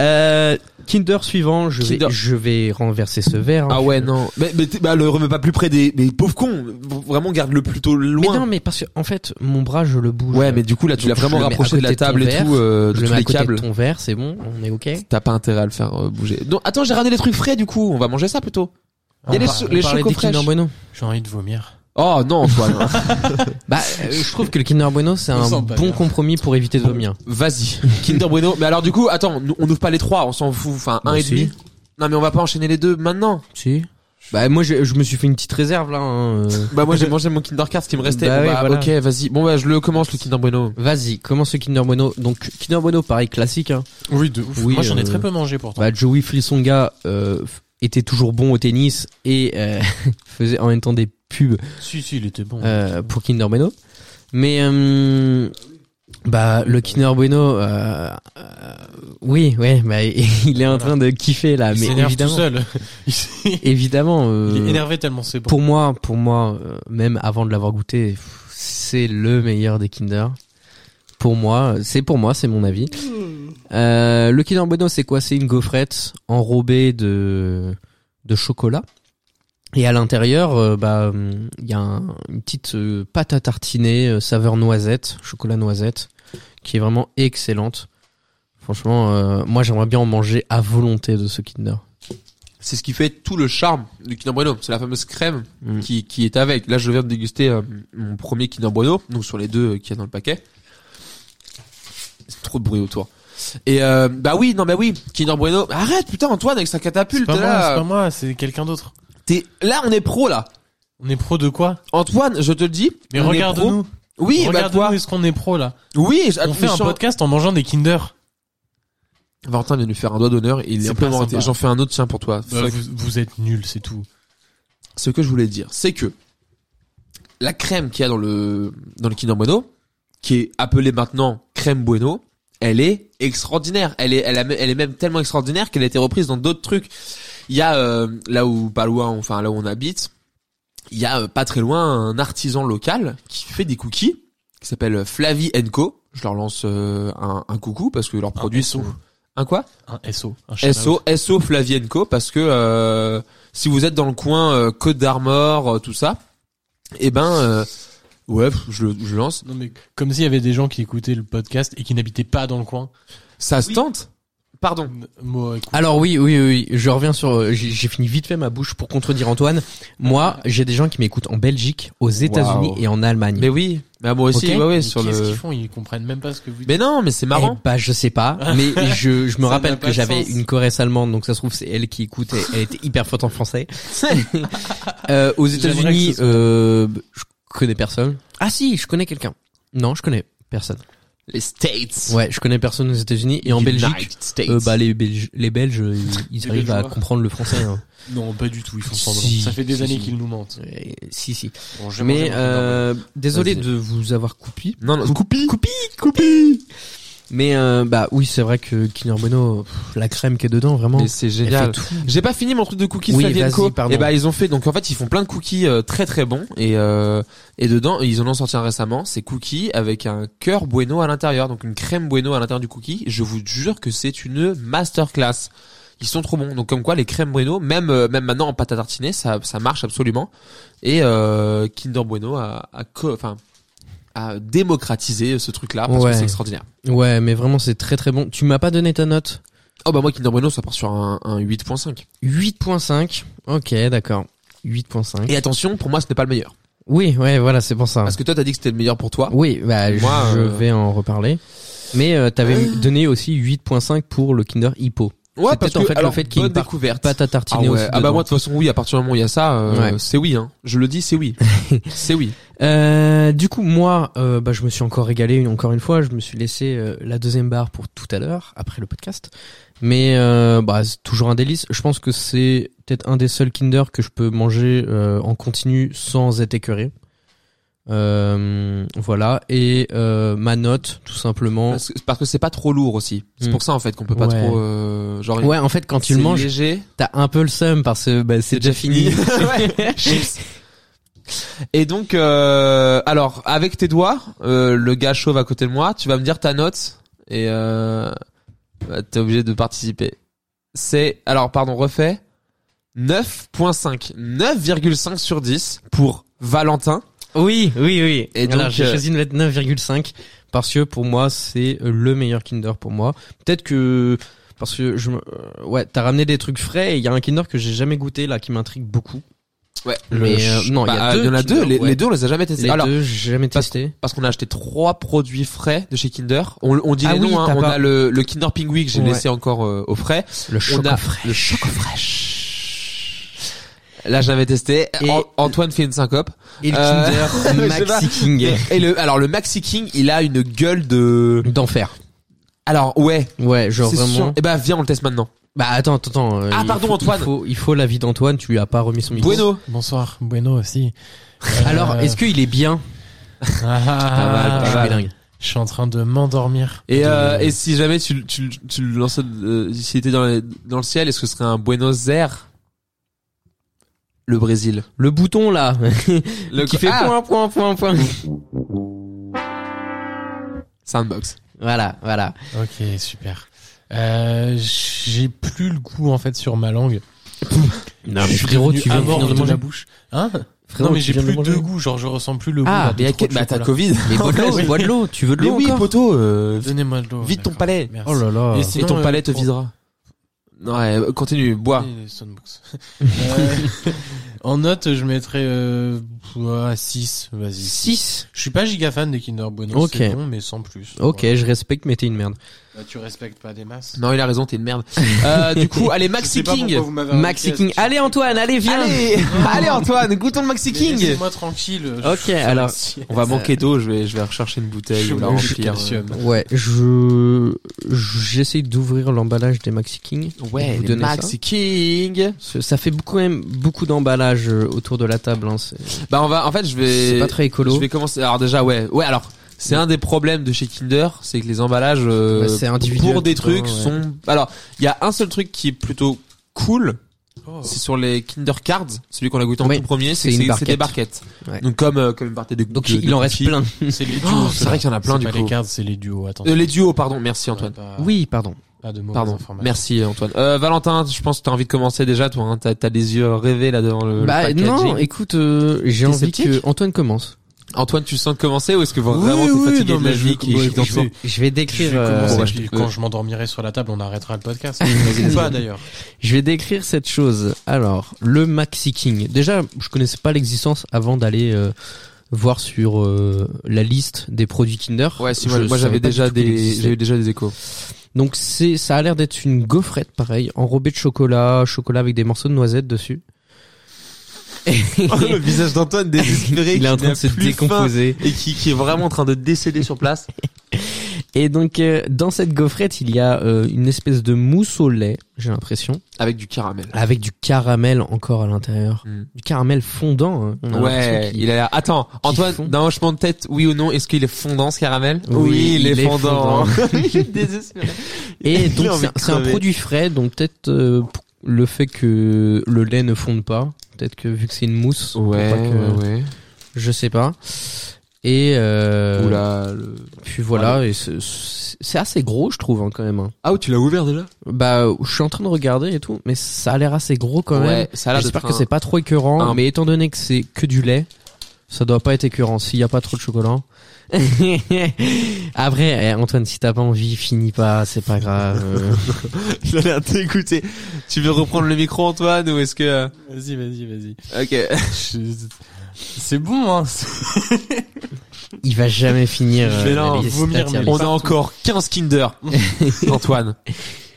S1: Euh, Kinder suivant, je,
S3: Kinder.
S1: Vais, je vais renverser ce verre. hein.
S3: Ah ouais non, mais, mais t'es- bah le remets pas plus près des, mais pauvre con, vraiment garde le plutôt loin.
S1: Mais non, mais parce que en fait, mon bras, je le bouge.
S3: Ouais, mais du coup, là, tu
S1: Donc, je
S3: l'as vraiment
S1: le mets à
S3: rapproché de
S1: côté
S3: la
S1: de ton
S3: table et
S1: verre,
S3: tout, euh,
S1: je
S3: de
S1: le
S3: tous
S1: mets à
S3: les
S1: côté
S3: câbles.
S1: de ton verre, c'est bon, on est ok.
S3: T'as pas intérêt à le faire euh, bouger. Non, attends, j'ai regardé les trucs frais, du coup. On va manger ça plutôt. Il y a
S2: On
S3: les,
S2: par-
S3: so-
S2: on
S3: les
S1: parlait
S3: chocos
S1: des
S3: fraîches.
S1: Kinder Bueno.
S2: Ah, J'ai envie de vomir.
S3: Oh non, Antoine.
S1: Bah, euh, je trouve que le Kinder Bueno, c'est
S2: On
S1: un
S2: sent
S1: bon
S2: pas bien.
S1: compromis pour éviter de vomir.
S3: Vas-y. Kinder Bueno. Mais alors, du coup, attends, nous- on ouvre pas les trois, on s'en fout. Enfin, un
S1: Bah,
S3: et
S1: si.
S3: demi. Non, mais on va pas enchaîner les deux maintenant.
S1: Si. Bah moi, je, je me suis fait une petite réserve là. hein, euh.
S3: Bah, moi, j'ai mangé mon Kinder Card, ce qui me restait.
S1: Bah
S3: Bon,
S1: oui, voilà.
S3: ok, vas-y. Bon, bah, je le commence, le Kinder Bueno.
S1: Vas-y, commence le Kinder Bueno. Donc Kinder Bueno, pareil classique. Hein.
S2: Oui, de ouf.
S1: Oui,
S2: moi, j'en ai
S1: euh,
S2: très peu mangé pourtant.
S1: Bah Joey Frissonga euh, f- était toujours bon au tennis et euh, faisait en même temps des pubs
S2: si, si, il était bon.
S1: euh, pour Kinder Bueno. Mais euh, bah le Kinder Bueno, euh, euh, oui, ouais, bah, il est en train de kiffer là,
S2: il
S1: mais
S2: s'énerve tout
S1: évidemment,
S2: seul. il s'est-
S1: évidemment, euh,
S2: il est énervé tellement c'est bon.
S1: pour moi, pour moi, euh, même avant de l'avoir goûté, pff, c'est le meilleur des Kinder. Pour moi, c'est pour moi, c'est mon avis. Euh, le Kinder Bueno, c'est quoi C'est une gaufrette enrobée de de chocolat. Et à l'intérieur, euh, bah, hum, il y a un- une petite euh, pâte à tartiner euh, saveur noisette, chocolat noisette, qui est vraiment excellente. Franchement, euh, moi, j'aimerais bien en manger à volonté de ce Kinder.
S3: C'est ce qui fait tout le charme du Kinder Bueno. C'est la fameuse crème
S4: Mm.
S3: qui, qui est avec. Là, je viens de déguster euh, mon premier Kinder Bueno, donc sur les deux euh, qu'il y a dans le paquet. C'est trop de bruit autour. Et euh, bah oui, non bah oui, Kinder Bueno. Arrête putain Antoine avec sa
S2: C'est
S3: catapulte
S2: pas moi, c'est pas
S3: là.
S2: moi, c'est quelqu'un d'autre.
S3: T'es là, on est pro là.
S2: On est pro de quoi
S3: Antoine, je te le dis.
S2: Mais
S3: on est pro.
S2: regarde-nous.
S3: Oui, bah
S2: Regarde-nous,
S3: quoi
S2: est-ce qu'on est pro là
S3: Oui, ah,
S2: On fait un
S3: attention.
S2: podcast en mangeant des Kinder.
S3: Valentin vient de lui faire un doigt d'honneur. Il est
S2: C'est
S3: un peu
S2: pas
S3: inventé.
S2: sympa.
S3: J'en fais un autre, tiens, pour toi.
S2: Bah,
S3: Fuck.
S2: vous, vous êtes nuls, c'est tout.
S3: Ce que je voulais dire, c'est que la crème qu'il y a dans le, dans le Kinder Bueno, qui est appelée maintenant crème Bueno, elle est extraordinaire. Elle est, elle, a- elle est même tellement extraordinaire qu'elle a été reprise dans d'autres trucs. Il y a, euh, là où, pas loin, enfin, là où on habite, il y a euh, pas très loin un artisan local qui fait des cookies, qui s'appelle Flavie Co. Je leur lance euh, un, un coucou parce que leurs produits
S2: SO.
S3: sont... Un quoi
S2: Un SO. Un
S3: SO, SO Flavienco, parce que euh, si vous êtes dans le coin euh, Côte d'Armor, euh, tout ça, eh ben, euh, ouais, pff, je, le- je le lance.
S2: Non mais comme s'il y avait des gens qui écoutaient le podcast et qui n'habitaient pas dans le coin.
S3: Ça se tente Pardon.
S2: Moi, écoute,
S1: Alors oui, oui, oui, oui, je reviens sur. euh, J'ai j'ai fini vite fait ma bouche pour contredire Antoine. Moi, j'ai des gens qui m'écoutent en Belgique, aux États-Unis et en Allemagne.
S3: Mais oui, mais moi aussi,
S1: Ok.
S3: ouais, ouais,
S2: mais
S3: sur
S2: qu'est-ce
S3: le.
S2: qu'ils font Ils comprennent même pas ce que vous dites.
S3: Mais non, mais c'est marrant.
S1: Eh bah je sais pas, mais je, je me
S2: Ça n'a
S1: rappelle
S2: pas
S1: que
S2: de
S1: j'avais
S2: sens.
S1: une Corrèze allemande, donc ça se trouve c'est elle qui écoute, et elle était hyper forte en français. Euh, aux
S2: J'aimerais
S1: États-Unis,
S2: que ce soit-
S1: euh, je connais personne. Ah si, je connais quelqu'un. Non, je connais personne.
S3: Les States.
S1: Ouais, je connais personne aux États-Unis et en
S3: United
S1: Belgique.
S3: States.
S1: euh, bah les Belges, les Belges, ils, ils
S2: Les
S1: arrivent à
S2: Belgeois.
S1: comprendre le français. hein.
S2: Non, pas du tout. Ils font
S1: Si,
S2: semblant. ça fait des
S1: si,
S2: années
S1: si.
S2: qu'ils nous mentent.
S1: Euh, si si.
S2: Bon, je vais
S1: Mais
S2: manger mon hamburger.
S1: euh, désolé
S3: Vas-y.
S1: de vous avoir coupé.
S3: Non, non,
S1: Coupi, coupi, coupi. Mais euh, bah oui, c'est vrai que Kinder Bueno, pff, la crème qui est dedans, vraiment.
S3: mais c'est
S1: elle
S3: génial.
S1: fait tout.
S3: J'ai pas fini mon truc de cookies
S1: Oui,
S3: Flavienco.
S1: vas-y, pardon.
S3: Et bah ils ont fait donc en fait ils font plein de cookies euh, très très bons et euh, et dedans ils en ont sorti un récemment, c'est cookies avec un cœur bueno à l'intérieur, donc une crème bueno à l'intérieur du cookie. Je vous jure que c'est une masterclass. Ils sont trop bons. Donc comme quoi les crèmes bueno, même euh, même maintenant en pâte à tartiner, ça ça marche absolument. Et euh, Kinder Bueno a a co- enfin a démocratisé ce truc là parce
S1: Ouais.
S3: que c'est extraordinaire.
S1: Ouais, mais vraiment, c'est très très bon. Tu m'as pas donné ta note
S3: Oh bah moi Kinder Bueno ça part sur un, un 8.5.
S1: 8.5. Ok, d'accord. 8.5.
S3: Et attention, pour moi ce n'est pas le meilleur.
S1: Ah. Oui, ouais, voilà, c'est pour ça.
S3: Parce que toi t'as dit que c'était le meilleur pour toi.
S1: Oui, bah, je-
S3: Moi,
S1: je
S3: euh,
S1: vais en reparler. Mais euh, t'avais donné aussi 8.5 pour le Kinder Hippo.
S3: Ouais,
S1: C'est
S3: parce
S1: peut-être
S3: que,
S1: en fait le
S3: alors,
S1: fait qu'il y ait
S3: bonne
S1: une part-
S3: découverte.
S1: Pâte à
S3: ah,
S1: tartiner
S3: ouais.
S1: aussi.
S3: ah bah
S1: dedans.
S3: moi de toute façon oui à partir du moment où il y a ça euh,
S1: Ouais.
S3: c'est oui hein je le dis c'est oui c'est oui
S1: Euh, du coup, moi, euh, bah, je me suis encore régalé une, encore une fois. Je me suis laissé euh, la deuxième barre pour tout à l'heure, après le podcast. Mais euh, bah, c'est toujours un délice. Je pense que c'est peut-être un des seuls Kinder que je peux manger euh, en continu sans être écœuré. Euh, voilà. Et euh, ma note, tout simplement.
S3: parce que parce que Ah, c'est pas trop lourd aussi c'est
S1: Mm.
S3: pour ça en fait qu'on peut pas
S1: Ouais.
S3: trop euh, genre
S1: Ouais, en fait, quand tu
S3: c'est
S1: le manges,
S3: léger
S1: t'as un peu le seum parce que bah, c'est déjà fini.
S3: Ouais. et donc euh, alors avec tes doigts euh, le gars chauve à côté de moi tu vas me dire ta note et euh, bah, t'es obligé de participer c'est alors pardon refait 9.5 9,5 sur 10 pour Valentin
S1: Oui, oui, oui.
S3: Et
S1: Et
S3: donc,
S1: donc, j'ai
S3: euh,
S1: choisi une lettre 9,5 parce que pour moi, c'est euh, le meilleur Kinder pour moi. Peut-être que parce que je me- euh, ouais, t'as ramené des trucs frais et il y a un Kinder que j'ai jamais goûté là qui m'intrigue beaucoup.
S3: Ouais.
S1: Mais, euh, non, il y a
S3: Bah,
S1: deux
S3: en a
S1: Kinder,
S3: deux. Les,
S1: ouais.
S3: les deux, on les a jamais testés.
S1: Les
S3: Alors,
S1: deux, j'ai jamais
S3: parce-
S1: testé.
S3: parce qu'on a acheté trois produits frais de chez Kinder. On, on dit
S1: Ah
S3: les
S1: oui,
S3: noms. hein.
S1: t'as
S3: On
S1: pas-
S3: a le, le Kinder Pingouin que j'ai
S1: Ouais.
S3: laissé encore euh, au frais.
S1: Le
S3: on a
S1: chocolat frais.
S3: le Choco Fresh. Là, j'avais testé.
S1: Et-
S3: An- Antoine fait une syncope.
S1: Et le
S3: Euh,
S1: Kinder
S3: je sais pas.
S1: Maxi King.
S3: Et le, alors le Maxi King, il a une gueule de.
S1: D'enfer.
S3: Alors ouais,
S1: Ouais, genre
S3: c'est
S1: vraiment.
S3: sûr. Eh ben, viens, on le teste maintenant.
S1: Bah attends, attends, attends. euh,
S3: Ah,
S1: il
S3: pardon,
S1: faut-
S3: Antoine.
S1: Il faut, il faut l'avis d'Antoine. Tu lui as pas remis son micro.
S3: Bueno.
S2: Bonsoir, Bueno aussi. Ah,
S1: Alors, est-ce qu'il est bien Ah,
S3: mal,
S1: Je
S3: Ah, pas
S1: suis
S3: mal.
S1: bilingue.
S2: Je suis en train de m'endormir.
S3: Et,
S2: De-
S3: euh, et si jamais tu, tu, tu le lançais, euh, s'il était dans, les- dans le ciel, est-ce que ce serait un Buenos Aires Le Brésil.
S1: Le bouton là,
S3: Le
S1: qui fait
S3: Ah,
S1: point, point, point, point.
S3: Soundbox.
S1: Voilà, voilà.
S2: Ok, super. Euh, j'ai plus le goût en fait sur ma langue.
S1: Non,
S2: Je suis
S1: frérot,
S2: devenu
S1: tu viens de
S2: amorphe
S1: finir de
S2: la
S1: manger.
S2: bouche. Hein
S1: Frérot,
S2: Non, mais
S1: tu
S2: j'ai
S1: viens de
S2: plus de,
S1: manger.
S2: goût. Genre, je ressens plus le goût.
S1: Ah,
S2: là, de
S3: Mais à
S2: trop
S3: quel-
S2: de
S3: bah, t'as
S2: chocolat.
S3: Covid.
S1: Mais bois de l'eau, Eh, bois de l'eau, tu veux de
S3: Mais
S1: l'eau
S3: oui,
S1: encore
S3: poteau. euh,
S2: Donnez-moi de l'eau.
S3: Vide ton
S2: d'accord.
S3: palais.
S2: Merci.
S1: Oh là là.
S2: Et c'est-
S3: et ton
S2: Sinon,
S3: palais te
S2: euh,
S3: videra. Ouais, continue, bois.
S2: Et les Stonebox. Euh, en note, je mettrais euh, 6, vas-y.
S1: 6
S2: Je suis pas giga fan des Kinder Bueno,
S1: Ok.
S2: c'est bon, mais sans plus.
S1: Ok,
S2: Voilà.
S1: je respecte, mais t'es une merde.
S2: Bah, tu respectes pas des masses.
S3: Non, il a raison, t'es une merde. Euh, du coup, allez, Maxi King.
S1: Maxi King. Allez Antoine, allez viens.
S3: Allez, allez Antoine, goûtons le Maxi King.
S2: Laissez-moi tranquille.
S1: Ok, alors-
S3: On va manquer d'eau, je vais, je vais rechercher une bouteille
S2: Je
S3: ou la
S2: mange du
S3: remplir. euh,
S2: calcium.
S1: Ouais, je j'essaie d'ouvrir l'emballage des Maxi King.
S3: Ouais,
S1: Vous
S3: les
S1: donnez ça
S3: Maxi King.
S1: Ce- Ça fait beaucoup, quand même beaucoup d'emballage euh, autour de la table. Hein. C'est
S3: Bah, on va, en fait, je
S1: c'est
S3: vais,
S1: pas très
S3: je
S1: écolo.
S3: vais commencer. Alors déjà, ouais, ouais, alors. C'est un des problèmes de chez Kinder, c'est que les emballages euh,
S1: Ouais, Bah, c'est individuel
S3: pour des
S1: tout le temps,
S3: trucs
S1: ouais.
S3: sont. Alors, il y a un seul truc qui est plutôt cool,
S2: Oh.
S3: c'est sur les Kinder Cards, celui qu'on a goûté en
S1: Oui,
S3: tout premier, c'est
S1: c'est
S3: que
S1: une
S3: c'est c'est des barquettes.
S1: Ouais.
S3: Donc comme euh, comme une partie des
S1: Donc
S3: de-
S1: il
S3: de
S1: en reste
S3: cookies.
S1: plein.
S2: C'est les duos.
S3: Oh, c'est vrai qu'il y en a plein
S2: c'est
S3: du
S2: pas
S3: coup.
S2: les cards, c'est les duos. Attends.
S3: Euh, les duos, pardon. Merci Antoine.
S2: Pas,
S1: Oui, pardon.
S2: Pas de mauvaises
S3: Pardon.
S2: informations.
S3: Merci Antoine. Euh, Valentin, je pense que t'as envie de commencer déjà, toi. Hein, t'as t'as les yeux rêvés là devant Euh, le. le
S1: bah
S3: packaging.
S1: non, écoute, euh, j'ai
S3: T'es
S1: envie
S3: sceptique
S1: que Antoine commence.
S3: Antoine, tu sens de commencer ou est-ce que vraiment
S2: Oui,
S3: t'es
S2: oui,
S3: fatigué
S2: non,
S3: de la
S2: mais je vais-
S3: vie qui
S2: ouais,
S3: qui t'en
S2: je vais-
S3: sort
S1: Je vais
S2: Je vais
S1: décrire. euh,
S2: commencer,
S3: bon, bah,
S2: puis
S3: je-
S2: quand je m'endormirai sur la table, on arrêtera le podcast.
S1: vas-y.
S2: Ou pas d'ailleurs.
S1: Je vais décrire cette chose. Alors, le Maxi King. Déjà, je connaissais pas l'existence avant d'aller euh, voir sur euh, la liste des produits Kinder.
S3: Ouais,
S1: Je
S3: si moi, moi,
S1: savais
S3: j'avais
S1: pas du
S3: déjà
S1: tout qu'il
S3: des
S1: existait.
S3: j'avais déjà des échos.
S1: Donc c'est ça a l'air d'être une gaufrette pareil, enrobée de chocolat, chocolat avec des morceaux de noisettes dessus.
S3: le visage d'Antoine désespéré,
S1: Il est en train de se décomposer.
S3: et qui, qui est vraiment en train de décéder sur place.
S1: Et donc euh, dans cette gaufrette, il y a euh, une espèce de mousse au lait, j'ai l'impression,
S3: Avec du caramel.
S1: avec du caramel encore à l'intérieur,
S3: Mm.
S1: du caramel fondant. hein. On a l'impression
S3: Ouais,
S1: qu'il-
S3: il a l'air- Attends, Antoine,
S1: fond.
S3: d'un hochement de tête, oui ou non, est-ce qu'il est fondant ce caramel
S1: Oui, il est
S3: il est désespéré.
S1: Et
S3: J'ai
S1: donc
S3: envie
S1: c'est un-
S3: de
S1: c'est un
S3: crever.
S1: produit frais, donc peut-être euh, p- le fait que le lait ne fonde pas, peut-être que vu que c'est une mousse, pour
S3: Ouais,
S1: pas que-
S3: ouais, ouais.
S1: je sais pas. Et euh,
S3: Oula, le-
S1: Puis voilà, et c'est- c'est c'est assez gros, je trouve, hein, quand même. hein.
S3: Ah, ou tu l'as ouvert déjà
S1: Bah, je suis en train de regarder et tout, mais ça a l'air assez gros quand même.
S3: Ouais, ça a l'air
S1: J'espère
S3: d'être
S1: que
S3: un-
S1: c'est pas trop écœurant,
S3: un-
S1: mais étant donné que c'est que du lait, ça doit pas être écœurant s'il y a pas trop de chocolat. Après, eh, Antoine, si t'as pas envie, finis pas, c'est pas grave. Euh,
S3: Il a l'air dégoûté. Tu veux reprendre le micro, Antoine, ou est-ce que... euh,
S2: Vas-y, vas-y, vas-y.
S3: Ok.
S2: Je- C'est bon, hein.
S1: Il va jamais finir.
S2: Je vais
S1: euh,
S2: là
S1: la
S2: en
S1: liste,
S2: vomir,
S1: la tier
S2: mais-
S1: list.
S3: On a encore 15 Kinder. Antoine.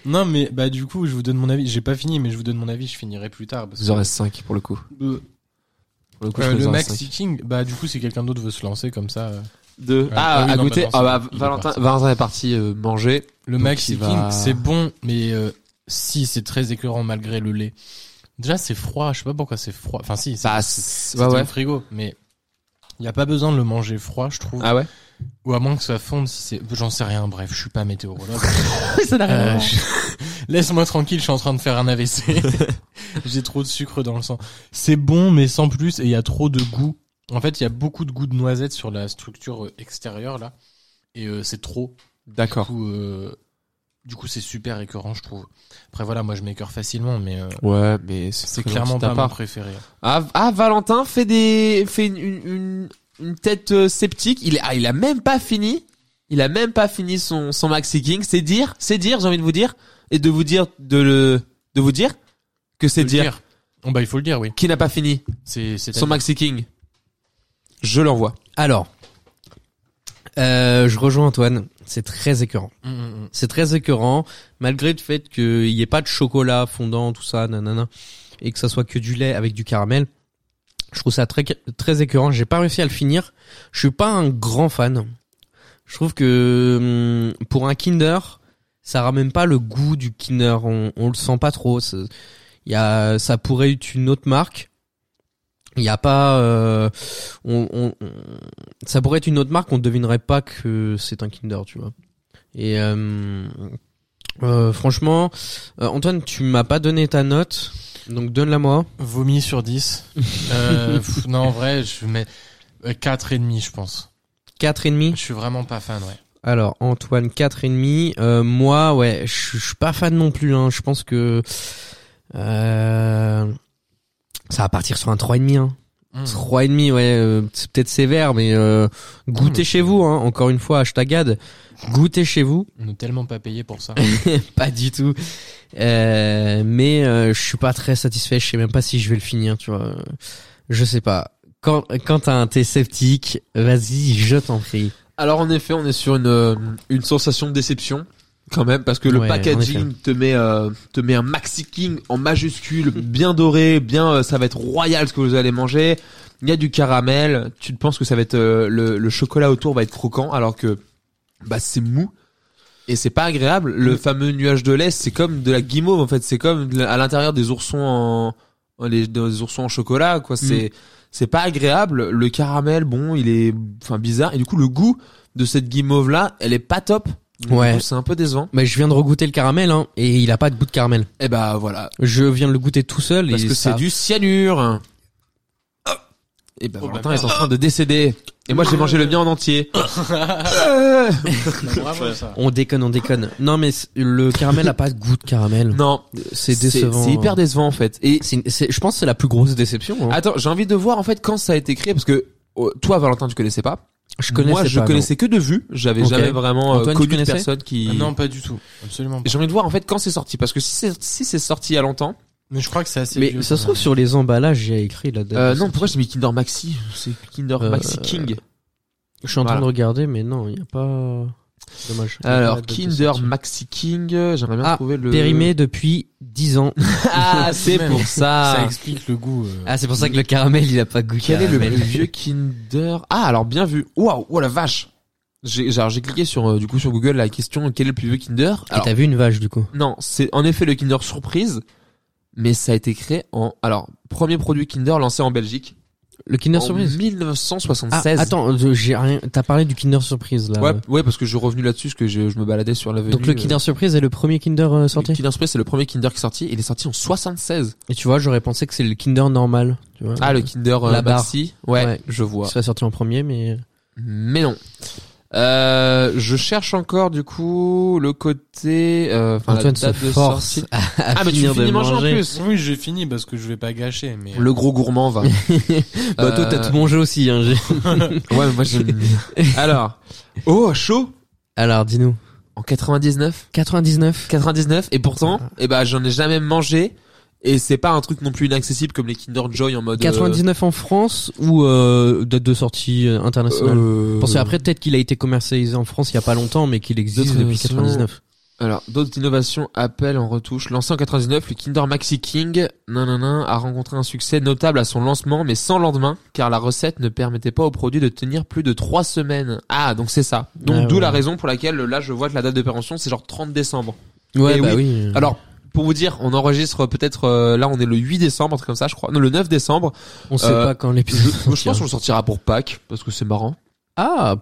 S2: Non, mais bah du coup, je vous donne mon avis. J'ai pas fini, mais je vous donne mon avis. Je finirai plus tard. Parce
S3: Il en reste 5 pour le coup.
S2: que, euh,
S3: Pour le coup,
S2: euh,
S3: je
S2: le
S3: en
S2: Maxi King, bah du coup, si quelqu'un d'autre veut se lancer comme ça. euh.
S3: Deux.
S2: Ah
S3: Ah,
S2: oui,
S3: à
S2: non,
S3: goûter. Ah
S2: bah non,
S3: bah,
S2: c'est- il est
S3: Valentin,
S2: parti.
S3: Valentin est parti euh, manger.
S2: Le
S3: Donc,
S2: Maxi
S3: il
S2: King,
S3: va-
S2: c'est bon, mais euh, si c'est très écœurant malgré le lait. Déjà, c'est froid. Je sais pas pourquoi c'est froid. Enfin, si. c'est-
S3: Bah, c'est-
S2: c'était
S3: ouais, ouais.
S2: au frigo, mais il y a pas besoin de le manger froid, je trouve.
S3: Ah ouais
S2: Ou à moins que ça fonde. Si c'est, j'en sais rien. Bref, je suis pas météorologue.
S1: ça n'a rien à
S3: Oh.
S2: Euh,
S1: voir.
S2: je- Laisse-moi tranquille, je suis en train de faire un AVC. J'ai trop de sucre dans le sang. C'est bon, mais sans plus, et il y a trop de goût. En fait, il y a beaucoup de goût de noisette sur la structure euh, extérieure, là. Et euh, c'est trop. Du
S3: D'accord.
S2: coup, euh, du coup, c'est super écœurant, je trouve. Après, voilà, moi, je m'écœure facilement, mais euh,
S3: Ouais, mais
S2: c'est
S3: c'est
S2: clairement pas mon
S3: part.
S2: préféré.
S3: Ah, ah, Valentin fait des fait une une, une, une tête euh, sceptique. Il ah, il a même pas fini. Il a même pas fini son son Maxi King. C'est dire, c'est dire. J'ai envie de vous dire et de vous dire de le de vous dire que c'est
S2: Faut le
S3: dire,
S2: Bon, bah, il faut le dire, oui.
S3: qui n'a pas fini
S2: C'est, c'est
S3: son Maxi King. Je l'envoie.
S1: Alors, euh, je rejoins Antoine. C'est très écœurant.
S2: Mm, mm, mm.
S1: C'est très écœurant, malgré le fait qu'il n'y ait pas de chocolat fondant, tout ça, nanana, et que ça soit que du lait avec du caramel. Je trouve ça très, très écœurant. J'ai pas réussi à le finir. Je suis pas un grand fan. Je trouve que hum, pour un Kinder, ça ramène pas le goût du Kinder. On, on le sent pas trop. C'est- Il y a, ça pourrait être une autre marque. Il n'y a pas, euh, on, on- on- ça pourrait être une autre marque. On ne devinerait pas que c'est un Kinder, tu vois. Et euh, euh, franchement, euh, Antoine, tu m'as pas donné ta note, donc donne-la moi.
S2: Vomi sur 10. Euh, pff, non, en vrai, je mets euh, quatre et demi, je pense.
S1: Quatre et demi.
S2: Je suis vraiment pas fan, ouais.
S1: Alors Antoine, quatre et demi. Euh, moi, ouais, je suis- je suis pas fan non plus. Hein. Je pense que euh, ça va partir sur un trois et demi. hein.
S2: Mm.
S1: Trois et demi, ouais, euh, c'est peut-être sévère, mais euh, goûtez chez vous, hein, encore une fois, hashtag ad, goûtez chez vous,
S4: On n'est tellement pas payé pour ça.
S3: Bah,
S1: pas du tout. Euh, mais euh, je suis pas très satisfait, je sais même pas si je vais le finir, tu vois. Je sais pas. Quand, quand t'as un thé sceptique, vas-y, je t'en prie.
S3: Alors en effet, on est sur une euh, une sensation de déception quand même parce que le
S1: Ouais, en
S3: packaging te met euh, te met un maxi king en majuscule, bien doré, bien euh, ça va être royal ce que vous allez manger. Il y a du caramel, tu te penses que ça va être euh, le le chocolat autour va être croquant alors que bah c'est mou et c'est pas agréable.
S1: Mm.
S3: Le fameux nuage de lait, c'est comme de la guimauve en fait, c'est comme de la- à l'intérieur des oursons en en- les des oursons en chocolat
S1: Mm.
S3: quoi, c'est c'est pas agréable, le caramel bon, il est enfin bizarre et du coup le goût de cette guimauve là, elle est pas top. Du
S1: Ouais.
S3: coup, c'est un peu décevant.
S1: Mais je viens de regoûter le caramel, hein, et il a pas de goût de caramel.
S3: Et bah voilà,
S1: Je viens de le goûter tout seul.
S3: parce
S1: et
S3: que
S1: ça-
S3: c'est du cyanure. Et bah
S2: Oh,
S3: Valentin
S2: bah,
S3: est en train de décéder. Et moi j'ai mangé le mien en entier.
S4: Bravo, ça.
S1: On déconne, on déconne. Non, mais c'est- le caramel a pas de goût de caramel.
S3: Non,
S1: C'est décevant.
S3: C'est hyper décevant en fait. Et
S1: C'est une- c'est- je pense que c'est la plus grosse déception. hein.
S3: attends, j'ai envie de voir en fait quand ça a été créé parce que oh, toi Valentin tu connaissais pas.
S1: je connaissais
S3: moi je
S1: pas, non.
S3: connaissais que de vue. J'avais
S1: Ok.
S3: jamais vraiment euh,
S1: Antoine, tu
S3: connu de
S1: connaissais
S3: personne qui.
S2: Ah Non, pas du tout. Absolument
S3: Et
S2: pas.
S3: J'ai envie de voir en fait quand c'est sorti parce que si c'est si c'est sorti il y a longtemps.
S2: Mais je crois que c'est assez
S1: Mais
S2: vieux,
S1: ça se
S2: quand
S1: trouve sur les emballages, il y a écrit la date.
S3: Euh,
S1: de
S3: non,
S1: sortie.
S3: pourquoi j'ai mis Kinder Maxi C'est Kinder
S1: Euh,
S3: Maxi King.
S1: je suis en train
S3: voilà.
S1: de regarder, mais non, il n'y a pas. Dommage. La
S3: Alors
S1: date de
S3: Kinder
S1: sortie.
S3: Maxi King, euh, j'aimerais bien
S1: Ah,
S3: trouver le
S1: périmé depuis 10 ans.
S3: Ah, c'est
S2: Même.
S3: pour
S2: même. Ça
S3: ça.
S2: explique le goût. euh.
S1: Ah, c'est pour ça que le caramel, il a pas de goût.
S3: Quel est le
S1: caramel.
S3: plus vieux Kinder Ah, alors bien vu. Waouh, oh la vache. J'ai alors, j'ai cliqué sur euh, du coup sur Google la question quel est le plus vieux Kinder
S1: Et
S3: Alors,
S1: t'as vu une vache du coup
S3: Non, c'est en effet le Kinder Surprise, mais ça a été créé en alors premier produit Kinder lancé en Belgique
S1: Le Kinder
S3: en
S1: Surprise. Ah,
S3: 1976.
S1: attends, euh, j'ai rien. T'as parlé du Kinder Surprise là.
S3: Ouais, ouais, parce que je suis revenu là-dessus, parce que je, je me baladais sur l'avenue. euh,
S1: Donc le Kinder Surprise est le premier Kinder euh, sorti.
S3: Le Kinder Surprise, c'est le premier Kinder qui est sorti. Il est sorti en 76.
S1: Et tu vois, j'aurais pensé que c'est le Kinder normal. Tu vois.
S3: Ah, le Kinder euh,
S1: La barre.
S3: Maxi. Ouais,
S1: Ouais.
S3: je vois.
S1: Il serait sorti en premier, mais
S3: Mais non. Euh, je cherche encore du coup le côté. Euh, enfin, la
S1: Antoine se
S3: date de
S1: force
S3: sortie.
S1: à, à
S3: Ah, mais tu
S1: finir
S3: finis
S1: de
S3: de manger en
S1: manger.
S3: plus.
S2: Oui, j'ai fini parce que je vais pas gâcher. Mais
S3: Le gros gourmand va.
S1: Bah toi, t'as
S3: Euh,
S1: tout mangé aussi. Hein, j'ai-
S3: Ouais, mais moi j'aime. Alors, oh chaud
S1: Alors, dis-nous.
S3: en 99.
S1: 99
S3: 99 et pourtant,
S1: Ah.
S3: eh ben j'en ai jamais mangé et c'est pas un truc non plus inaccessible comme les Kinder Joy en mode. euh,
S1: 99 en France ou euh, date de sortie euh, internationale
S3: euh,
S1: Pensez après peut-être qu'il a été commercialisé en France il y a pas longtemps mais qu'il existe
S3: D'autres
S1: depuis
S3: versions.
S1: 99.
S3: Alors, d'autres innovations, Apple en retouche. Lancé en 99, le Kinder Maxi King nanana, a rencontré un succès notable à son lancement, mais sans lendemain, car la recette ne permettait pas au produit de tenir plus de 3 semaines. Ah, donc c'est ça. Donc,
S1: Ah,
S3: d'où
S1: ouais.
S3: la raison pour laquelle, là, je vois que la date de péremption, c'est genre 30 décembre.
S1: Ouais
S3: Et
S1: bah oui.
S3: Alors, pour vous dire, on enregistre peut-être, euh, là, on est le 8 décembre, un truc comme ça, je crois. Non, le 9 décembre.
S1: on sait
S3: euh,
S1: pas quand
S3: Je,
S1: l'épisode.
S3: je pense qu'on le sortira pour Pâques, parce que c'est marrant.
S1: Ah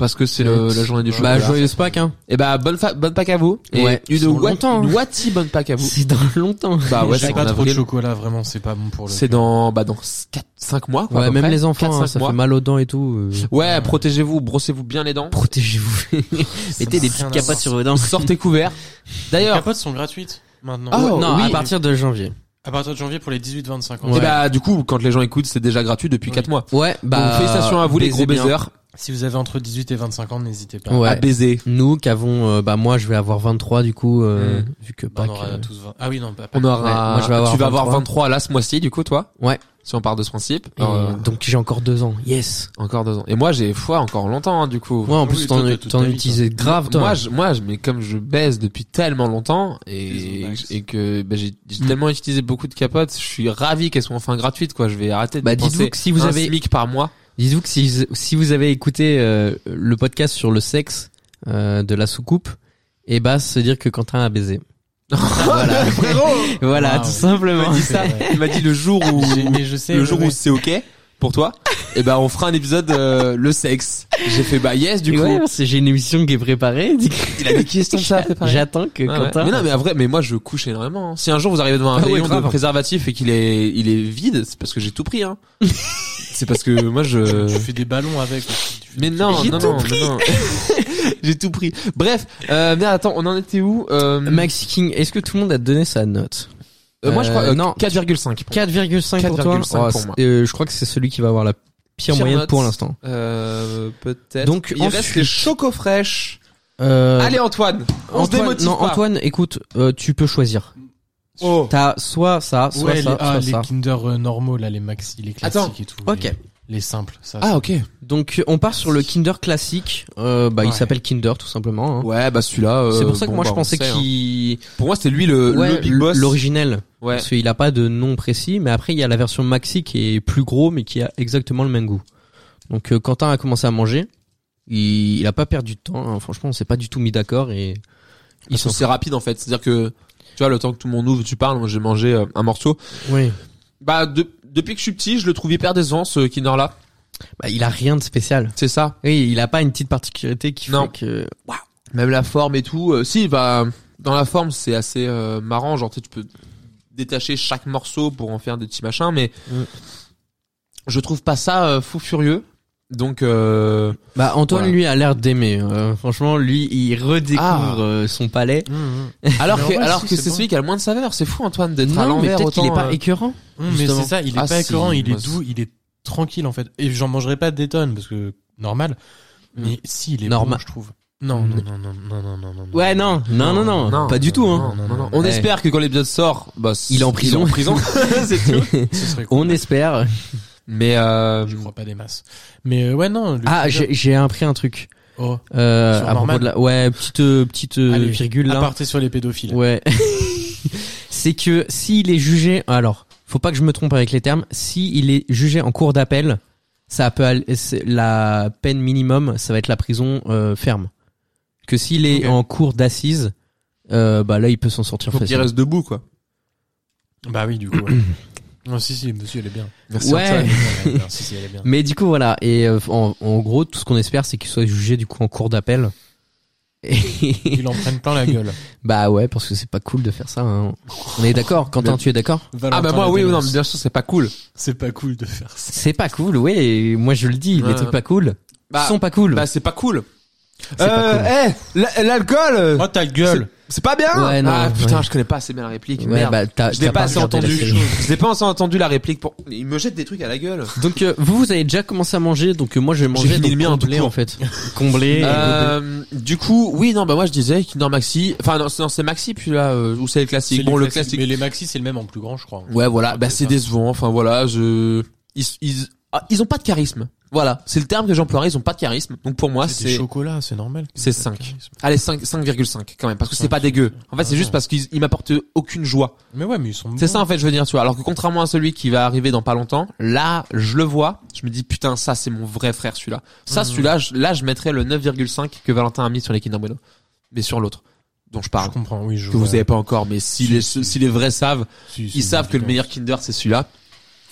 S3: Parce que c'est le- la journée du
S1: Bah
S3: chocolat.
S1: joyeuse Pâques hein.
S3: Et bah, bonne, fa- bonne Pâques à vous. Et
S1: Ouais.
S3: une,
S1: Dans
S3: wat-
S1: longtemps, hein.
S3: une Wati bonne Pâques à vous.
S1: C'est dans longtemps.
S3: Bah ouais,
S2: j'ai
S3: c'est
S2: pas
S3: en
S2: trop de
S3: avril.
S2: chocolat. Vraiment, c'est pas bon pour le.
S3: C'est dans bah dans 4 5 mois quoi, à
S1: Ouais
S3: peu
S1: même
S3: près.
S1: les enfants
S3: Quatre,
S1: hein,
S3: cinq
S1: ça
S3: mois.
S1: fait mal aux dents et tout. euh,
S3: Ouais, protégez-vous, brossez-vous bien les dents.
S1: Protégez-vous.
S2: Ça
S1: Mettez
S2: n'a
S1: des
S2: rien à
S1: petites capotes
S2: voir.
S1: sur vos dents.
S3: Sortez couverts.
S2: Les
S3: D'ailleurs,
S2: capotes sont gratuites maintenant.
S3: Ah,
S1: Ouais, non,
S3: oui.
S1: à partir de janvier.
S2: À partir de janvier pour les 18-25 ans.
S1: Ouais.
S3: et bah du coup, quand les gens écoutent, c'est déjà gratuit depuis
S2: Oui.
S3: 4 mois.
S1: Ouais, bah.
S3: Donc félicitations à vous les gros
S1: baisez bien.
S3: baiseurs
S2: Si vous avez entre 18 et 25 ans, n'hésitez pas.
S1: Ouais.
S3: à baiser.
S1: Nous qui avons, euh, bah moi je vais avoir 23 du coup, euh,
S3: Mm.
S1: vu que
S2: Bah,
S1: Pâques.
S2: on aura
S1: euh,
S2: tous 20. Ah oui, non, pas. pas-
S3: On aura
S1: Ouais, moi, je vais avoir
S3: tu vas avoir
S1: 23.
S3: 23 là ce mois-ci du coup toi
S1: Ouais.
S3: Si on part de ce principe.
S1: et
S3: Euh,
S1: Donc j'ai encore deux ans. Yes.
S3: encore 2 ans. Et moi j'ai foi encore longtemps hein, du coup.
S1: Ouais, en
S2: oui,
S1: plus
S2: toi,
S1: t'en
S2: t'as toute
S1: t'en
S2: ta vie,
S1: utilisais grave toi.
S3: Moi, je, moi, je, mais comme je baise depuis tellement longtemps et,
S2: Bisous, Max.
S3: et que bah, j'ai j'ai
S1: Mm.
S3: tellement utilisé beaucoup de capotes, je suis ravi qu'elles soient enfin gratuites. Quoi, je vais arrêter de
S1: Bah,
S3: dépenser
S1: dites-vous que si vous
S3: un
S1: avez-
S3: smic par mois.
S1: Dites-vous que si, si vous avez écouté euh, le podcast sur le sexe euh, de la soucoupe, et bah se dire que Quentin a baisé. voilà, voilà,
S2: Wow.
S1: tout simplement.
S2: C'est vrai.
S3: Il m'a dit le jour où
S2: J'ai- Mais je sais.
S3: le
S2: ouais,
S3: jour
S2: ouais.
S3: où c'est ok pour toi, et ben on fera un épisode euh, le sexe. J'ai fait bah yes du coup.
S1: Ouais, c'est- j'ai une émission qui est préparée. du coup,
S3: Il a des questions de ça à préparer.
S1: J'attends que
S3: Ouais, ouais.
S1: Quentin.
S3: Mais non mais en vrai, mais moi je couche énormément. hein. Si un jour vous arrivez devant un
S1: Ah ouais,
S3: rayon de
S1: grave.
S3: préservatif et qu'il est il est vide, c'est parce que j'ai tout pris. Hein. c'est parce que moi je
S2: Tu fais des ballons avec. aussi. Tu fais-
S3: Mais non,
S1: J'ai
S3: non,
S1: tout
S3: non, non, non. J'ai tout pris. Bref, euh, merde, attends, on en était où euh,
S1: Maxi King, est-ce que tout le monde a donné sa note
S3: Euh, moi, je crois
S1: Euh,
S3: euh,
S1: non.
S3: 4,5.
S1: 4,5 pour toi
S3: 4,5
S1: Oh,
S3: pour
S1: c'est-
S3: moi.
S1: euh, Je crois que c'est celui qui va avoir la pire,
S3: Pire
S1: moyenne
S3: note.
S1: pour l'instant.
S3: Euh, peut-être.
S1: Donc,
S3: il reste
S1: ensuite-
S3: les chocos fraîches.
S1: Euh,
S3: Allez, Antoine. On se
S1: Antoine,
S3: démotive
S1: non,
S3: pas.
S1: Antoine, écoute, euh, tu peux choisir.
S3: Oh.
S1: T'as soit ça, soit
S2: Ouais, les,
S1: ça,
S2: ah,
S1: soit
S2: les
S1: ça.
S2: Kinder euh, normaux, là, les maxi, les classiques
S3: Attends.
S2: et tout.
S1: Ok.
S2: Les, les simples, ça.
S3: Ah, ok.
S1: Donc on part sur le Kinder classique. Euh, bah, il
S2: Ouais.
S1: s'appelle Kinder tout simplement. hein.
S3: Ouais, bah celui-là. euh,
S1: c'est pour ça que
S3: bon,
S1: moi
S3: bah,
S1: je
S3: on
S1: pensé
S3: sait, hein.
S1: qu'il,
S3: Pour moi, c'était lui le,
S1: Ouais,
S3: le big boss.
S1: l'originel.
S3: Ouais.
S1: Parce qu'il a pas de nom précis, mais après il y a la version maxi qui est plus gros, mais qui a exactement le même goût. Donc euh, Quentin a commencé à manger. Il, il a pas perdu de temps. hein. Franchement, on s'est pas du tout mis d'accord et
S3: Ils sont assez rapides en fait. C'est-à-dire que tu vois, le temps que tout le monde ouvre, tu parles. Moi, j'ai mangé euh, un morceau.
S1: Oui.
S3: Bah, de- depuis que je suis petit, je le trouve hyper décevant ce Kinder là.
S1: Bah, il a rien de spécial.
S3: C'est ça.
S1: Oui, il a pas une petite particularité qui
S3: Non.
S1: fait que.
S3: Même la forme et tout. euh, si, bah, dans la forme, c'est assez euh, marrant. Genre, tu sais, tu peux détacher chaque morceau pour en faire des petits machins, mais
S1: Mm.
S3: je trouve pas ça euh, fou furieux. Donc, euh,
S1: Bah Antoine
S3: Voilà.
S1: lui a l'air d'aimer. Euh, franchement, lui il redécouvre
S3: Ah.
S1: euh, son palais.
S2: Mmh, mmh.
S3: alors
S2: Mais en
S3: que,
S2: vrai,
S3: alors
S2: si,
S3: que
S2: c'est
S3: c'est
S2: bon.
S3: celui qui a le moins de saveur. C'est fou, Antoine, d'être à
S1: non, mais
S3: l'envers
S1: peut-être
S3: autant.
S1: qu'il est pas
S3: euh,
S1: écœurant.
S2: Mmh, mais
S1: Justement.
S2: c'est ça, il est
S3: Ah,
S2: pas
S3: si,
S2: écœurant, il
S3: moi,
S2: est doux, il est tranquille en fait. Et j'en mangerai pas des tonnes parce que normal. Mais si, il est
S1: Normal.
S2: bon, je trouve. Hum. Non, non, non, non, non, non, non, non.
S1: Ouais, non, non, non, non,
S3: non,
S1: pas du tout.
S3: non,
S1: Hein.
S3: non, non, non.
S1: Ouais.
S3: On espère que quand l'épisode sort, bah,
S1: Il est en prison.
S3: en prison. c'est tout.
S2: Ce serait cool.
S1: On espère.
S3: Mais euh,
S2: Je crois pas des masses. Mais euh, ouais, non. le
S1: Ah,
S2: Kinder-
S1: j'ai j'ai appris un truc.
S2: Oh,
S1: Euh,
S2: Sur
S1: à propos
S2: Norman
S1: de la... Ouais, petite euh, petite euh,
S2: Allez,
S1: virgule là.
S2: aparté sur les pédophiles.
S1: Ouais. C'est que s'il est jugé, alors, faut pas que je me trompe avec les termes. S'il est jugé en cours d'appel, ça peut aller- c'est- la peine minimum, ça va être la prison euh, ferme. Que s'il est
S3: Ok.
S1: en cours d'assises, euh, bah là il peut s'en sortir
S3: faut qu'il
S1: facilement.
S3: reste debout, quoi.
S2: Bah oui, du coup. ouais. Non, si, si, monsieur, elle est bien.
S3: Merci
S1: Ouais.
S3: Antoine.
S2: Elle est bien, si, si, elle est bien.
S1: Mais du coup voilà et euh, en, en gros tout ce qu'on espère c'est qu'il soit jugé du coup en cours d'appel. Et-
S2: Ils en prennent plein la gueule.
S1: bah ouais parce que c'est pas cool de faire ça. hein. On est d'accord, Quentin, tu es d'accord
S3: Ah bah moi oui, non, mais bien sûr, c'est pas cool.
S2: C'est pas cool de faire ça.
S1: C'est pas cool, oui. Moi je le dis,
S3: Ouais.
S1: les trucs pas cool
S3: Bah,
S1: sont pas cool.
S3: bah c'est pas cool.
S1: C'est pas cool.
S3: eh, l- l'alcool, euh,
S2: Oh, ta gueule!
S3: c'est pas bien.
S1: Ouais, non,
S3: ah putain,
S1: ouais.
S3: je connais pas assez bien la réplique.
S1: Ouais,
S3: merde.
S1: bah, t'as-
S3: je l'ai
S1: t'as
S3: pas assez
S1: regardé la
S3: entendu.
S1: série.
S3: Je l'ai pas assez entendu la réplique. Pour... Il me jette des trucs à la gueule.
S1: Donc euh, vous, vous avez déjà commencé à manger, donc euh, moi je vais manger
S3: fini
S1: donc
S3: le mien,
S1: comblé
S3: tout court.
S1: en fait. Comblé.
S3: Euh, du coup, oui, non, bah moi je disais Kinder Maxi. Enfin non, c'est- non, c'est Maxi puis là euh, ou c'est le classique. Bon, le classique.
S2: Mais les maxi, c'est le même en plus grand, je crois.
S3: Ouais, voilà. Bah
S2: C'est
S3: c'est
S2: ça.
S3: décevant. Enfin voilà, je ils ils ah, ils ont pas de charisme. Voilà, c'est le terme que j'emploierais. Ils ont pas de charisme. Donc pour moi,
S2: c'est des
S3: c'est
S2: chocolats, c'est normal.
S3: C'est cinq. Allez, 5 5,5 quand même parce que c'est pas dégueu. En fait, c'est
S2: Ah,
S3: juste
S2: non.
S3: parce qu'ils ils m'apportent aucune joie.
S2: Mais ouais, mais ils sont.
S3: C'est
S2: bons.
S3: ça en fait, je veux dire, tu vois. Alors que contrairement à celui qui va arriver dans pas longtemps, là, je le vois, je me dis putain, ça c'est mon vrai frère celui-là. Ça,
S2: Mhm.
S3: celui-là, je- là, je mettrais le 9,5 que Valentin a mis sur les Kinder Bueno, mais sur l'autre dont je
S2: Je
S3: parle
S2: comprends, oui. Je
S3: que vous avez pas encore. Mais si
S2: Si,
S3: les
S2: si.
S3: si les vrais savent, ils savent que le meilleur Kinder c'est celui-là.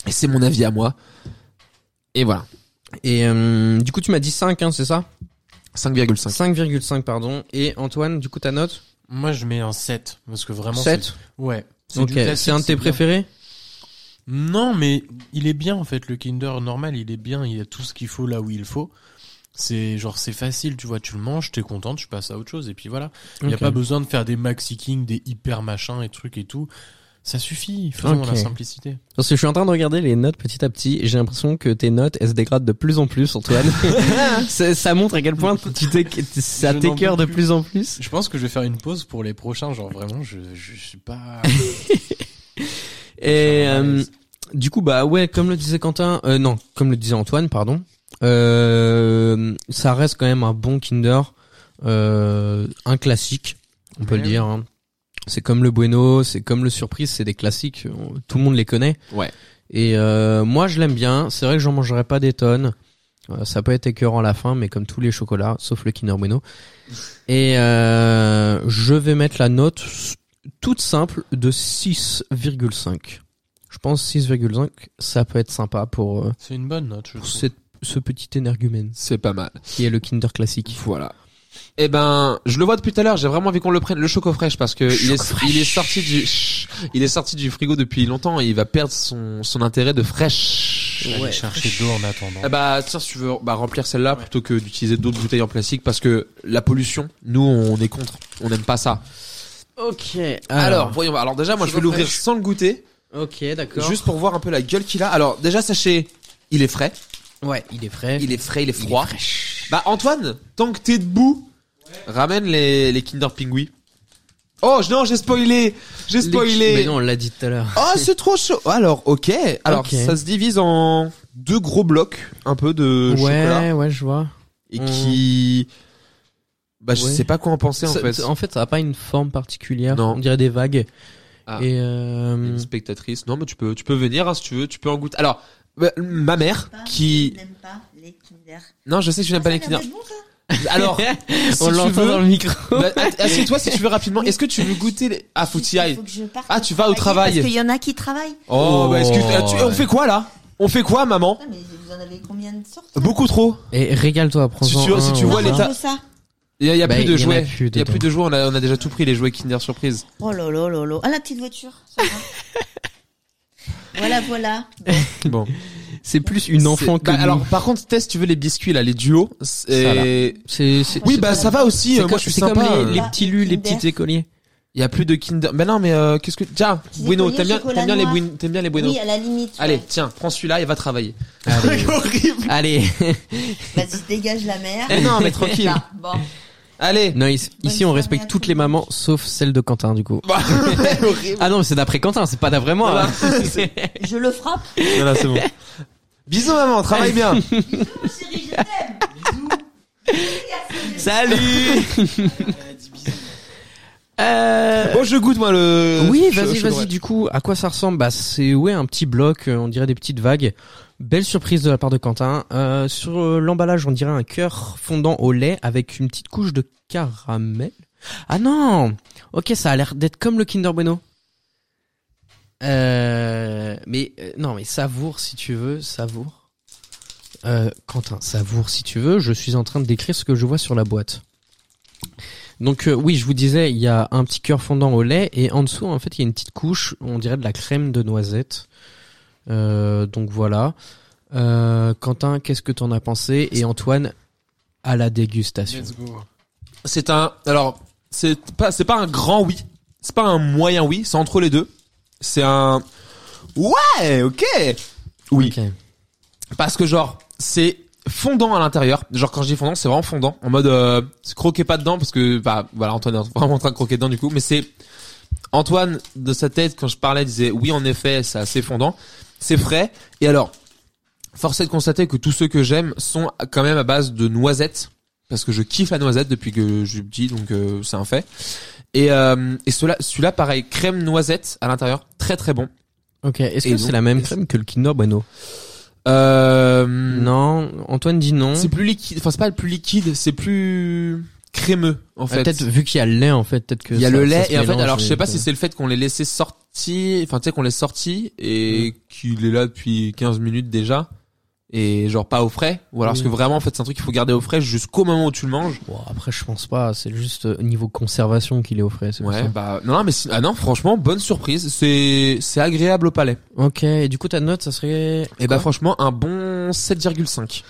S3: Et c'est mon avis à moi. Et voilà,
S1: Et euh, du coup tu m'as dit 5, hein, c'est ça
S3: 5,5.
S1: 5,5 pardon. Et Antoine, du coup ta note
S2: Moi, je mets un 7. Parce que vraiment.
S1: 7
S2: c'est- Ouais.
S1: Ok,
S2: du classique,
S1: c'est un de tes
S2: bien.
S1: préférés
S2: Non, mais il est bien en fait. Le Kinder normal, il est bien. Il y a tout ce qu'il faut là où il faut. C'est genre c'est facile, tu vois, tu le manges, t'es content, tu passes à autre chose et puis voilà. Il n'y a
S1: Ok.
S2: pas besoin de faire des maxi king, des hyper machins et trucs et tout. Ça suffit. Faisons
S1: Ok.
S2: la simplicité.
S1: Parce que je suis en train de regarder les notes petit à petit et j'ai l'impression que tes notes elles se dégradent de plus en plus Antoine. ça, ça montre à quel point tu t'es, ça
S2: Je n'en
S1: t'écœure de
S2: peux
S1: plus en plus.
S2: Je pense que je vais faire une pause pour les prochains. Genre vraiment, je, je suis pas.
S1: Et euh, Du coup, bah ouais, comme le disait Quentin, euh, non, comme le disait Antoine, pardon, euh, ça reste quand même un bon Kinder, euh, un classique, on peut
S2: Ouais,
S1: le
S2: oui.
S1: dire. hein. C'est comme le Bueno, c'est comme le Surprise, c'est des classiques, on- tout le monde les connaît.
S3: Ouais.
S1: Et euh, moi, je l'aime bien. C'est vrai que j'en mangerai pas des tonnes. Euh, ça peut être écœurant à la fin, mais comme tous les chocolats, sauf le Kinder Bueno. Et euh, je vais mettre la note s- toute simple de 6,5. Je pense 6,5, ça peut être sympa pour, euh,
S2: c'est une bonne note. Je
S1: pour
S2: trouve.
S1: cette- ce petit énergumène
S3: C'est pas mal.
S1: qui est le Kinder classique.
S3: Voilà. Eh ben, je le vois depuis tout à l'heure. J'ai vraiment envie qu'on le prenne, le choco fraîche, parce que il est, il est sorti du, chut, il est sorti du frigo depuis longtemps et il va perdre son, son intérêt de fraîche.
S2: Je vais aller
S1: Ouais.
S2: chercher d'eau en attendant.
S3: Eh bah tiens, si tu veux bah, remplir celle-là plutôt que d'utiliser d'autres bouteilles en plastique, parce que la pollution, nous, on est contre. On n'aime pas ça.
S1: Ok.
S3: Alors, voyons. voir. Alors déjà, moi,
S1: C'est
S3: je vais
S1: pas
S3: l'ouvrir
S1: fraîche.
S3: sans le goûter,
S1: Ok, d'accord.
S3: juste pour voir un peu la gueule qu'il a. Alors déjà, sachez, il est frais,
S1: Ouais, il est frais.
S3: il est frais, Eh. il est
S1: Il est
S3: froid.
S1: fraîche.
S3: Bah Antoine, tant que t'es debout, ramène les, les Kinder Pingui. Oh je- non, j'ai spoilé, j'ai
S1: Les-
S3: spoilé.
S1: Mais non, on l'a dit tout à l'heure.
S3: Oh c'est trop chaud. Alors ok, alors
S1: Ok.
S3: ça se divise en deux gros blocs, un peu de chocolat
S1: ouais, ouais, je vois.
S3: et
S1: on-
S3: qui, bah je
S1: Ouais.
S3: sais pas quoi en penser en
S1: Ça-
S3: fait.
S1: ça a pas une forme particulière.
S3: Non.
S1: On dirait des vagues.
S3: Ah.
S1: Et euh,
S3: Une spectatrice, non mais tu peux, tu peux venir hein, si tu veux, tu peux en goûter. Alors bah, ma mère
S4: pas,
S3: qui,
S4: je n'aime pas les Kinder. Ah,
S3: non je sais que tu n'aimes pas les Kinder. Alors si
S1: on
S3: tu
S1: l'entend
S3: veux-
S1: dans le micro.
S3: bah, att- Assieds-toi si tu veux rapidement. Est-ce que tu veux goûter les... Ah, faut t'y
S4: Il
S3: aille.
S4: faut que je parte
S3: Ah, tu vas au
S4: travailler,
S3: travail.
S4: Parce qu'il y en a qui travaillent.
S3: Oh,
S1: Oh,
S3: bah excuse ah, tu-
S1: ouais.
S3: On fait quoi là On fait quoi, maman
S4: Non, Ah, mais vous en avez combien de sortes là
S3: Beaucoup trop.
S1: Et régale-toi, prends
S3: Si tu- si tu vois
S4: Moi, je
S3: l'état-
S4: veux ça.
S3: Il y a, il y a
S1: Bah,
S3: plus
S1: il y
S3: de
S1: en a
S3: jouets.
S1: plus
S3: Il y a
S1: dedans.
S3: plus de jouets. On a, on a déjà tout pris les jouets Kinder Surprise.
S4: Oh là là là là. Ah, la petite voiture. ça va. voilà, voilà.
S3: Bon.
S1: C'est plus une enfant
S3: C'est-
S1: que.
S3: bah,
S1: nous.
S3: alors, par contre, test, tu veux les biscuits là, les duos
S1: Ça, là.
S3: et...
S1: c'est c'est-
S3: Oui,
S1: c'est-
S3: bah ça va aussi.
S1: c'est
S3: euh,
S1: comme-
S3: Moi, je suis
S1: c'est comme
S3: sympa.
S1: les, les
S3: euh.
S4: Ah,
S1: petits lus, les
S4: Kinder.
S1: petits écoliers.
S3: Il y a plus de Kinder. Bah non, mais euh, qu'est-ce que Tiens,
S4: Petits
S3: Bueno,
S4: écoliers
S3: t'aimes bien,
S4: chocolat
S3: t'aimes bien les
S4: noir.
S3: Bueno, t'aimes bien les Bueno.
S4: Oui, à la limite.
S3: Allez,
S4: ouais.
S3: tiens, prends celui-là et va travailler.
S1: Allez.
S3: horrible.
S1: Allez,
S4: Vas-y, dégage la mer.
S3: Eh Non, mais tranquille.
S4: Là, bon.
S3: Allez.
S1: non, ici,
S4: Bonne
S1: ici, on
S4: soirée
S1: respecte
S4: à
S1: toutes
S4: tous.
S1: les mamans sauf celle de Quentin du coup.
S3: Bah, horrible.
S1: Ah non, mais c'est d'après Quentin, c'est pas d'après moi. hein.
S4: Je le frappe.
S3: Voilà, c'est bon. Bisous maman, travaille bien.
S4: Chérie, je t'aime. Bisous.
S1: Salut. Euh,
S3: Bon, je goûte moi le.
S1: Oui,
S3: Euh, je-
S1: vas-y,
S3: je
S1: vas-y.
S3: devrais.
S1: Du coup, à quoi ça ressemble Bah, c'est ouais un petit bloc, euh, on dirait des petites vagues. Belle surprise de la part de Quentin. Euh, sur euh, l'emballage, on dirait un cœur fondant au lait avec une petite couche de caramel. Ah non Ok, ça a l'air d'être comme le Kinder Bueno. Euh, mais euh, non, mais savoure si tu veux, savoure. Euh, Quentin, savoure si tu veux. Je suis en train de décrire ce que je vois sur la boîte. Donc euh, oui, je vous disais, il y a un petit cœur fondant au lait et en dessous, en fait, il y a une petite couche, on dirait de la crème de noisette. Euh, donc voilà. Euh, Quentin, qu'est-ce que t'en as pensé Et Antoine, à la dégustation.
S2: bah, Let's go.
S3: C'est un. Alors, c'est pas, c'est pas un grand oui. C'est pas un moyen oui. C'est entre les deux. C'est un. Ouais, ok. Oui.
S1: Ok.
S3: Parce que genre, c'est fondant à l'intérieur. Genre quand je dis fondant, c'est vraiment fondant. En mode, euh, croquez pas dedans parce que, bah, voilà, Antoine est vraiment en train de croquer dedans du coup. Mais c'est Antoine de sa tête quand je parlais disait oui en effet, c'est assez fondant, c'est frais. Et alors, force est de constater que tous ceux que j'aime sont quand même à base de noisettes parce que je kiffe la noisette depuis que je suis petit, donc euh, c'est un fait. Et, euh, et celui-là, celui-là, pareil, crème noisette à l'intérieur, très très bon.
S1: Ok. Est-ce
S3: Et
S1: que
S3: donc,
S1: c'est la même crème que le Kinder Bueno
S3: Euh,
S1: Non. Antoine dit non.
S3: C'est plus liquide, enfin c'est pas le plus liquide, c'est plus crémeux en
S1: Ah,
S3: fait.
S1: Peut-être vu qu'il y a le lait en fait, peut-être que
S3: il y a
S1: ça-
S3: le
S1: ça
S3: lait
S1: se
S3: et en fait
S1: mélange
S3: alors je sais
S1: et
S3: pas
S1: que-
S3: si c'est le fait qu'on l'ait laissé sorti, enfin tu sais qu'on l'ait sorti
S1: Mmh.
S3: et qu'il est là depuis 15 minutes déjà et genre pas au frais ou alors
S1: Oui.
S3: parce que vraiment en fait c'est un truc qu'il faut garder au frais jusqu'au moment où tu le manges.
S1: Bon, après je pense pas, c'est juste euh, niveau conservation qu'il est au frais, c'est pour
S3: Ouais,
S1: ça.
S3: bah non mais si- ah non franchement bonne surprise, c'est c'est agréable au palais.
S1: OK, et du coup ta note ça serait
S3: Et bah
S1: Quoi
S3: franchement un bon 7,5.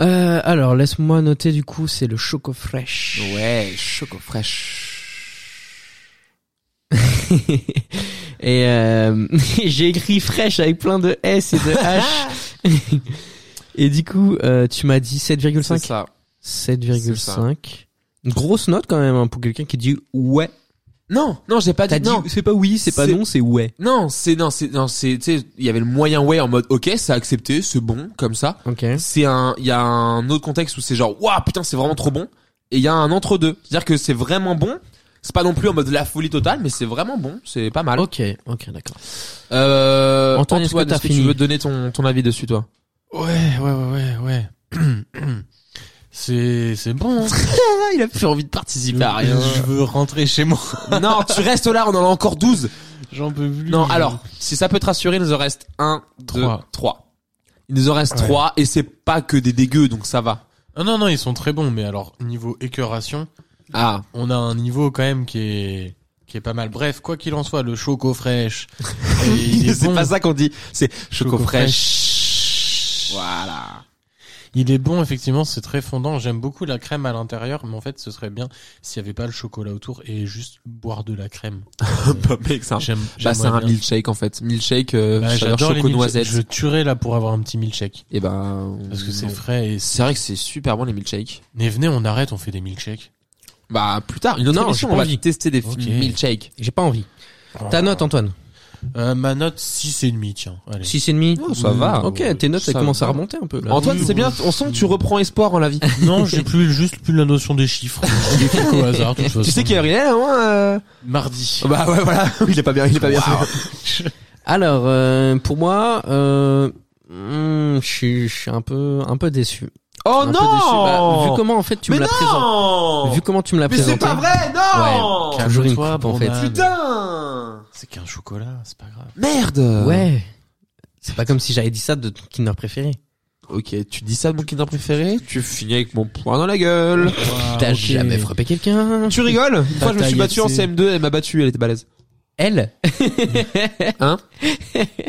S1: Euh, alors laisse-moi noter du coup, c'est le choco fresh.
S3: Ouais, choco fraîche.
S1: et euh, j'ai écrit fresh avec plein de S et de H. et du coup, euh, tu m'as dit
S3: C'est
S1: 7,5.
S3: ça. C'est ça.
S1: 7,5. Une grosse note quand même hein, pour quelqu'un qui dit ouais.
S3: Non, non, j'ai pas dit,
S1: T'as dit
S3: non.
S1: c'est pas oui, Ah, c'est pas
S3: C'est-
S1: non, c'est ouais.
S3: Non, c'est non, c'est non, c'est tu sais, il y avait le moyen way en mode OK, c'est accepté, c'est bon comme ça.
S1: OK.
S3: C'est un il y a un autre contexte où c'est genre waouh putain, c'est vraiment trop bon et il y a un entre deux. C'est-à-dire que c'est vraiment bon. C'est pas non plus en mode la folie totale, mais c'est vraiment bon, c'est pas mal.
S1: OK, OK, d'accord.
S3: Euh,
S1: Antoine, est-ce que t'as
S3: tu
S1: fini
S3: veux donner ton, ton avis dessus, toi
S2: Ouais, ouais, ouais, ouais, ouais. C'est, c'est bon. hein.
S1: Ah,
S3: Il a plus envie de participer
S2: Je veux rentrer chez moi.
S3: non, tu restes là, on en a encore 12
S2: J'en peux plus.
S3: Non, alors, si ça peut te rassurer, il nous en reste 1, 2,
S2: Trois.
S3: 3. Il nous en reste
S2: Ouais.
S3: 3 et c'est pas que des dégueux, donc ça va.
S2: Ah non, non, ils sont très bons, mais alors, niveau écœuration,
S3: Ah,
S2: on a un niveau quand même qui est, qui est pas mal. Bref, quoi qu'il en soit, le choco fraîche. et il est
S3: c'est
S2: bon.
S3: pas ça qu'on dit, c'est choco
S2: Choco
S3: fraîche. Voilà.
S2: Il est bon, effectivement, c'est très fondant. J'aime beaucoup la crème à l'intérieur, mais en fait, ce serait bien s'il n'y avait pas le chocolat autour et juste boire de la crème. Euh,
S3: Bah, mec, c'est un,
S2: J'aime.
S3: bah, c'est
S2: j'aimerais
S3: un
S2: bien.
S3: milkshake en fait. Milkshake, euh,
S2: Bah,
S3: chaleur
S2: j'adore les
S3: choco
S2: milkshakes.
S3: noisette.
S2: Je tuerais là pour avoir un petit milkshake
S3: Et ben.
S2: parce que c'est
S3: non.
S2: frais. Et...
S3: C'est vrai que c'est super bon les milkshakes.
S2: Mais venez, on arrête, on fait des milkshakes.
S3: Bah plus tard, une autre
S1: Non,
S3: émission,
S1: j'ai pas
S3: on va
S1: envie.
S3: tester des
S2: Ok.
S3: milkshakes.
S1: J'ai pas envie. Ta note, Antoine
S2: Euh, ma note 6,5, tiens. Allez.
S1: 6,5
S3: Oh, ça va.
S1: Ok, tes notes,
S3: Ça
S1: elles commencent à
S3: va.
S1: remonter un peu. Là.
S3: Antoine, c'est bien, on sent que tu reprends espoir en la vie.
S2: Non, j'ai plus juste plus la notion des chiffres. Je les trucs au hasard. de toute
S3: tu
S2: façon.
S3: sais qu'il y a rien, hein
S2: mardi.
S3: euh Bah ouais, voilà, il est pas bien, il est pas bien.
S1: Alors, euh, pour moi, euh, hmm, je suis- je suis un peu, un peu déçu.
S3: Oh
S1: Un peu
S3: non
S1: déçu. Bah, vu comment en fait tu
S3: Mais
S1: me l'as présenté.
S3: non
S1: Vu comment tu me l'as
S3: Mais c'est
S1: présenté.
S3: pas vrai, non
S1: Ouais. Toujours une
S2: Calme-toi,
S1: coupe, en fait.
S2: Brandon.
S3: Putain
S2: C'est qu'un chocolat, c'est pas grave.
S3: Merde
S1: Ouais. Euh, C'est pas comme si j'avais dit ça de ton Kinder préféré.
S3: Ok, tu dis ça de mon kinder préféré, tu finis avec mon poing dans la gueule.
S2: Ah,
S1: T'as jamais frappé quelqu'un
S3: tu rigoles Une fois je me suis battu en
S2: Taillé,
S3: CM2, elle m'a battu, elle était balèze.
S1: Elle
S3: Hein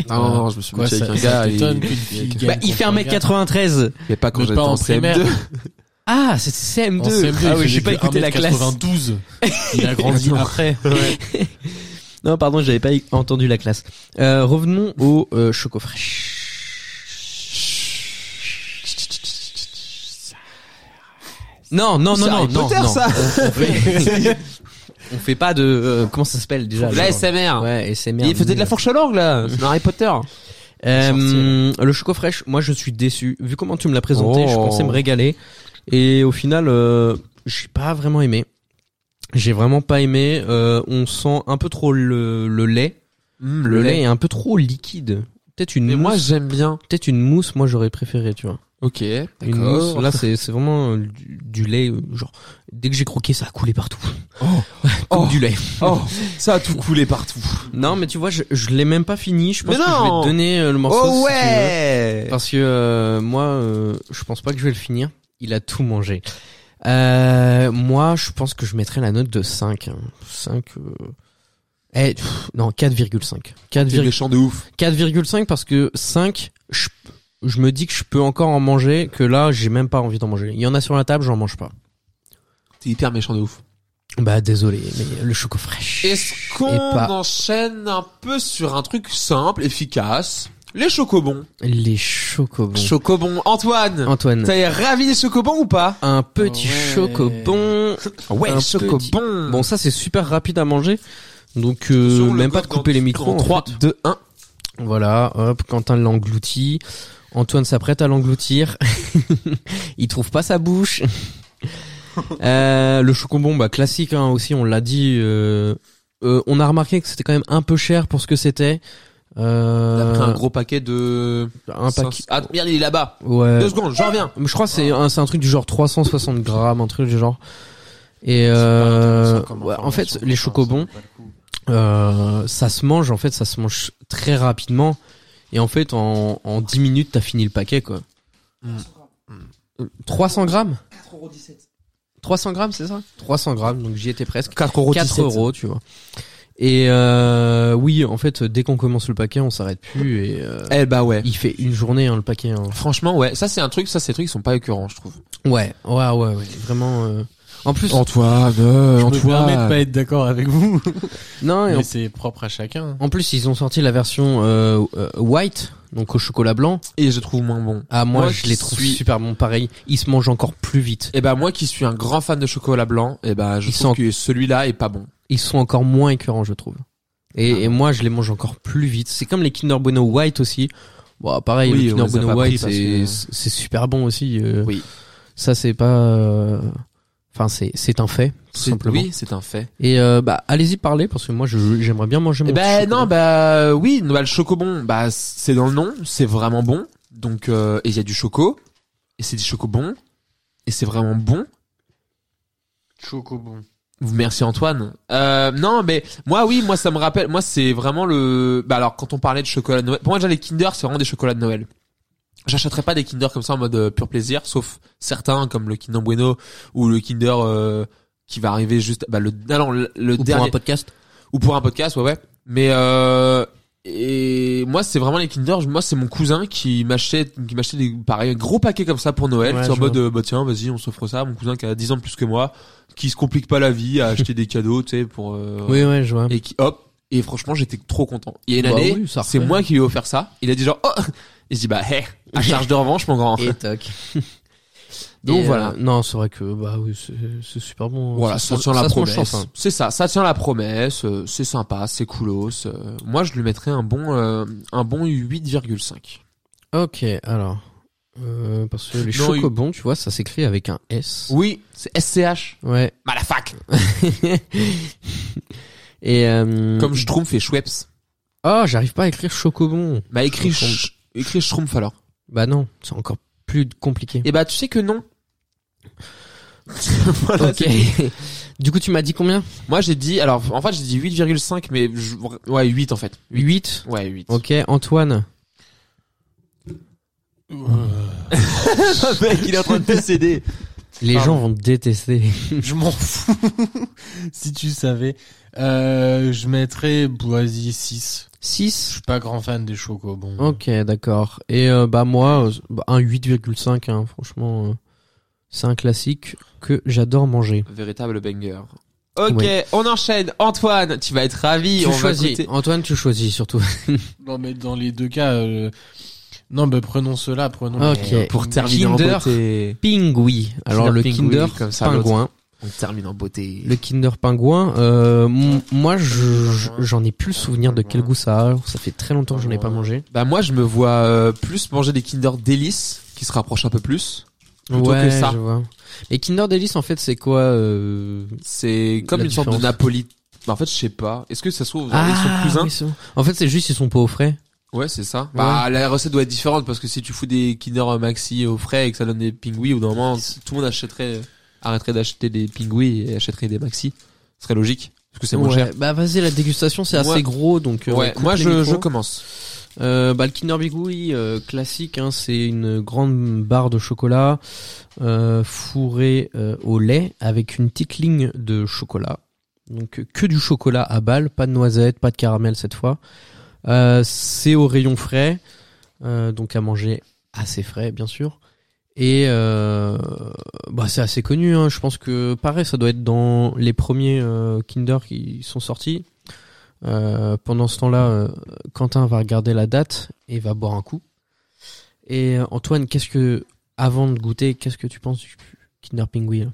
S3: Non, non, je me suis
S2: Quoi,
S3: battu
S2: ça,
S3: avec un
S2: ça
S3: gars. et-
S2: t'étonne qu'une fille
S3: avec-
S2: gagne
S1: Bah, il
S2: contre
S1: fait
S2: un gars
S1: 1m93.
S3: Mais pas quand
S2: Mais
S3: j'étais
S2: pas
S3: en
S2: en
S3: CM2.
S2: primaire.
S1: Ah, c'est CM2.
S2: En CM2,
S1: ah
S2: il
S1: oui, j'ai
S2: faisait
S1: pas
S2: que
S1: écouté la classe.
S2: 1m92. Il a grandi
S3: Attends.
S2: après.
S1: Non, pardon, j'avais pas entendu la classe. Euh, revenons au euh, choco fraîche. Non, non, non,
S3: C'est
S1: non,
S3: Harry
S1: non,
S3: Potter,
S1: non.
S3: ça.
S1: On, on fait, on fait pas de euh, comment ça s'appelle déjà
S3: La
S1: le-
S3: SMR.
S1: Ouais, et c'est merde.
S3: Il faisait de la fourche à langue là, c'est dans Harry Potter.
S1: Euh, le choco fraîche, moi je suis déçu. Vu comment tu me l'as présenté,
S3: Oh.
S1: je pensais me régaler. Et au final, euh, j'ai pas vraiment aimé. J'ai vraiment pas aimé. Euh, on sent un peu trop le, le lait.
S3: Mm,
S1: Le, lait. est un peu trop liquide. Peut-être une
S3: Mais
S1: mousse.
S3: moi j'aime bien.
S1: Peut-être une mousse, moi j'aurais préféré, tu vois.
S3: Ok.
S1: Une mousse, là c'est c'est vraiment euh, du, du lait. euh, Genre, dès que j'ai croqué, ça a coulé partout.
S3: Oh.
S1: Comme
S3: Oh.
S1: du lait.
S3: Oh, ça a tout coulé partout.
S1: Non, mais tu vois, je, je l'ai même pas fini. Je pense
S3: Mais
S1: que je vais
S3: non.
S1: te donner euh, le morceau. si
S3: Oh
S1: tu veux.
S3: ouais.
S1: Parce que euh, moi, euh, je pense pas que je vais le finir. Il a tout mangé. Euh, moi, je pense que je mettrais la note de 5. hein. 5... euh, eh, pff, non, 4,5. 4,
S3: T'es méchant de ouf.
S1: 4,5 parce que 5, je, je me dis que je peux encore en manger, que là, j'ai même pas envie d'en manger. Il y en a sur la table, j'en mange pas.
S3: T'es hyper méchant de ouf.
S1: Bah désolé, mais le choco fraîche.
S3: Est-ce
S1: Et
S3: qu'on
S1: pas-
S3: enchaîne un peu sur un truc simple, efficace Les chocobons.
S1: Les chocobons.
S3: Chocobons. Antoine,
S1: Antoine,
S3: t'as ravi des chocobons ou pas
S1: un petit
S2: Ouais.
S1: chocobon. Un petit-
S3: chocobons.
S1: Bon, ça c'est super rapide à manger. Donc euh,
S3: Sur le
S1: même pas de
S3: code
S1: couper
S3: dans-
S1: les micros.
S3: dans
S1: en
S3: 3,
S1: fait.
S3: 2, 1.
S1: Voilà, hop, Quentin l'engloutit. Antoine s'apprête à l'engloutir. Il trouve pas sa bouche. Euh, le chocobon, bah classique hein, aussi, on l'a dit. euh, euh, on a remarqué que c'était quand même un peu cher pour ce que c'était.
S3: T'as pris
S1: Euh,
S3: un gros paquet de...
S1: un
S3: cinq-
S1: paquet. Euh,
S3: Ah merde, il est là-bas.
S1: Ouais.
S3: Deux secondes, je reviens.
S1: Je crois que c'est un, c'est un truc du genre 360 grammes, un truc du genre. Et
S2: C'est pas
S1: euh,
S2: intéressant comme
S1: ouais, en
S2: information,
S1: fait, les
S2: ça, ça
S1: chocobons,
S2: vaut pas le coup.
S1: euh, ça se mange, en fait, ça se mange très rapidement. Et en fait, en, en 10 minutes, t'as fini le paquet, quoi.
S2: Mm.
S1: 300 grammes 300 grammes, c'est ça 300 grammes, donc j'y étais presque.
S3: 4 euros.
S1: 4 euros, tu vois. Et euh, oui, en fait, dès qu'on commence le paquet, on s'arrête plus. Et euh,
S3: Eh bah ouais.
S1: il fait une journée, hein, le paquet. hein.
S3: Franchement, ouais. Ça, c'est un truc, ça, c'est des trucs qui sont pas écœurants, je trouve.
S1: Ouais, ouais, ouais, ouais. Vraiment. euh, En plus,
S3: Antoine,
S2: Je
S3: euh,
S2: me permets de pas être d'accord avec vous.
S1: non, et en
S2: Mais c'est propre à chacun.
S1: En plus, ils ont sorti la version euh, euh, white, donc au chocolat blanc.
S3: Et je trouve moins bon.
S1: Ah, moi,
S3: Moi,
S1: je
S3: je
S1: les trouve
S3: suis-
S1: super bons. Pareil, ils se mangent encore plus vite.
S3: Et ben moi qui suis un grand fan de chocolat blanc, et ben je
S1: Ils
S3: trouve
S1: sont-
S3: que celui-là est pas bon.
S1: Ils sont encore moins écœurants, je trouve. Et,
S3: Ah.
S1: et moi, je les mange encore plus vite. C'est comme les Kinder Bueno White aussi. Bon, pareil,
S3: Oui,
S1: le
S3: on
S1: Kinder
S3: les a
S1: Bueno
S3: pas pris
S1: White,
S3: parce
S1: c'est
S3: que-
S1: c'est super bon aussi. euh,
S3: Oui.
S1: Ça, c'est pas... euh, Enfin, c'est c'est un fait, tout
S3: C'est-
S1: simplement.
S3: Oui, c'est un fait.
S1: Et euh, bah, allez-y parler, parce que moi, je- j'aimerais bien manger mon
S3: Et ben
S1: chocolat.
S3: non, bah euh, oui, bah, le chocobon, bah c'est dans le nom, c'est vraiment bon. Donc euh, et il y a du choco et c'est du chocobon et c'est vraiment bon.
S2: Chocobon.
S3: Merci Antoine. Euh, non mais moi oui, moi ça me rappelle, moi c'est vraiment le. Bah alors quand on parlait de chocolat de Noël, pour moi déjà les Kinder c'est vraiment des chocolats de Noël. J'achèterais pas des Kinder comme ça en mode euh, pur plaisir, sauf certains comme le Kinder Bueno ou le Kinder euh, qui va arriver juste. Bah le, ah non, le, le
S1: Ou
S3: dernier
S1: pour un podcast.
S3: ou pour un podcast, ouais ouais. Mais euh, Et moi, c'est vraiment les Kinder. Moi, c'est mon cousin qui m'achetait, qui m'achetait des, pareil, un gros paquet comme ça pour Noël.
S2: Ouais,
S3: C'est en
S2: je
S3: mode, euh, bah tiens, vas-y, on s'offre ça. Mon cousin qui a 10 ans de plus que moi, qui se complique pas la vie à acheter des cadeaux, tu sais, pour, euh,
S1: Oui, ouais, je vois.
S3: et qui, hop. Et franchement, j'étais trop content. Il y a une
S1: Bah
S3: année,
S1: oui, ça
S3: c'est
S1: refait.
S3: moi qui lui ai offert ça. Il a dit genre, oh! Et je dis, bah, hé, à charge de revanche, mon grand.
S1: Et toc.
S3: Donc
S1: Et,
S3: voilà.
S1: euh, non, c'est vrai que bah oui, c'est- c'est super bon.
S3: Voilà, ça, tient la
S1: se mange
S3: promesse.
S1: chaud, hein.
S3: C'est ça, ça tient la promesse, euh, c'est sympa, c'est coolos. euh, moi, je lui mettrais un bon euh, un bon 8,5.
S1: Ok, alors. Euh, parce que les
S3: Non, il-
S1: chocobons, tu vois, ça s'écrit avec un S.
S3: Oui, c'est SCH,
S1: Ouais.
S3: malafac.
S1: Et euh...
S3: Comme Schtroumpf et Schweppes.
S1: oh, j'arrive pas à écrire chocobon.
S3: Bah écris
S1: Schtroumpf.
S3: Sch- écris Schtroumpf alors.
S1: Bah non, c'est encore plus compliqué.
S3: Et bah tu sais que non. Voilà,
S1: Ok.
S3: c'est-
S1: du coup, tu m'as dit combien
S3: Moi j'ai dit alors en fait j'ai dit 8,5 mais je- ouais 8 en fait. 8.
S1: 8
S3: Ouais 8.
S1: Ok, Antoine.
S3: mec, il est en train de décéder.
S1: Les
S3: Pardon.
S1: gens vont te détester.
S2: Je m'en fous. si tu savais. Euh, je mettrais, vas-y, 6.
S1: 6
S2: Je suis pas grand fan des chocobons.
S1: Ok, d'accord. Et euh, bah moi, euh, bah, un 8,5, hein, franchement, euh, c'est un classique que j'adore manger.
S3: Véritable banger. Ok,
S1: Ouais.
S3: on enchaîne. Antoine, tu vas être ravi.
S1: tu
S3: on va
S1: choisis,
S3: goûter-
S1: Antoine, tu choisis surtout.
S2: Non, mais dans les deux cas, euh, non, bah, prenons cela, prenons.
S1: Ok.
S2: les-
S3: Pour terminer en
S1: Kinder.
S3: beauté.
S1: Pingui. Alors le
S3: Pingui,
S1: Kinder
S3: comme ça, l'autre.
S1: pingouin,
S3: On termine en beauté.
S1: le Kinder pingouin. euh, m- moi, je- je- j'en ai plus le souvenir de quel goût ça a. Ça fait très longtemps que je n'ai pas mangé.
S3: Bah moi je me vois euh, plus manger des Kinder Délice qui se rapprochent un peu plus. Plutôt
S1: ouais,
S3: que ça.
S1: je vois. Et Kinder Delice, en fait, c'est quoi euh,
S3: C'est comme
S1: La
S3: une sorte de
S1: différence.
S3: Napoli. Bah, en fait je sais pas. Est-ce que ça se trouve
S1: Ah,
S3: ils sont cousins
S1: oui, c'est bon. En fait, c'est juste ils sont pas au frais.
S3: Ouais c'est ça. Bah la recette doit être différente parce que si tu fous des Kinder Maxi au frais et que ça donne des pingouis au bout d'un moment tout le monde achèterait euh, arrêterait d'acheter des pingouis et achèterait des Maxi. Ce serait logique parce que c'est moins
S1: Ouais.
S3: cher.
S1: Bah vas-y, la dégustation, c'est
S3: Ouais.
S1: assez gros, donc. euh,
S3: Ouais,
S1: coupe
S3: moi
S1: les
S3: je,
S1: micros.
S3: je commence.
S1: Euh, bah, le Kinder Bigouille euh, classique, hein, c'est une grande barre de chocolat euh, fourrée euh, au lait avec une petite ligne de chocolat. Donc euh, que du chocolat à balle, pas de noisettes, pas de caramel cette fois. Euh, c'est au rayon frais, euh, donc à manger assez frais bien sûr. Et euh, bah, c'est assez connu, hein. je pense que pareil, ça doit être dans les premiers euh, Kinder qui sont sortis. Euh, pendant ce temps-là, euh, Quentin va regarder la date et va boire un coup. Et euh, Antoine, qu'est-ce que avant de goûter, qu'est-ce que tu penses du Kinder Pingui là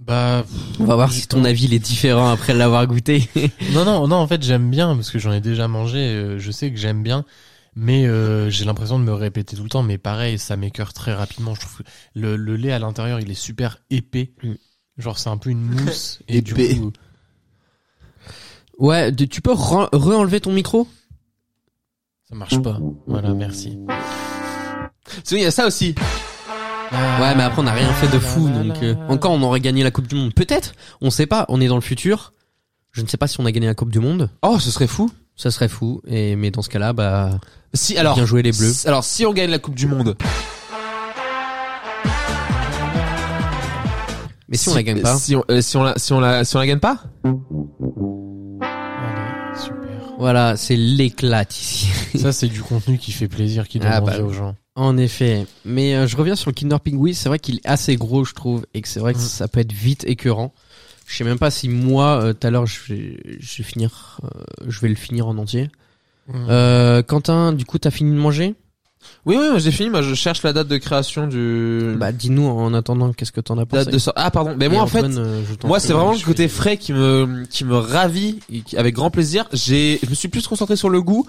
S2: Bah,
S1: On va voir si ton avis il est différent après l'avoir goûté.
S2: non, non, non, en fait, j'aime bien, parce que j'en ai déjà mangé, euh, je sais que j'aime bien, mais euh, j'ai l'impression de me répéter tout le temps, mais pareil, ça m'écœure très rapidement. Je trouve que le, le lait à l'intérieur, il est super épais.
S1: Mm.
S2: Genre, c'est un peu une mousse. et du
S3: Épais.
S2: coup,
S1: ouais, de- tu peux re- re-enlever ton micro
S2: ça marche pas. Voilà, merci.
S3: Sinon il y a ça aussi.
S1: Ouais, mais après on n'a rien fait de fou, donc euh, encore on aurait gagné la Coupe du Monde. Peut-être, on sait pas, on est dans le futur. Je ne sais pas si on a gagné la Coupe du Monde,
S3: Oh ce serait fou.
S1: ça serait fou. Et mais dans ce cas-là, bah
S3: Si alors
S1: bien joué les Bleus.
S3: Si- Alors, si on gagne la Coupe du Monde.
S1: Mais si, on la gagne pas,
S3: Si on, euh, si on la, si on la, si on la gagne pas?
S2: Allez, super.
S1: voilà, c'est l'éclate ici.
S2: Ça, c'est du contenu qui fait plaisir, qui donne
S1: Ah, bah
S2: envie
S1: oui.
S2: aux gens.
S1: En effet, mais euh, je reviens sur le Kinder Pingui, c'est vrai qu'il est assez gros je trouve et que c'est vrai que
S2: Mhm.
S1: ça peut être vite écœurant. Je sais même pas si moi euh, tout à l'heure je vais, je vais finir euh, je vais le finir en entier. Euh, Quentin, du coup t'as fini de manger
S3: Oui, oui, moi, j'ai fini. Moi, je cherche la date de création du.
S1: Bah dis-nous en attendant qu'est-ce que t'en as pensé.
S3: Mmh.
S1: euh,
S3: date de sort- Ah, pardon. Mais moi, en fait, moi, c'est vraiment le côté frais qui me, qui me ravit, et qui- avec grand plaisir. J'ai, je me suis plus concentré sur le goût.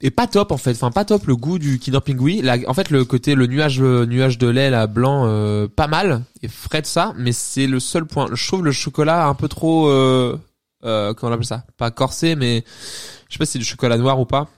S3: Et pas top, en fait. Enfin, pas top le goût du Kinder Pingui. La- en fait, le côté, le nuage, euh, nuage de lait, là, blanc, euh, pas mal. Et frais de ça. Mais c'est le seul point. Je trouve le chocolat un peu trop, euh, euh, comment on appelle ça? Pas corsé, mais je sais pas si c'est du chocolat noir ou pas.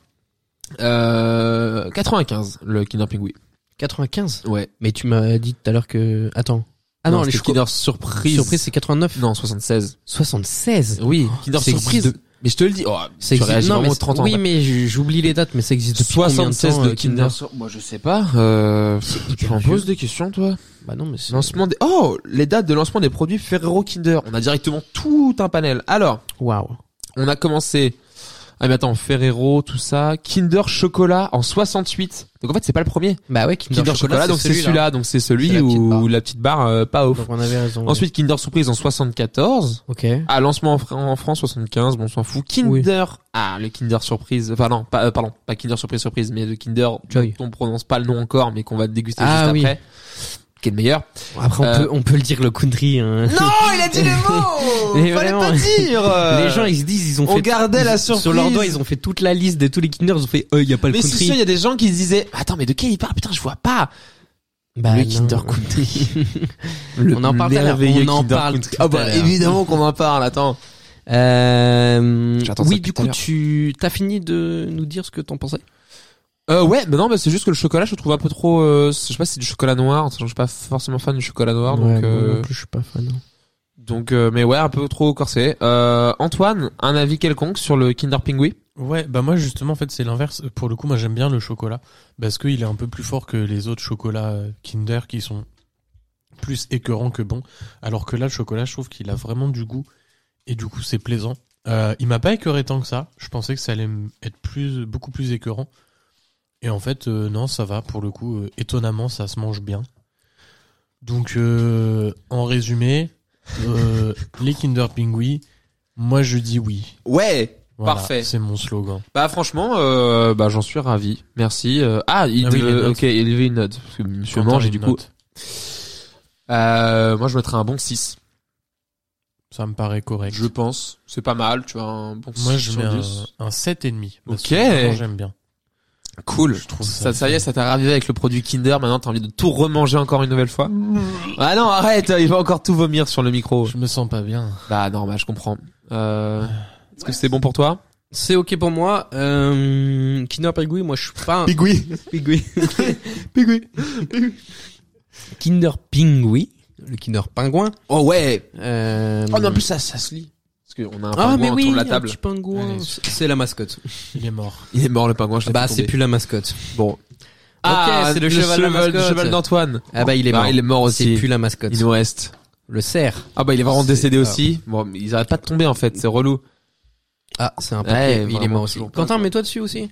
S3: Euh, 95, le Kinder Pingui.
S1: 95.
S3: Ouais.
S1: Mais tu m'as dit tout à l'heure que attends. Ah non, les
S3: c'était
S1: choco-
S3: Kinder Surprise.
S1: surprise c'est 89.
S3: Non, Oh, 76.
S1: 76.
S3: Oui, Kinder
S1: Ça existe
S3: Surprise.
S1: de-
S3: Mais je te le dis. Oh,
S1: Ça
S3: tu
S1: existe-
S3: réagis
S1: non, mais
S3: vraiment
S1: c'est-
S3: 30 ans.
S1: Oui, mais j- j'oublie les dates, mais ça existe depuis combien de
S3: 76
S1: temps
S3: de
S1: euh,
S3: Kinder, Sur- Moi, je sais pas. Euh, tu
S1: hyper
S3: m'en
S1: vieux.
S3: poses des questions, toi
S1: Bah non, mais c'est-
S3: Lancement des... Oh, les dates de lancement des produits Ferrero Kinder. On a directement tout un panel. Alors,
S1: Waouh.
S3: on a commencé Ah mais attends, Ferrero, tout ça, Kinder Chocolat en 68. Donc en fait, c'est pas le premier.
S1: Bah ouais,
S3: Kinder, Chocolat, donc c'est celui-là, donc c'est celui
S1: C'est la petite
S3: où
S1: barre.
S3: la petite barre euh, pas off.
S1: Donc on avait raison.
S3: Ensuite, Kinder Surprise en 74.
S1: ok.
S3: Ah, lancement en, Fran- en France 75, bon, on s'en fout. Kinder, ah, le Kinder Surprise, enfin non, pas, euh, pardon, pas Kinder Surprise Surprise, mais le Kinder,
S1: Joy.
S3: on prononce pas le nom encore, mais qu'on va déguster
S1: Ah
S3: juste
S1: oui.
S3: après, qui est le meilleur.
S1: Après, on,
S3: Euh,
S1: peut, on peut le dire le country. hein.
S3: il a dit le mot
S1: Mais Fallait vraiment. pas
S3: dire
S1: les gens, ils se disent, ils ont
S3: on
S1: fait
S3: gardait la
S1: sur-
S3: surprise.
S1: Sur leur doigt, ils ont fait toute la liste de tous les Kinders. Ils ont fait, euh, y a pas le
S3: Mais c'est
S1: country.
S3: sûr, il y a des gens qui se disaient, attends, mais de quel il parle Putain, je vois pas.
S1: Bah,
S3: le
S1: non.
S3: Kinder Country. Le
S1: On en parle tout à l'heure,
S3: merveilleux
S1: on en
S3: Kinder
S1: parle
S3: Country.
S1: tout
S3: Ah
S1: à
S3: bah
S1: l'heure.
S3: évidemment qu'on en parle. Attends.
S1: Euh,
S3: J'attends ça
S1: oui,
S3: depuis
S1: du
S3: tout à
S1: coup,
S3: l'heure.
S1: tu t'as fini de nous dire ce que t'en pensais.
S3: Euh, ouais, mais non, mais c'est juste que le chocolat, je le trouve un peu trop. euh, je sais pas si c'est du chocolat noir. Je suis pas forcément fan du chocolat noir, donc. euh,
S1: je suis pas fan. hein.
S3: donc, euh, mais ouais, un peu trop corsé. Euh, Antoine, un avis quelconque sur le Kinder Pingui
S2: Ouais, bah moi justement en fait c'est l'inverse. Pour le coup, moi j'aime bien le chocolat parce qu'il est un peu plus fort que les autres chocolats euh, Kinder qui sont plus écœurants que bons. Alors que là, le chocolat, je trouve qu'il a vraiment du goût et du coup c'est plaisant. Euh, il m'a pas écœuré tant que ça. Je pensais que ça allait m- être plus, beaucoup plus écœurant. Et en fait, euh, non, ça va pour le coup. euh, étonnamment, ça se mange bien. Donc, euh, en résumé, euh, les Kinder Pingui, moi je dis oui.
S3: Ouais.
S2: Voilà,
S3: Parfait.
S2: C'est mon slogan.
S3: Bah franchement, euh, bah j'en suis ravi. Merci. Euh, ah, il
S2: Ah oui, les
S3: euh,
S2: notes.
S3: ok, il avait une note. Parce que Monsieur
S2: Quentin,
S3: Mange,
S2: une
S3: du coup.
S2: note.
S3: Euh, moi, je mettrais un bon 6
S2: Ça me paraît correct.
S3: Je pense. C'est pas mal. Tu vois, un bon 6
S2: Moi, je
S3: sur
S2: mets un,
S3: 10.
S2: un 7,5. parce
S3: Ok.
S2: que vraiment, J'aime bien.
S3: Cool.
S2: Je trouve
S3: Ça,
S2: ça.
S3: ça y est, ça t'a ravivé avec le produit Kinder. Maintenant, t'as envie de tout remanger encore une nouvelle fois. Ah non, arrête. Il va encore tout vomir sur le micro.
S2: Je me sens pas bien.
S3: Bah non, bah je comprends. Euh, Est-ce que c'est bon pour toi
S1: C'est ok pour moi. Euh, Kinder Pingui, moi je suis pas un
S3: Pigoui.
S1: Pingui. Kinder Pingui, le Kinder Pingouin.
S3: Oh ouais.
S1: Euh,
S3: Oh non, en plus ça, ça se lit. Parce qu'on a un pingouin
S1: ah mais
S3: autour
S1: oui,
S3: de la
S1: un
S3: table.
S1: petit pingouin.
S2: Allez.
S1: C'est- c'est la mascotte.
S2: Il est mort.
S3: Il est mort le pingouin. Je l'ai
S1: Bah
S3: fait
S1: c'est
S3: tomber.
S1: plus la mascotte.
S3: bon.
S1: c'est le cheval, la
S3: le
S1: mascotte.
S3: cheval d'Antoine.
S1: Ah bah il est mort.
S3: il est mort
S1: C'est
S3: aussi.
S1: plus la mascotte.
S3: Il nous reste.
S1: Le cerf.
S3: Ah bah il est vraiment
S1: C'est-
S3: décédé
S1: ah.
S3: aussi. Bon, mais ils arrêtent pas de tomber en fait, c'est relou.
S1: Ah c'est un peu.
S3: Ouais,
S1: il est
S3: vraiment,
S1: mort aussi.
S3: toujours pas.
S1: Quentin, mets-toi dessus aussi.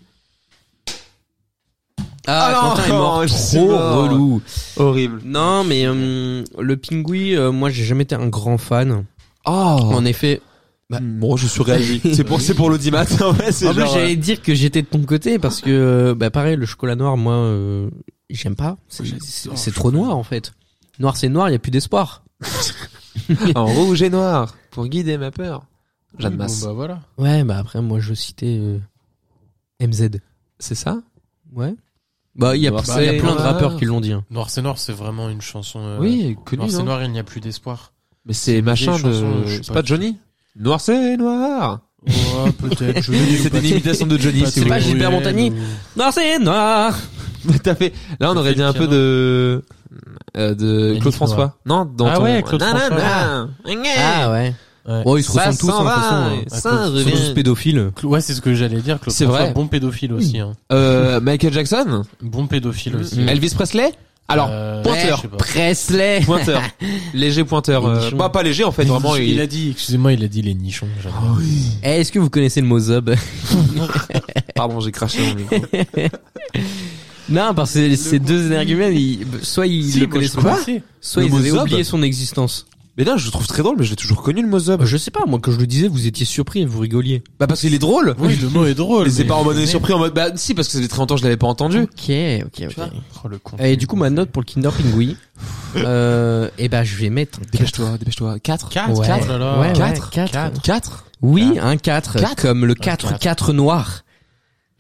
S3: Ah
S1: Ah,
S3: non,
S1: Quentin est mort.
S3: je suis
S1: Trop
S3: mort.
S1: relou.
S3: Horrible.
S1: Non, mais euh, le pingouin, euh, moi, j'ai jamais été un grand fan.
S3: Oh.
S1: En effet. Bah.
S3: Bon, je suis réagi. c'est pour c'est pour l'audimat. ouais, c'est
S1: En plus,
S3: genre, euh,
S1: j'allais dire que j'étais de ton côté parce que, euh, bah, pareil, le chocolat noir, moi, euh, j'aime pas. C'est- C'est c'est trop noir, en fait. Noir, c'est noir, il y a plus d'espoir.
S3: euh, en rouge et noir pour guider ma peur. Jeanne
S2: Oui,
S3: Masse.
S2: Bon, bah voilà.
S1: Ouais, bah après, moi, je citais euh, MZ.
S3: C'est ça
S1: Ouais. Bah, il y a,
S3: Noir,
S1: il y a
S3: c'est
S1: plein de
S3: noir.
S1: rappeurs qui l'ont dit. hein.
S2: Noir c'est noir, c'est vraiment une chanson. euh,
S3: Oui,
S2: Noir
S3: connu
S2: c'est
S3: non
S2: noir, il n'y a plus d'espoir.
S3: Mais c'est
S2: une
S3: machin
S2: vieille chanson,
S3: de
S2: je sais
S3: c'est
S2: pas.
S3: pas Johnny. Noir c'est noir.
S2: Ouais, peut-être. je l'ai
S3: C'est
S2: pas-
S3: une imitation de Johnny, si
S1: c'est
S3: vous
S1: pas
S3: voulez.
S1: Gilbert Montagny. Noir, c'est noir.
S3: Tout à fait. Là, on
S2: Ça
S3: aurait
S2: fait
S3: dit un
S2: le
S3: peu
S2: piano.
S3: de euh, de
S2: Yannick
S3: Claude François. Non, dans
S2: Ah
S3: ton-
S2: ouais, Claude
S3: Nanana. Eh.
S1: Ah ouais.
S2: Ouais,
S1: Bon, ils se
S3: Ça
S1: ressemblent tous,
S3: s'en
S1: hein, de toute
S3: va,
S1: façon, hein.
S3: ça
S2: Claude-
S1: Ils sont
S3: revient.
S1: tous pédophiles.
S2: Cl- ouais, c'est ce que j'allais dire. Claude
S3: C'est
S2: François,
S3: vrai.
S2: Bon pédophile aussi. Hein.
S3: Euh, Michael Jackson,
S2: Bon pédophile aussi.
S1: Mm.
S3: Elvis Presley. Alors,
S2: Euh,
S3: pointeur.
S2: je sais pas.
S1: Presley.
S3: pointeur, léger pointeur.
S1: Les
S3: euh,
S1: nichons.
S3: bah, pas léger en fait, vraiment. Ah
S2: il, a dit, excusez-moi, il a dit les nichons. j'adore.
S1: Eh, Est-ce que vous connaissez le mot zob
S3: Pardon, j'ai craché mon micro.
S1: Non, parce que ces deux énergumènes, ils- soit ils
S3: Si,
S1: le
S3: moi, je
S1: connaissent
S3: connais.
S1: pas,
S2: Merci.
S1: soit
S3: Le
S1: ils
S3: mot
S1: avaient
S3: zob
S1: oublié son existence.
S3: Mais là, je le trouve très drôle, mais je l'ai toujours connu le Mozob.
S1: Bah, je sais pas, moi quand je le disais, vous étiez surpris et vous rigoliez.
S3: Bah parce qu'il est drôle.
S2: Ah Oui, le mot est drôle.
S3: Mais c'est
S2: mais-
S3: pas en mode surpris, en mode bah si parce que ça faisait très longtemps que je l'avais pas entendu.
S1: Ok, ok,
S3: vois
S2: Oh, le con.
S1: Et du coup, ma note pour le Kinder Pingui, euh, eh ben, je vais mettre un 4.
S3: Dépêche-toi, dépêche-toi. 4
S2: 4,
S1: Ouais.
S2: 4 alors.
S1: Ouais, ouais,
S3: Quatre.
S1: quatre.
S2: Quatre.
S3: 4
S1: Oui, un 4,
S3: Quatre
S1: comme le
S2: quatre.
S1: 4-4 noir.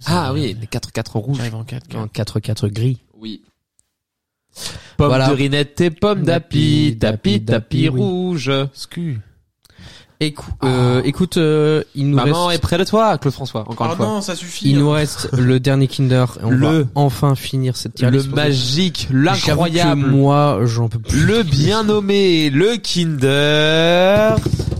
S3: Ah oui, 4 4 rouge.
S2: J'arrive en 4,
S1: Un 4-4 gris.
S3: Oui. Pomme
S1: Voilà.
S3: de rinette et pomme d'api,
S1: D'api,
S3: d'api,
S1: d'api,
S3: d'api
S1: d'api,
S3: rouge.
S2: Scu.
S1: Écou- euh, écoute, euh, il nous
S3: Ah. Maman est
S1: reste,
S3: près de toi, Claude François, encore une fois.
S2: ça suffit. hein.
S1: il nous reste le dernier Kinder et on
S3: Le-
S1: va enfin finir cette tier
S3: Le
S1: list.
S3: magique,
S1: J'avoue que
S3: l'incroyable,
S1: Moi, j'en peux plus.
S3: le bien nommé, le Kinder.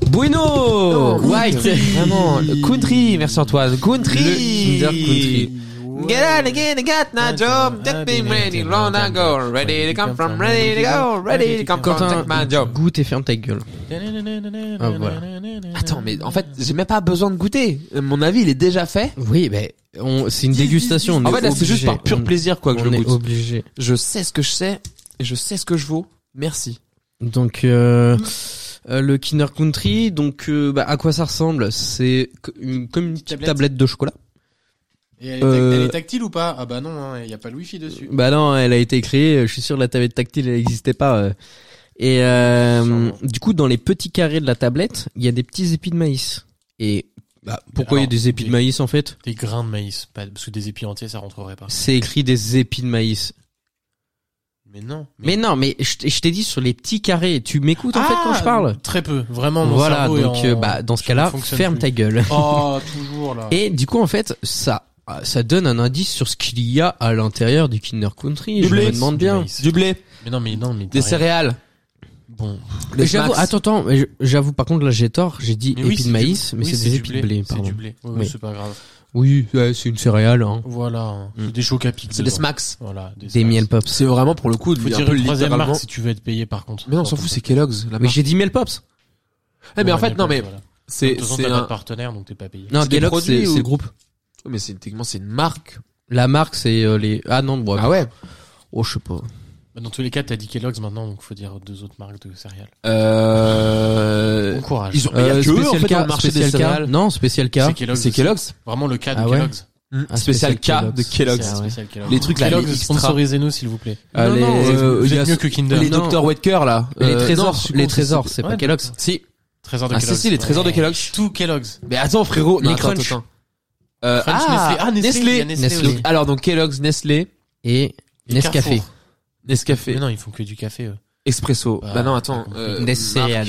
S1: Bueno Oh,
S3: White. Vraiment. Country. Merci Antoine. Country.
S1: Le Kinder Country.
S2: ouais.
S3: Get out again, got no job, take me ready, long ago, ready to come from, ready to go, ready to come from, take my
S1: Quentin,
S3: job.
S1: goûte et ferme ta gueule. Ah, voilà.
S3: Attends, mais en fait, j'ai même pas besoin de goûter. Euh, Mon avis, il est déjà fait.
S1: Oui, mais on- c'est une dégustation. on
S3: En
S1: est
S3: fait, là, c'est juste
S1: obligé.
S3: par pur
S1: On-
S3: plaisir, quoi, que je
S1: on
S3: le
S1: est
S3: goûte.
S1: obligé.
S3: Je sais ce que je sais, et je sais ce que je vaux. Merci.
S1: Donc euh, euh, le Kinder Country, donc euh, bah, à quoi ça ressemble C'est co- une- comme une petite tablette.
S2: tablette.
S1: de chocolat.
S2: Et elle, est
S1: Euh,
S2: tac- elle est tactile ou pas Ah bah non, hein, il y a pas le wifi dessus.
S1: Bah non, elle a été créée. euh, Je suis sûr la tablette tactile elle n'existait pas. euh. Et euh,
S2: Sûrement.
S1: du coup, dans les petits carrés de la tablette, il y a des petits épis de maïs. Et bah, pourquoi il y a
S2: Alors,
S1: des épis de
S2: oui.
S1: maïs en fait
S2: Des grains de maïs, pas- parce que des épis entiers ça rentrerait pas.
S1: C'est écrit des épis de maïs.
S2: Mais non.
S1: Mais non, mais je t- je t'ai dit sur les petits carrés. Tu m'écoutes en fait quand je parle
S2: Très peu, vraiment. Mon
S1: Voilà,
S2: cerveau est
S1: donc
S2: en-
S1: euh, bah dans ce
S2: je
S1: cas-là,
S2: ne fonctionne
S1: ferme
S2: plus.
S1: ta gueule.
S2: Oh, toujours là.
S1: Et du coup, en fait, ça, ça donne un indice sur ce qu'il y a à l'intérieur du Kinder Country.
S3: Du
S1: Je me
S3: blé.
S1: demande bien.
S2: Maïs.
S3: Du blé,
S2: Mais non, mais non, mais t'as
S3: des
S2: rien.
S3: céréales.
S2: Bon,
S3: des
S1: J'avoue,
S3: snacks.
S1: attends, attends, mais je- j'avoue, par contre, là, j'ai tort. J'ai dit épis
S2: c'est
S1: de
S2: du-
S1: maïs, mais
S2: oui,
S1: c'est des
S2: du
S1: épis de blé,
S2: C'est
S1: pardon.
S2: du blé. Ouais,
S1: Oui.
S2: C'est pas grave.
S1: Oui, ouais, c'est une céréale, hein.
S2: Voilà, hein.
S1: Mm.
S2: C'est des chocs à pic
S3: C'est des
S2: dedans.
S3: smacks.
S2: Voilà,
S1: Des
S2: smacks.
S1: miel pops.
S3: C'est vraiment pour le coup,
S2: Faut
S3: un
S2: dire
S3: peu
S2: une troisième
S3: littéralement-
S2: marque si tu veux être payé par contre.
S3: Mais non, on s'en fout, c'est Kellogg's.
S1: Mais
S3: La marque.
S1: j'ai dit miel pops.
S3: Eh, mais en fait,
S2: Miel
S3: non,
S2: Pops,
S3: mais
S2: voilà. De
S3: c'est
S2: toute façon,
S3: c'est
S2: t'as pas de
S3: un.
S2: partenaire donc t'es pas payé.
S1: Non,
S3: C'est des
S1: Kellogg, c'est
S3: produits
S1: c'est
S3: ou-
S1: le groupe.
S3: Mais c'est techniquement c'est une marque.
S1: La marque, c'est euh, les. Ah non, bon,
S3: Ah ouais.
S1: oh, je sais pas.
S2: Bah, Dans tous les cas, t'as dit Kellogg's maintenant donc faut dire deux autres marques de céréales.
S3: Euh...
S2: Bon courage.
S3: Ils ont. mais y a que eux, en fait, dans le marché des
S1: euh, Spécial K.
S3: céréales.
S1: Non, spécial K.
S2: C'est Kellogg's.
S3: C'est
S2: aussi.
S3: Kellogg's. Hmm.
S2: Vraiment le cas de
S1: Ah ouais
S2: Kellogg's.
S1: Ah,
S3: spécial K de Kellogg's.
S2: C'est un
S1: Ah ouais.
S2: spécial Kellogg's.
S3: Les trucs là, les
S2: Kellogg's,
S3: extra.
S2: sponsorisez-nous s'il vous plaît.
S1: Ah,
S3: Non,
S1: les-
S3: non, euh,
S2: Vous
S3: il y a
S2: êtes mieux que Kinder.
S3: les
S1: Non.
S3: Dr. Whitaker là.
S1: Les
S3: Euh,
S1: trésors,
S3: non, je suis
S1: les
S3: con,
S1: trésors, c'est pas
S2: Ouais,
S1: Kellogg's.
S3: Si.
S2: Trésor de
S3: Ah si
S2: Kellogg's.
S3: si les trésors de
S2: Ouais.
S3: Kellogg's.
S2: Tout Kellogg's.
S3: Mais attends frérot.
S1: Les
S3: Non, attends,
S1: Crunch.
S3: attends. Euh,
S2: Crunch, Nestlé. Ah, Nestlé, il y a Nestlé
S1: Nestlé.
S2: aussi.
S1: Nestlé.
S3: Alors donc Kellogg's, Nestlé,
S1: Et
S2: Et
S1: Nescafé.
S2: Carrefour. Mais
S3: Nescafé,
S2: non, ils font que du café. eux.
S3: Espresso.
S2: Bah,
S3: Bah non attends.
S2: t'as
S3: euh,
S1: Nes
S3: marque.
S1: céréales.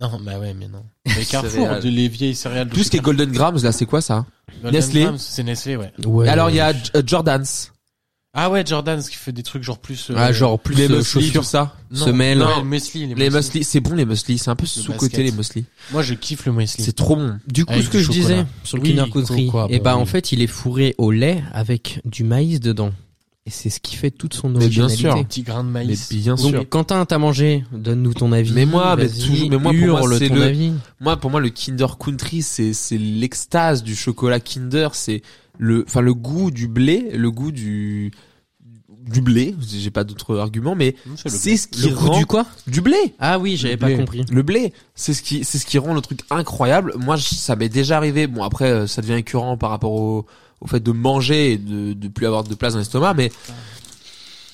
S2: Non, bah ouais, mais non. Mais Carrefour,
S3: Céréales.
S2: de les vieilles céréales. de
S3: Tout ce qui est
S2: chez
S3: Golden Grams là, c'est quoi ça
S2: Golden
S3: Nestlé.
S2: Grams, C'est Nestlé, ouais.
S1: Ouais.
S3: Alors il y a J- euh, Jordan's.
S2: Ah ouais, Jordan, ce qui fait des trucs genre plus. euh,
S1: Ah, genre plus
S3: Les
S1: de
S3: muesli, tout
S1: chaussures.
S3: ça.
S2: non,
S1: semelles.
S2: ouais,
S3: Non.
S2: le muesli, les,
S3: Les
S2: muesli.
S3: muesli, c'est bon les muesli, c'est un peu sous-côté
S2: basket.
S3: les muesli.
S2: Moi, je kiffe le muesli.
S3: C'est trop bon.
S1: Du coup,
S2: Avec
S1: ce que
S2: du
S1: je
S2: chocolat.
S1: disais sur le
S2: Oui,
S1: Kinder Country,
S3: ah,
S2: coco,
S1: et
S2: bah
S1: bah en
S2: oui.
S1: fait, il est fourré au lait avec du maïs dedans, et c'est ce qui fait toute son
S3: Mais bien
S1: originalité.
S3: sûr.
S2: Un petit grain de
S3: Mais
S2: maïs.
S3: bien sûr.
S1: Donc, Quentin, t'as mangé Donne-nous ton avis.
S3: Mais moi, mais
S1: Vas-y,
S3: toujours- mais moi, pour
S1: hurle
S3: moi, c'est
S1: ton
S3: le-
S1: avis.
S3: Moi, pour moi, le Kinder Country, c'est c'est l'extase du chocolat Kinder. C'est le, enfin, le goût du blé, le goût du du blé. J'ai pas d'autres arguments, mais c'est ce qui
S1: Le goût
S3: rend
S1: du quoi
S3: du blé.
S1: Ah oui, j'avais
S3: Le
S1: pas
S3: blé.
S1: compris.
S3: Le blé, c'est ce qui c'est ce qui rend le truc incroyable. Moi, je- ça m'est déjà arrivé. Bon, après, euh, ça devient écœurant par rapport au au fait de manger et de de plus avoir de place dans l'estomac, mais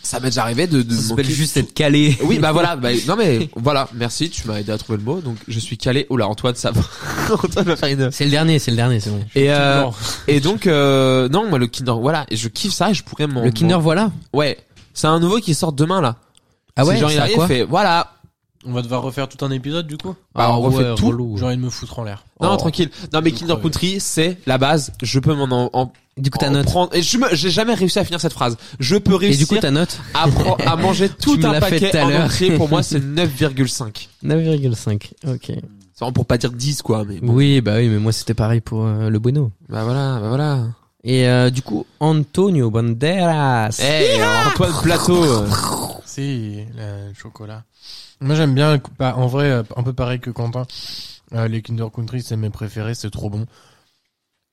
S3: ça m'est déjà arrivé de de
S1: Ça s'appelle
S3: manquer-
S1: juste être calé.
S3: Oui, bah voilà. bah, non mais voilà, merci, tu m'as aidé à trouver le mot. Donc je suis calé. Oh là, Antoine, ça va. Antoine va faire une.
S1: C'est le dernier, c'est le dernier, c'est bon.
S3: Et euh,
S2: Blanc.
S3: et donc euh, non, moi le Kinder, voilà, et je kiffe ça. et Je pourrais m'en.
S1: Le Kinder, voilà.
S3: m'en- Ouais, c'est un nouveau qui sort demain là.
S1: Ah
S3: C'est
S1: ouais,
S3: genre il
S1: c'est à
S3: arrive,
S1: quoi
S3: fait voilà.
S2: On va devoir refaire tout un épisode du coup.
S3: Bah, on refait
S1: Ah ouais,
S3: tout.
S1: relou.
S2: J'ai envie de me foutre en l'air.
S3: Non
S2: Oh.
S3: tranquille. Non mais Kinder
S2: Incroyable.
S3: Country, c'est la base. Je peux m'en en, en-
S1: Du coup, ta
S3: en
S1: note.
S3: prendre. Oh, Et je me, j'ai jamais réussi à finir cette phrase. Je
S1: Et
S3: peux
S1: du
S3: réussir
S1: coup, ta note
S3: à, pro- à manger tout
S1: me
S3: un
S1: l'as fait
S3: paquet
S1: tout à
S3: en
S1: l'heure.
S3: entier. Pour moi, c'est 9,5.
S1: 9,5. Ok.
S3: C'est vraiment pour pas dire 10 quoi, mais bon.
S1: Oui, bah oui, mais moi, c'était pareil pour euh, le Bueno.
S3: Bah voilà, bah voilà.
S1: Et euh, du coup, Antonio Banderas.
S3: Eh, Antoine Plateau. euh,
S2: Si, le chocolat. Moi, j'aime bien, bah, en vrai, euh, un peu pareil que Quentin. Euh, les Kinder Country, c'est mes préférés, c'est trop bon.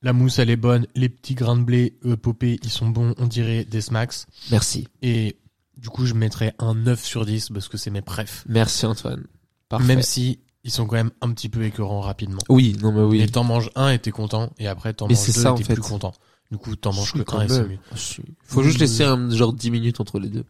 S2: La mousse, elle est bonne. Les petits grains de blé euh, popés, ils sont bons. On dirait des smacks.
S3: Merci.
S2: Et du coup, je mettrais un 9 sur 10 parce que c'est mes préf.
S3: Merci Antoine. Parfait.
S2: Même si ils sont quand même un petit peu écœurants rapidement.
S3: Oui, non mais
S2: Et
S3: oui.
S2: t'en manges un et t'es content. Et après, t'en
S3: Mais
S2: manges
S3: c'est
S2: deux
S3: ça, en
S2: et t'es
S3: fait.
S2: plus content. Du coup, t'en manges
S3: Je suis
S2: que
S3: quand
S2: un et c'est
S3: même.
S2: mieux.
S3: Faut juste laisser un genre 10 minutes entre les deux.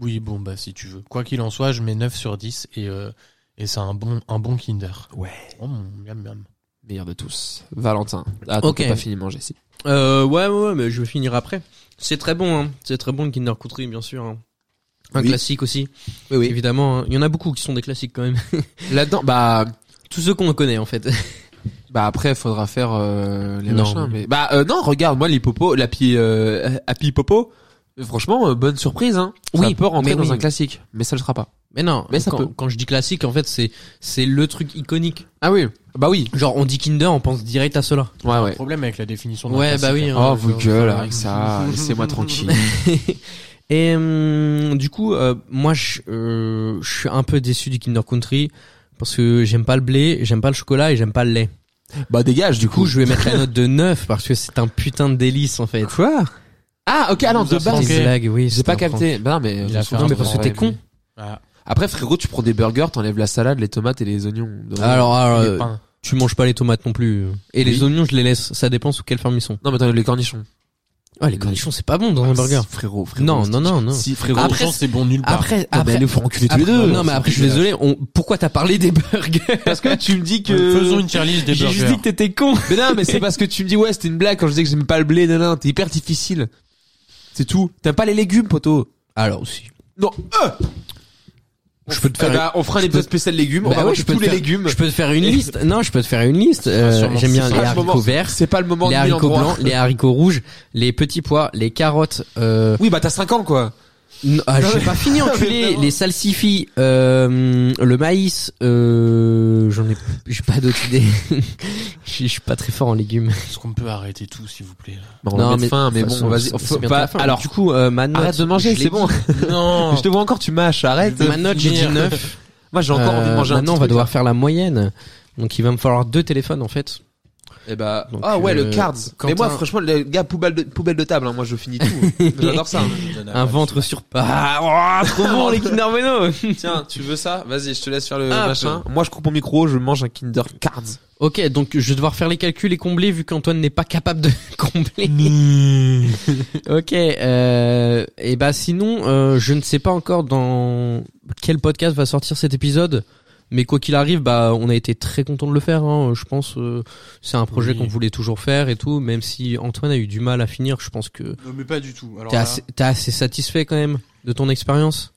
S2: Oui, bon, bah, si tu veux. Quoi qu'il en soit, je mets 9 sur 10 et, euh, et c'est un bon, un bon Kinder.
S3: Ouais.
S2: Oh, miam, miam.
S3: Meilleur de tous. Valentin. Ah, toi,
S1: Ok.
S3: t'as pas fini de manger, si.
S1: Euh, ouais, ouais, ouais, mais je vais finir après. C'est très bon, hein. C'est très bon le Kinder Country, bien sûr. hein. Un
S3: Oui.
S1: classique aussi,
S3: Oui,
S1: évidemment. hein. Il y en a beaucoup qui sont des classiques quand même.
S3: Là-dedans, bah,
S1: Tous ceux qu'on connaît en fait.
S3: bah après, faudra faire euh, les
S1: Non.
S3: machins. Mais... Bah euh, non, regarde, moi, l'hippopo, la pi, euh, Happy Popo, franchement, euh, bonne surprise. Hein.
S1: Oui,
S3: ça peut rentrer
S1: mais
S3: dans
S1: oui.
S3: un classique, mais ça le sera pas.
S1: Mais non,
S3: Mais ça
S1: quand,
S3: peut.
S1: quand je dis classique, en fait, c'est c'est le truc iconique.
S3: Ah oui. Bah oui.
S1: Genre, on dit Kinder, on pense direct à cela.
S3: Ouais, ouais.
S2: Problème avec la définition. d'un
S1: Ouais,
S2: classique,
S1: bah oui.
S2: hein.
S1: hein.
S3: Oh, vos gueules avec ça. Laissez-moi tranquille.
S1: Et hum, du coup, euh, moi, je euh, je suis un peu déçu du Kinder Country parce que j'aime pas le blé, j'aime pas le chocolat et j'aime pas le lait.
S3: Bah dégage du
S1: Du coup, je vais mettre la note de 9 parce que c'est un putain de délice en fait.
S3: Quoi Ah ok, alors de
S2: Nous
S3: base.
S2: apprend-
S1: Petite blague, oui.
S3: J'ai
S1: c'était
S3: pas
S1: un prank.
S3: capté. Bah non mais.
S2: Il a fait un
S1: Non, mais parce que
S2: prank.
S1: t'es con.
S2: Ah,
S3: Après frérot, tu prends des burgers, t'enlèves la salade, les tomates et les oignons. Donc-
S1: Alors, alors,
S2: les
S1: euh,
S2: pains.
S1: tu manges pas les tomates non plus. Et les oignons, je les laisse. Ça dépend sous quelle forme ils sont.
S3: Non mais t'enlèves les cornichons.
S1: Ah, les cornichons, c'est pas bon dans un burger.
S3: Si, Frérot, frérot.
S1: Non,
S3: si-
S1: non, non, non.
S3: Si frérot.
S1: après,
S2: Franchement, c'est bon nulle part.
S1: Après,
S3: Ah, mais
S1: après,
S3: nous faut enculer tous
S1: après-
S3: les deux.
S1: non, mais après, je suis désolé. On, pourquoi t'as parlé des burgers
S3: Parce que tu me dis que.
S2: Faisons une tier list des
S1: J'ai juste dit
S2: burgers.
S1: que t'étais con.
S3: Mais non, mais c'est parce que tu me dis ouais, c'était une blague quand je disais que j'aimais pas le blé, nanan. T'es hyper difficile. C'est tout. T'aimes pas les légumes, poteau.
S1: Alors aussi.
S3: Non. euh
S1: Je peux te
S3: Eh
S1: faire.
S3: ben, on fera des épisode spécial légumes. on
S1: Bah
S3: va
S1: ouais,
S3: manger
S1: je peux
S3: tous
S1: te
S3: les
S1: faire-
S3: légumes. Ah,
S1: Je peux te faire une liste. Non, je peux te faire une liste. Euh,
S2: sûrement.
S1: J'aime bien
S3: C'est
S1: les
S3: pas le moment.
S1: haricots verts,
S3: C'est pas le moment
S1: les
S3: de
S1: haricots
S3: l'endroit.
S1: blancs, les haricots rouges, les petits pois, les carottes. Euh,
S3: Oui, bah t'as 5 ans quoi.
S1: n- ah,
S3: Non,
S1: j'ai
S3: mais-
S1: pas fini
S3: Non, mais
S1: enculé.
S3: vraiment.
S1: Les salsifis, euh, le maïs. Euh, J'en ai, j'ai pas d'autres idées. Je je suis pas très fort en légumes.
S2: Est-ce qu'on peut arrêter tout, s'il vous plaît
S3: Bah, on va mettre fin, mais
S1: de toute façon,
S3: bon, vas-y.
S1: c'est-
S3: Faut
S1: c'est bientôt
S3: pas-
S1: la fin.
S3: Alors,
S1: du coup, euh, ma note,
S3: arrête de manger,
S1: je l'ai
S3: c'est bon.
S2: Non.
S3: Je te vois encore, tu mâches, arrête.
S1: dit. Ma note, j'ai dit
S2: finir.
S1: 9.
S3: Moi, j'ai encore envie de
S1: Euh,
S3: manger un
S1: Maintenant,
S3: petit
S1: on va
S3: truc,
S1: devoir faire la moyenne. Donc, il va me falloir deux téléphones, en fait.
S3: là. Eh bah,
S1: Donc,
S3: ah ouais,
S1: euh,
S3: le cards. Mais
S1: Quentin-
S3: moi, franchement, le gars, poubelle de, poubelle de table, hein, moi, je finis tout. J'adore ça. hein.
S5: Ah,
S1: un ventre sur pas. Ah, oh, trop bon, les Kinder Bueno.
S3: Tiens, tu veux ça? Vas-y, je te laisse faire le
S1: Ah,
S3: machin. Moi, je coupe mon micro, je mange un Kinder Cards.
S1: ok, donc, je vais devoir faire les calculs et combler, vu qu'Antoine n'est pas capable de combler. ok, euh, et bah, sinon, euh, je ne sais pas encore dans quel podcast va sortir cet épisode. Mais quoi qu'il arrive, bah, on a été très content de le faire. hein. Je pense, euh, c'est un projet
S2: Oui.
S1: qu'on voulait toujours faire et tout. Même si Antoine a eu du mal à finir, je pense que
S5: Non, mais pas du tout. Alors
S1: T'es
S5: là,
S1: assez, t'es assez satisfait quand même de ton expérience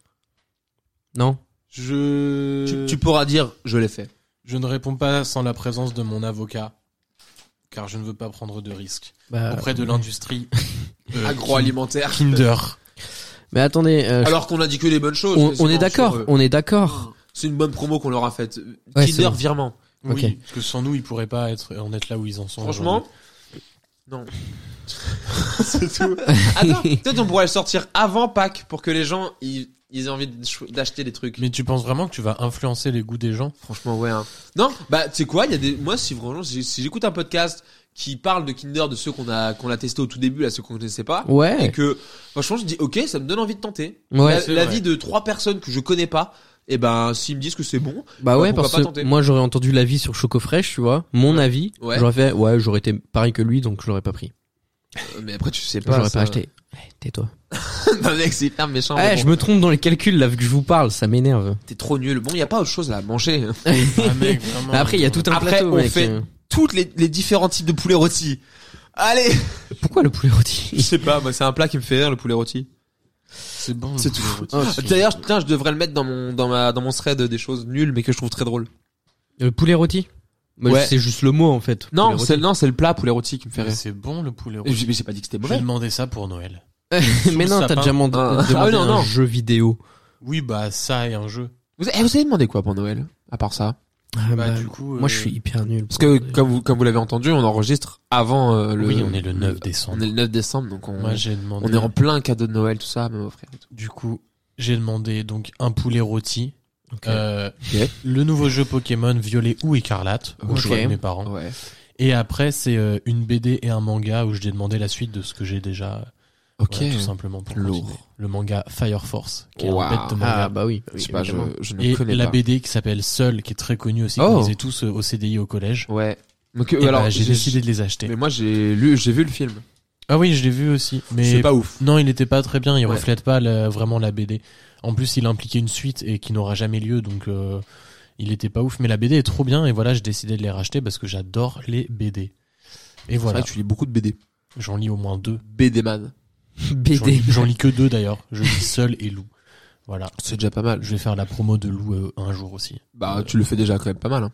S1: Non
S2: Je.
S3: Tu, tu pourras dire, je l'ai fait.
S2: Je ne réponds pas sans la présence de mon avocat, car je ne veux pas prendre de risques
S5: Bah,
S2: auprès de l'industrie euh,
S3: Agroalimentaire.
S2: Kinder.
S1: Mais attendez, euh,
S5: Ah,
S1: je-
S3: Alors qu'on a dit que les bonnes choses.
S1: on, on
S3: quasiment,
S1: est d'accord,
S3: sur, euh,
S1: on est d'accord.
S3: C'est une bonne promo qu'on leur a faite.
S1: Ouais, c'est
S3: Kinder
S1: bon.
S3: virement.
S2: Oui,
S1: Ok.
S2: parce que sans nous, ils pourraient pas être en être là où ils en sont.
S3: Franchement, non. c'est tout. Attends, peut-être on pourrait le sortir avant Pâques pour que les gens ils, ils aient envie de cho- d'acheter des trucs.
S2: aujourd'hui. Mais tu penses vraiment que tu vas influencer les goûts des gens
S3: Franchement, ouais. hein. Non, bah tu sais quoi, il y a des moi si vraiment si si j'écoute un podcast qui parle de Kinder de ceux qu'on a qu'on a testé au tout début là ceux qu'on connaissait pas et
S1: Ouais,
S3: que franchement je dis OK, ça me donne envie de tenter.
S1: ouais,
S3: La- L'avis de trois personnes que je connais pas et ben s'ils me disent que c'est bon,
S1: bah ouais,
S3: pourquoi
S1: parce
S3: pas
S1: que
S3: tenter
S1: moi j'aurais entendu l'avis sur Choco Fresh, tu vois, mon avis,
S3: Ouais.
S1: j'aurais fait, ouais, j'aurais été pareil que lui, donc je l'aurais pas pris,
S3: euh, mais après tu sais pas.
S1: j'aurais
S3: ça-
S1: pas acheté. Eh, Tais-toi.
S3: non mec, c'est hyper méchant.
S1: Eh,
S3: mais bon.
S1: je me trompe dans les calculs là vu que je vous parle, ça m'énerve.
S3: T'es trop nul. Bon, il y a pas autre chose là à manger. hein.
S2: Ah, mec, vraiment.
S1: Après, il y a tout un
S3: Après,
S1: plateau.
S3: on
S1: mec.
S3: fait-
S1: Euh,
S3: toutes les, les différents types de poulet rôti. Allez
S1: Pourquoi le poulet
S3: Je
S1: rôti
S3: sais pas, moi c'est un plat qui me fait rire le poulet rôti.
S2: C'est Ah, bon.
S3: C'est tout. D'ailleurs, putain, je devrais le mettre dans mon dans ma dans mon thread des choses nulles mais que je trouve très drôle.
S1: Le poulet rôti Bah,
S3: Ouais.
S1: C'est juste le mot en fait. poulet
S3: Non,
S1: rôti.
S3: c'est non, c'est le plat poulet rôti qui me fait
S2: Mais
S3: rire.
S2: C'est bon le poulet
S3: Mais
S2: rouge.
S3: j'ai mais j'ai pas dit que c'était
S2: J'ai
S3: mauvais.
S2: demandé ça pour Noël.
S1: Mais
S2: Sous
S1: non,
S2: le
S1: t'as
S2: sapin.
S1: déjà mand-
S3: Ah.
S1: demandé
S3: Ah oui, non,
S1: un
S3: non.
S1: jeu vidéo.
S2: Oui, bah ça et un jeu.
S3: Vous, eh, vous avez demandé quoi pour Noël à part ça
S1: Ah
S2: Bah,
S1: bah,
S2: du coup. euh,
S1: Moi, je suis hyper nul.
S3: Parce que comme vous comme vous l'avez entendu, on enregistre avant euh, le
S2: Oui, on est le 9
S3: On
S2: décembre.
S3: est le 9 décembre donc on
S2: Moi, j'ai demandé.
S3: on est en plein cadeau de Noël tout ça même frère. et tout.
S2: Du coup, j'ai demandé donc un poulet rôti.
S1: Ok.
S2: Euh,
S3: Ok.
S2: Le nouveau jeu Pokémon violet ou écarlate, au
S1: Ok.
S2: choix de mes parents.
S3: Ouais.
S2: Et après, c'est euh, une BD et un manga où je t'ai demandé la suite de ce que j'ai déjà. euh,
S3: OK.
S2: Voilà, tout simplement pour
S3: Lourd.
S2: continuer. Le manga Fire Force, qui est
S3: Waouh.
S2: un bête de manga.
S1: Ah bah oui.
S3: je sais pas, je, je ne
S2: et
S3: connais
S2: la
S3: pas.
S2: BD qui s'appelle Seul, qui est très connue aussi,
S3: Oh.
S2: qu'on lisait tous euh, au CDI au collège.
S3: Ouais. Donc euh,
S2: Et
S3: alors
S2: bah, j'ai décidé de les acheter.
S3: Mais moi j'ai lu, j'ai vu le film.
S2: Ah oui, je l'ai vu aussi. Mais
S3: C'est pas ouf.
S2: non, il n'était pas très bien. Il
S3: Ouais.
S2: reflète pas la- vraiment la BD. En plus, il impliquait une suite et qui n'aura jamais lieu, donc euh, il était pas ouf. Mais la BD est trop bien et voilà, j'ai décidé de les racheter parce que j'adore les BD. Et
S3: C'est
S2: voilà,
S3: vrai que tu lis beaucoup de BD.
S2: j'en lis au moins deux.
S3: BD man.
S2: J'en
S1: BD.
S2: lis- J'en lis que deux d'ailleurs. Je lis Seul et Lou. Voilà.
S3: C'est déjà pas mal.
S2: Je vais faire la promo de Lou euh, un jour aussi.
S3: Bah, tu le fais déjà quand même pas mal. Hein.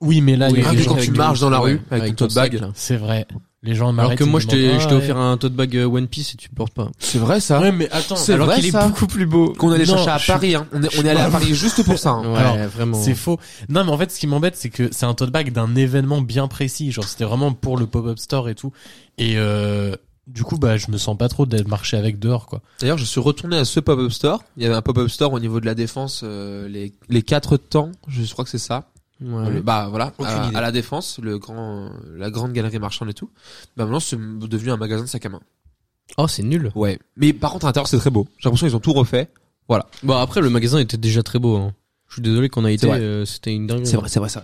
S2: Oui, mais là, il y a
S3: Ah,
S2: des
S3: mais
S2: gens
S3: quand
S2: avec
S3: tu
S2: des-
S3: marches dans la rue avec ton
S1: ton
S3: tote bag.
S1: sac, là.
S2: C'est vrai. Les gens
S1: Alors
S2: m'arrêtent.
S1: que
S2: ils
S1: moi,
S2: me
S1: je t'ai
S2: demandent,
S1: je
S2: ah,
S1: t'ai
S2: ouais.
S1: offert un tote bag euh, One Piece et tu le portes pas.
S3: C'est vrai ça
S2: Ouais, mais attends.
S3: C'est
S2: alors
S3: vrai,
S2: qu'il est
S3: ça
S2: beaucoup plus beau.
S3: Qu'on allait
S2: Non,
S3: chercher à
S2: je suis-
S3: Paris, hein. On est, on est allé à Paris juste pour ça. hein.
S1: Ouais,
S2: Alors,
S1: vraiment.
S2: C'est faux. Non, mais en fait, ce qui m'embête, c'est que c'est un tote bag d'un événement bien précis. Genre, c'était vraiment pour le pop-up store et tout. Et euh, du coup, bah, je me sens pas trop d'être marché avec dehors, quoi.
S3: D'ailleurs, je suis retourné à ce pop-up store. Il y avait un pop-up store au niveau de la défense, euh, les, les quatre temps, je crois que c'est ça.
S1: Ouais.
S3: Le- bah voilà,
S1: Aucune
S3: à,
S1: idée.
S3: à la défense, le grand, la grande galerie marchande et tout. Bah maintenant, c'est devenu un magasin de sac à main.
S1: Oh, c'est nul.
S3: Ouais. Mais par contre, à l'intérieur, c'est très beau. J'ai l'impression qu'ils ont tout refait.
S1: Bon, Bah, après, le magasin était déjà très beau. hein. Je suis désolé qu'on a été.
S3: C'est vrai.
S1: euh, C'était une dinguerie.
S3: c'est vrai, ça.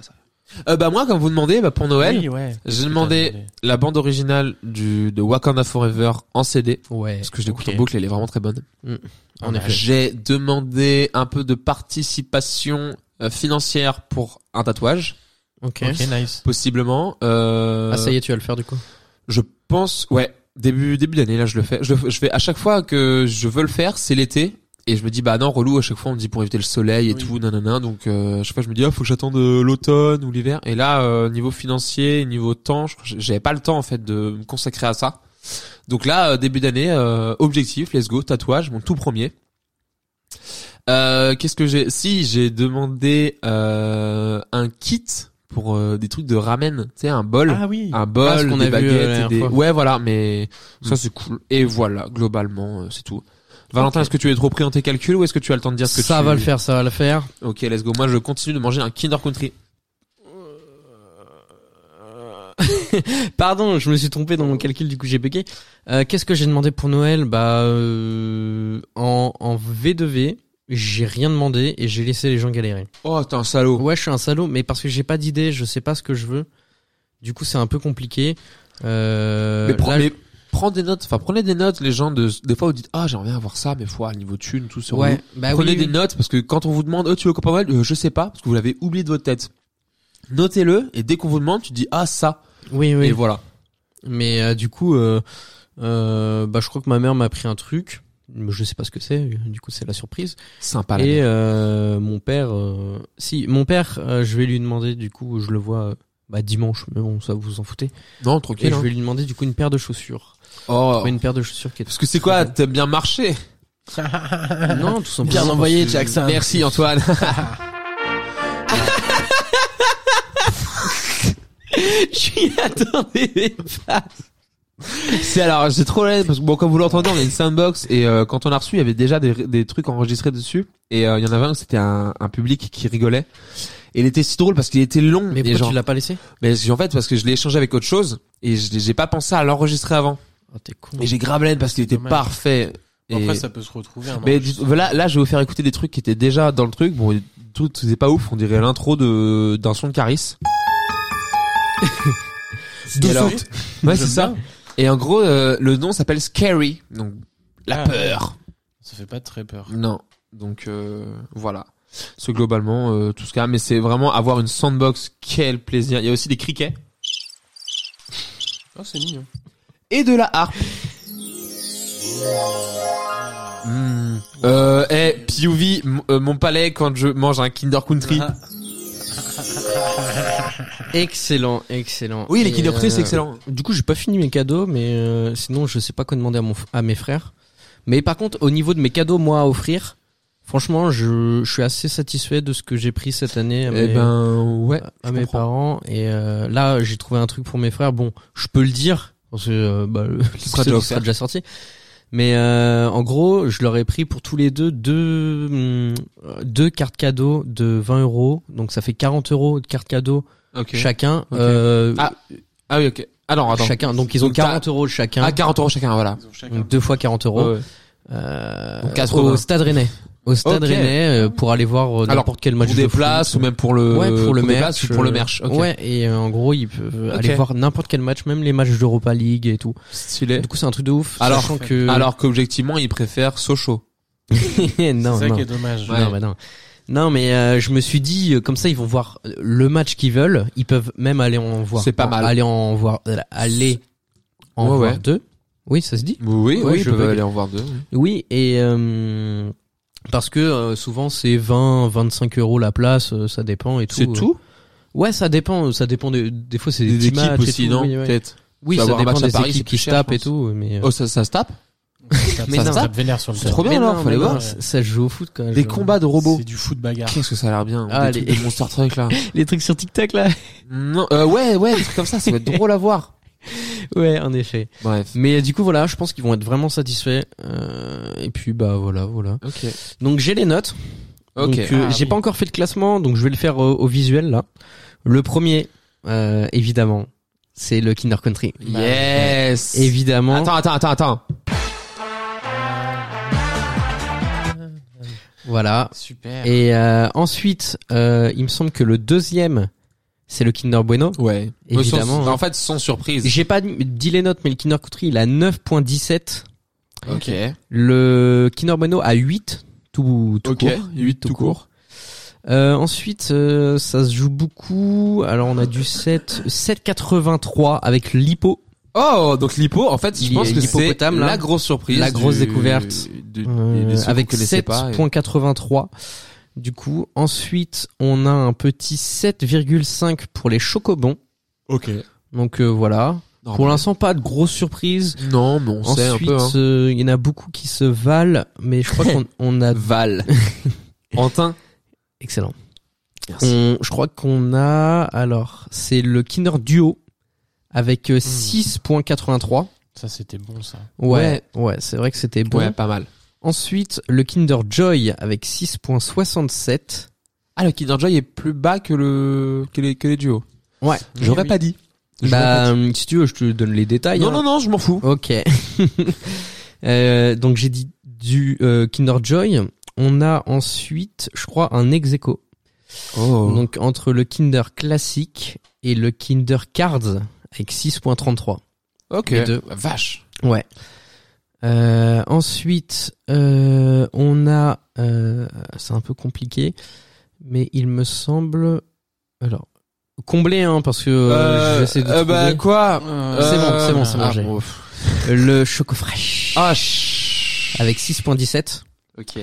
S3: Euh, bah moi, comme vous demandez, bah, pour Noël,
S2: Oui, ouais.
S3: j'ai demandé la bande originale du de Wakanda Forever en CD.
S1: Ouais.
S3: Parce que je l'écoute
S2: Ok.
S3: en boucle, elle est vraiment très bonne.
S1: Mm. En
S3: En
S1: effet.
S3: J'ai demandé un peu de participation euh, financière pour un tatouage,
S1: Ok.
S2: Ok, nice.
S3: possiblement. Euh,
S1: Ah, ça y est, tu vas le faire du coup.
S3: Je pense, ouais, début début d'année là, je le fais. Je, le- je fais à chaque fois que je veux le faire, c'est l'été. Et je me dis bah non relou à chaque fois on me dit pour éviter le soleil et
S2: Oui.
S3: tout nanana donc euh, à chaque fois je me dis ah faut que j'attende euh, l'automne ou l'hiver et là euh, niveau financier niveau temps je crois que j'avais pas le temps en fait de me consacrer à ça donc là euh, début d'année euh, objectif let's go tatouage mon tout premier euh, qu'est-ce que j'ai si j'ai demandé euh, un kit pour euh, des trucs de ramen tu sais un bol
S2: Ah oui.
S1: Ah,
S3: un
S1: ce
S3: bol,
S1: qu'on a
S3: des
S1: vu,
S3: baguettes,
S1: euh, la
S3: et
S1: dernière
S3: des...
S1: fois.
S3: ouais voilà, mais
S1: Mm.
S3: ça c'est cool. Et voilà, globalement, euh, c'est tout. Valentin, est-ce que tu es trop pris dans tes calculs ou est-ce que tu as le temps de dire ce que
S1: Ça
S3: tu-
S1: va le faire, ça va le faire.
S3: Ok, let's go. Moi, je continue de manger un Kinder Country.
S1: Pardon, je me suis trompé dans mon calcul, du coup j'ai bugué. Euh, Qu'est-ce que j'ai demandé pour Noël Bah, euh, en, en V2V, j'ai rien demandé et j'ai laissé les gens galérer.
S3: Oh, t'es un salaud.
S1: Ouais, je suis un salaud, mais parce que j'ai pas d'idée, je sais pas ce que je veux. Du coup, c'est un peu compliqué. Euh,
S3: mais, prends,
S1: là,
S3: mais prends des notes. Enfin, prenez des notes. Les gens de des fois vous dites ah j'aimerais avoir ça, mais fois niveau thune tout
S1: je-
S3: sur
S1: ouais, bah
S3: Prenez
S1: oui,
S3: des
S1: oui.
S3: notes parce que quand on vous demande oh tu veux qu'on parle Euh, je sais pas parce que vous l'avez oublié de votre tête. Notez-le et dès qu'on vous demande tu dis ah ça
S1: Oui, oui.
S3: et voilà.
S1: Mais euh, du coup, euh, euh, bah, je crois que ma mère m'a pris un truc. mais Je sais pas ce que c'est. Du coup, c'est la surprise.
S3: Sympa. Ah, la
S1: Et euh, mon père, euh, si mon père, euh, je vais lui demander du coup, je le vois euh, bah, dimanche, mais bon, ça vous vous en foutez.
S3: Non
S1: Et
S3: tranquille.
S1: je
S3: hein.
S1: vais lui demander du coup une paire de chaussures.
S3: Oh.
S1: Une paire de chaussures qui est
S3: Parce que c'est quoi t'aimes bien marcher.
S1: non, tout simplement. parce que-
S3: Ah, Merci Antoine.
S1: Je lui attendais des phases.
S3: C'est alors j'ai trop la haine parce que bon comme vous l'entendez on a une sandbox et euh, quand on l'a reçu il y avait déjà des, des trucs enregistrés dessus et euh, il y en avait un c'était un, un public qui rigolait et il était si drôle parce qu'il était long
S1: Mais
S3: et
S1: pourquoi
S3: genre
S1: tu l'as pas laissé
S3: mais en fait parce que je l'ai échangé avec autre chose et je l'ai- j'ai pas pensé à l'enregistrer avant
S1: Oh, t'es con.
S3: et j'ai grave la haine parce qu'il était
S2: Dommage.
S3: parfait et
S2: Après, ça peut se retrouver. hein,
S3: mais
S2: non,
S3: du-
S2: je-
S3: voilà là je vais vous faire écouter des trucs qui étaient déjà dans le truc bon tout c'est pas ouf on dirait l'intro de d'un son de Caris
S2: Et
S3: Et alors-
S2: alors-
S3: ouais
S2: J'aime
S3: c'est ça
S2: bien.
S3: et en gros euh, le nom s'appelle Scary donc la
S2: Ah.
S3: peur
S2: Ça fait pas très peur.
S3: Non. Donc euh, voilà. C'est globalement euh, tout ce qu'il y a. Mais c'est vraiment avoir une sandbox, quel plaisir. Il y a aussi des criquets.
S2: Oh, c'est mignon.
S3: Et de la harpe. Mmh. Euh, eh, PUV, m- euh, mon palais quand je mange un Kinder Country.
S1: Ah, Excellent, excellent.
S3: Oui, les
S1: Et,
S3: Kinder Country, c'est
S1: euh,
S3: excellent.
S1: Du coup, j'ai pas fini mes cadeaux, mais euh, sinon, je sais pas quoi demander à, mon, f- à mes frères. Mais par contre, au niveau de mes cadeaux, moi, à offrir, franchement, je, je suis assez satisfait de ce que j'ai pris cette année à mes, euh,
S3: Eh ben, ouais.
S1: à mes
S3: comprends.
S1: parents. Et euh, là, j'ai trouvé un truc pour mes frères. Bon, je peux le dire, parce que euh, bah, le-
S3: sera
S1: l'épisode
S3: déjà
S1: il
S3: offert.
S1: déjà sorti. Mais euh, en gros, je leur ai pris pour tous les deux deux, hum, euh, deux cartes cadeaux de 20 euros. Donc ça fait 40 euros de cartes cadeaux
S3: Ok.
S1: chacun.
S3: Ok.
S1: euh,
S3: Ah, Ah oui, ok. Ah non, attends.
S1: chacun. Donc ils ont
S3: Donc, t'as-
S1: 40 euros chacun.
S3: Ah, 40 euros chacun, voilà.
S2: Ils ont chacun.
S1: Donc deux fois 40 euros.
S3: Ouais, ouais.
S1: Euh,
S3: Donc 80.
S1: au Stade Rennais. Au Stade
S3: Ok.
S1: Rennais euh, pour aller voir euh,
S3: Alors,
S1: n'importe quel match
S3: Pour
S1: de
S3: des
S1: foot.
S3: places ou même pour le,
S1: ouais, pour le
S3: des
S1: merch, euh,
S3: places ou pour le merch. Ok.
S1: Ouais, et euh, en gros, ils peuvent euh,
S3: Ok.
S1: aller voir n'importe quel match, même les matchs d'Europa League et tout.
S3: Stylé.
S1: Du coup, c'est un truc de ouf.
S3: Alors-
S1: sachant que
S3: Alors qu'objectivement, ils préfèrent Sochaux.
S1: non,
S2: c'est ça
S1: non.
S2: qui est dommage.
S1: Non, bah non. Non, mais euh, je me suis dit, euh, comme ça, ils vont voir euh, le match qu'ils veulent. Ils peuvent même aller en voir.
S3: C'est pas mal.
S1: Aller en voir. euh, Aller en
S3: Ouais,
S1: voir
S3: ouais.
S1: deux. Oui, ça se dit.
S3: Oui, oui,
S1: Ouais,
S3: ils
S1: je
S3: peuvent
S1: valide.
S3: aller en voir deux. oui.
S1: Oui, et euh, parce que euh, souvent c'est 20, 25 euros la place, euh, ça dépend et tout.
S3: C'est tout
S1: euh, Ouais, ça dépend, ça dépend des, des fois c'est des, petits matchs et tout, oui, ouais.
S3: peut-être.
S1: Oui,
S3: Tu vas
S1: ça
S3: voir un
S1: dépend
S3: match à
S1: des
S3: Paris, c'est
S1: équipes
S3: plus
S1: qui se
S3: cher,
S1: tapent
S3: je
S1: et tout. Mais, euh,
S3: Oh, ça, ça se tape
S2: Ça,
S1: Mais
S2: ça,
S1: non.
S2: ça tape vénère sur le
S3: C'est
S2: terrain.
S3: trop bien,
S1: mais
S3: alors,
S1: non,
S3: fallait
S1: mais
S3: voir.
S1: non, ça ça se joue au foot, quand même.
S3: Des combats de robots.
S2: C'est du foot bagarre.
S3: Qu'est-ce que ça a l'air bien.
S1: Ah,
S3: des
S1: les-
S3: trucs de Monster Truck, là.
S1: Les trucs sur TikTok, là.
S3: non, euh, ouais, ouais, des trucs comme ça, ça va être drôle à voir.
S1: Ouais, en effet.
S3: Bref.
S1: Mais euh, du coup, voilà, je pense qu'ils vont être vraiment satisfaits. Euh, et puis, bah, voilà, voilà.
S3: Ok.
S1: Donc, j'ai les notes.
S3: Ok.
S1: Donc, euh,
S2: Ah,
S1: j'ai
S2: oui.
S1: pas encore fait de classement, donc je vais le faire euh, au visuel, là. Le premier, euh, évidemment, c'est le Kinder Country.
S3: Yes.
S1: Évidemment.
S3: Attends, attends, attends, attends.
S1: Voilà.
S2: Super.
S1: Et euh, ensuite, euh, il me semble que le deuxième, c'est le Kinder Bueno.
S3: Ouais. Bah,
S1: Évidemment,
S3: Sans-
S1: hein.
S3: En fait, sans surprise.
S1: J'ai pas dit les notes, mais le Kinder Country, il a 9.17.
S3: Ok.
S1: Le Kinder Bueno a 8, tout, tout
S3: Ok.
S1: court.
S3: 8 tout court.
S1: Euh, ensuite, euh, ça se joue beaucoup. Alors, on a du 7, 7,83 avec l'hypo.
S3: Oh, donc l'hippo, en fait, je
S1: Il-
S3: pense que c'est
S1: l'hippopotame, là.
S3: la grosse surprise.
S1: hein. La grosse
S3: du-
S1: découverte.
S3: du-
S1: euh,
S3: des- des sons
S1: avec
S3: qu'on connaissait pas et-
S1: 7,83. Du coup, ensuite, on a un petit 7,5 pour les chocobons.
S3: Ok.
S1: Donc euh, voilà. Pour l'instant, pas de grosse surprise.
S3: Non, mais on sait un
S1: Ensuite,
S3: peu. Hein.
S1: euh, il y en a beaucoup qui se valent, mais je crois qu'on on a
S3: Val. Antin.
S1: excellent.
S3: Merci.
S1: On- je crois qu'on a alors c'est le Kinder Duo avec euh,
S3: Hmm.
S1: 6.83.
S2: Ça, c'était bon, ça.
S1: Ouais, ouais, c'est vrai que c'était bon.
S3: Ouais, pas mal.
S1: Ensuite, le Kinder Joy avec 6.67.
S3: Ah, le Kinder Joy est plus bas que le que les, que les duos.
S1: Ouais.
S3: J'aurais
S2: oui.
S3: pas dit. J'aurais
S1: Bah,
S3: pas
S1: euh, si tu veux, je te donne les détails.
S3: dit. non,
S1: hein.
S3: non, non, je m'en fous.
S1: Ok. Euh, donc j'ai dit du euh, Kinder Joy. On a ensuite, je crois, un ex aequo.
S3: Oh.
S1: Donc entre le Kinder classique et le Kinder Cards avec 6.33.
S3: Ok.
S1: les deux.
S3: Vache.
S1: Ouais. Euh, ensuite, euh, on a, euh, c'est un peu compliqué, mais il me semble, alors comblé hein parce que euh, j'essaie de
S3: euh, bah
S1: trouver
S3: quoi
S1: C'est
S3: Euh,
S1: bon, c'est bon, c'est bon.
S3: ah,
S1: j'ai.
S3: bon.
S1: le choco fraîche
S3: Ah, ch-
S1: avec 6.17.
S3: Ok.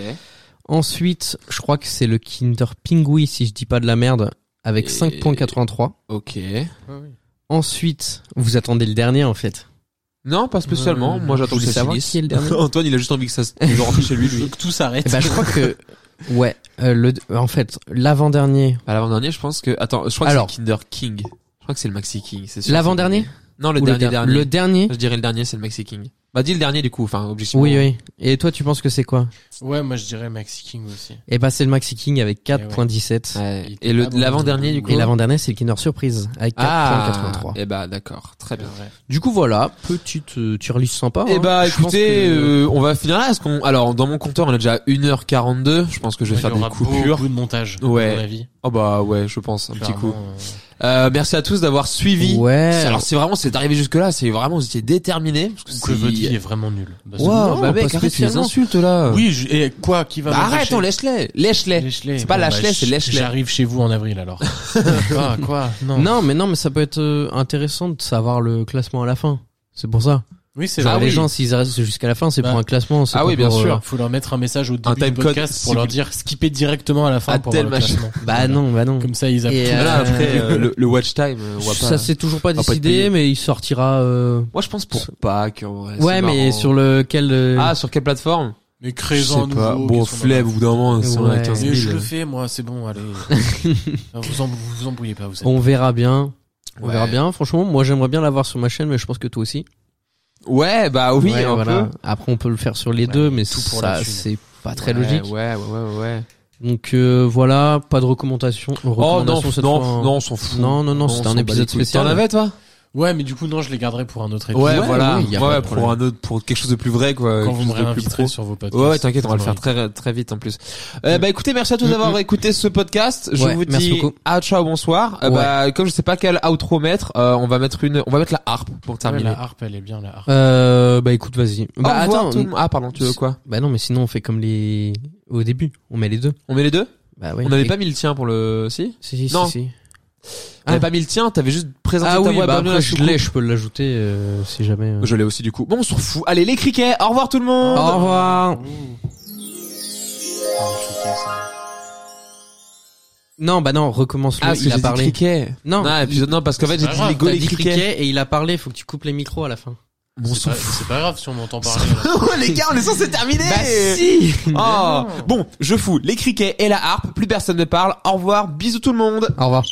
S1: Ensuite, je crois que c'est le Kinder Pingui, si je dis pas de la merde, avec
S3: Et-
S1: 5.83.
S3: Ok.
S1: Ensuite, vous attendez le dernier en fait.
S3: Non, pas spécialement.
S2: Euh,
S3: Moi, j'attends
S1: vous
S3: que
S1: voulez
S3: ça
S1: savoir
S3: finisse.
S1: qui est le dernier
S3: Antoine, il a juste envie que ça se il rentre chez lui. lui.
S2: que tout s'arrête.
S1: Eh ben, je crois que, ouais, euh, le, en fait, l'avant-dernier,
S3: À l'avant-dernier, je pense que. Attends, je crois
S1: Alors.
S3: que c'est Kinder King. Je crois que c'est le Maxi King. c'est sûr.
S1: l'avant-dernier,
S3: Non, le
S1: Ou
S3: dernier,
S1: der-
S3: dernier.
S1: le dernier.
S3: Je dirais le dernier, c'est le Maxi King. Bah, dis le dernier du coup. Enfin, objectivement.
S1: Oui, oui. Et toi, tu penses que c'est quoi
S2: Ouais, moi, je dirais Maxi King aussi.
S1: Eh Ah, ben, c'est le Maxi King avec 4.17.
S3: Ouais.
S2: Il était
S3: Et le-
S2: pas bon,
S3: l'avant-dernier du
S2: il
S3: coup.
S1: Et l'avant-dernier, c'est le Kinder Surprise avec 4.83.
S3: Ah. Et bah, d'accord. Très bien.
S2: Ouais.
S1: Du coup, voilà, petite euh, tier list sympa.
S3: Eh
S1: hein.
S3: bah
S1: Je pense
S3: écoutez,
S1: que-
S3: euh, on va finir là. Parce qu'on, alors dans mon compteur, on est déjà à 1h42. Je pense que je vais
S2: Il y
S3: faire des
S2: aura
S3: coupures.
S2: beaucoup de montage.
S3: Ouais.
S2: À mon avis.
S3: Oh bah ouais, je pense un petit coup.
S2: Clairement, euh,
S3: Euh, merci à tous d'avoir suivi.
S1: Ouais.
S3: C'est- Alors c'est vraiment, c'est d'arriver jusque là, c'est vraiment, vous étiez déterminés. Parce que
S2: Que
S3: c'est-
S2: votre vie est vraiment nulle. Bah, c'est
S1: Wow,
S2: bon.
S3: Non,
S1: bah, mec,
S3: parce que
S1: arrête
S3: tu les
S1: finalement.
S3: insultes là.
S2: Oui, je- et quoi, qui va
S3: Bah,
S2: m'empêcher
S3: arrête, on lèche-les, lèche-les.
S2: Lèche-les.
S3: C'est pas lâche-les,
S2: bah,
S3: c'est lèche-les.
S2: J'arrive chez vous en avril alors. quoi, quoi Non.
S1: Non, mais non, mais ça peut être euh, intéressant de savoir le classement à la fin. C'est pour ça.
S2: Oui, c'est
S3: Ah
S1: Genre,
S2: vrai.
S1: les
S3: oui.
S1: gens, s'ils restent jusqu'à la fin, c'est
S2: Bah.
S1: pour un classement. c'est
S3: Ah
S1: pas
S3: oui, bien
S1: pour, euh,
S3: sûr.
S2: Faut leur mettre un message au début du
S3: timecode,
S2: podcast
S3: si
S2: pour leur
S3: vous-
S2: dire skipper directement à la fin
S3: À
S2: pour
S3: tel
S2: voir le
S3: machin.
S2: classement.
S1: Bah non, bah non.
S2: Comme ça, ils
S1: Et,
S2: apprennent.
S3: Voilà,
S1: Euh,
S3: après euh, le, le watch time, euh, on va
S1: Ça
S3: pas-
S1: s'est toujours pas
S3: va pas être
S1: décidé,
S3: payé.
S1: mais il sortira. euh,
S3: Moi je pense pour Pâques. en vrai,
S1: Ouais,
S3: c'est
S1: mais
S3: marrant.
S1: sur lequel. euh,
S3: Ah sur quelle plateforme Je
S2: Mais
S3: sais
S2: créez-en un
S3: pas.
S2: nouveau.
S3: Bon,
S2: qu'est-ce qu'on en a
S3: flemme, au bout d'un moment, si on est à
S1: Ouais.
S3: 15
S2: Mais je
S3: 000.
S2: le fais, moi, c'est bon, allez. Ah, vous, en, vous vous embrouillez pas, vous savez.
S1: on verra bien. On
S3: Ouais.
S1: verra bien. Franchement, moi j'aimerais bien l'avoir sur ma chaîne, mais je pense que toi aussi.
S3: Ouais, bah oui,
S1: Ouais,
S3: un
S1: voilà.
S3: peu.
S1: Après, on peut le faire sur les
S2: Ouais,
S1: deux, mais
S2: tout pour la
S1: ça
S2: thune.
S1: c'est pas très
S3: Ouais,
S1: logique.
S3: Ouais, ouais, ouais, ouais.
S1: Donc euh, voilà, pas de recommandation.
S3: Oh non,
S1: recommandation cette
S3: non,
S1: fois, hein.
S3: non, on s'en fout.
S1: Non, non, non,
S3: on
S1: c'était
S3: s'en
S1: un
S3: bat
S1: épisode
S3: les couilles.
S1: spécial.
S3: T'en avais toi
S2: Ouais, mais du coup, non, je les garderai pour un autre épisode.
S3: Ouais,
S1: ouais,
S3: voilà.
S1: ouais, y a pas
S3: Ouais,
S1: de
S3: pour
S1: problème.
S3: un autre, pour quelque chose de plus vrai, quoi.
S2: Quand
S3: quelque
S2: vous me
S3: chose de plus
S2: réinviterez
S3: pro.
S2: sur vos podcasts.
S3: Ouais, ouais, t'inquiète, on va le faire
S2: Vraiment.
S3: très, très vite en
S1: Mm,
S3: plus. Euh, bah écoutez, merci à tous d'avoir écouté ce podcast. Je
S1: Ouais,
S3: vous
S1: merci
S3: dis
S1: beaucoup.
S3: ah ciao, bonsoir. Euh,
S1: Ouais.
S3: Bah comme je sais pas quel outro mettre, euh, on va mettre une, on va mettre la harpe pour
S2: Ouais,
S3: terminer.
S2: la harpe, elle est bien, la harpe.
S1: Euh, bah écoute, vas-y.
S3: Au
S1: Bah
S3: revoir,
S1: attends.
S3: tout le monde. Ah pardon, tu veux quoi
S1: Bah non, mais sinon on fait comme les au début, on met les deux.
S3: On met les deux
S1: Bah ouais.
S3: On n'avait
S1: Et-
S3: pas mis le tien pour le si
S1: Si si si,
S3: Non.
S1: si.
S3: On
S1: Ah.
S3: n'avait pas mis le tien, t'avais juste présenté
S1: Ah
S3: ta
S1: oui,
S3: voix
S1: bah
S3: Babylone
S1: après je
S3: Choucou.
S1: l'ai, je peux l'ajouter euh, si jamais. euh.
S3: Je l'ai aussi du coup. Bon, on s'en fout. Allez, les criquets. Au revoir tout le monde.
S1: Au revoir.
S2: Ah, je suis content.
S1: Non, bah non, recommence-le.
S3: Ah, parce que
S1: il a
S3: j'ai dit
S1: parlé.
S3: criquet.
S1: Non,
S3: Non, et puis- non, parce qu'en fait, j'ai
S2: pas
S3: dit
S2: grave,
S3: les
S1: t'as
S3: gaules et
S1: dit
S3: criquet.
S1: criquet et il a parlé. Faut que tu coupes les micros à la fin.
S3: Bon, on
S2: C'est
S3: s'en
S2: pas,
S3: fout.
S2: c'est pas grave si on m'entend parler. là.
S3: Oh, les gars, on est censé terminer!
S1: si.
S3: Oh. Bon, je fous les criquets et la harpe, plus personne ne parle. Au revoir, bisous tout le monde.
S1: Au revoir.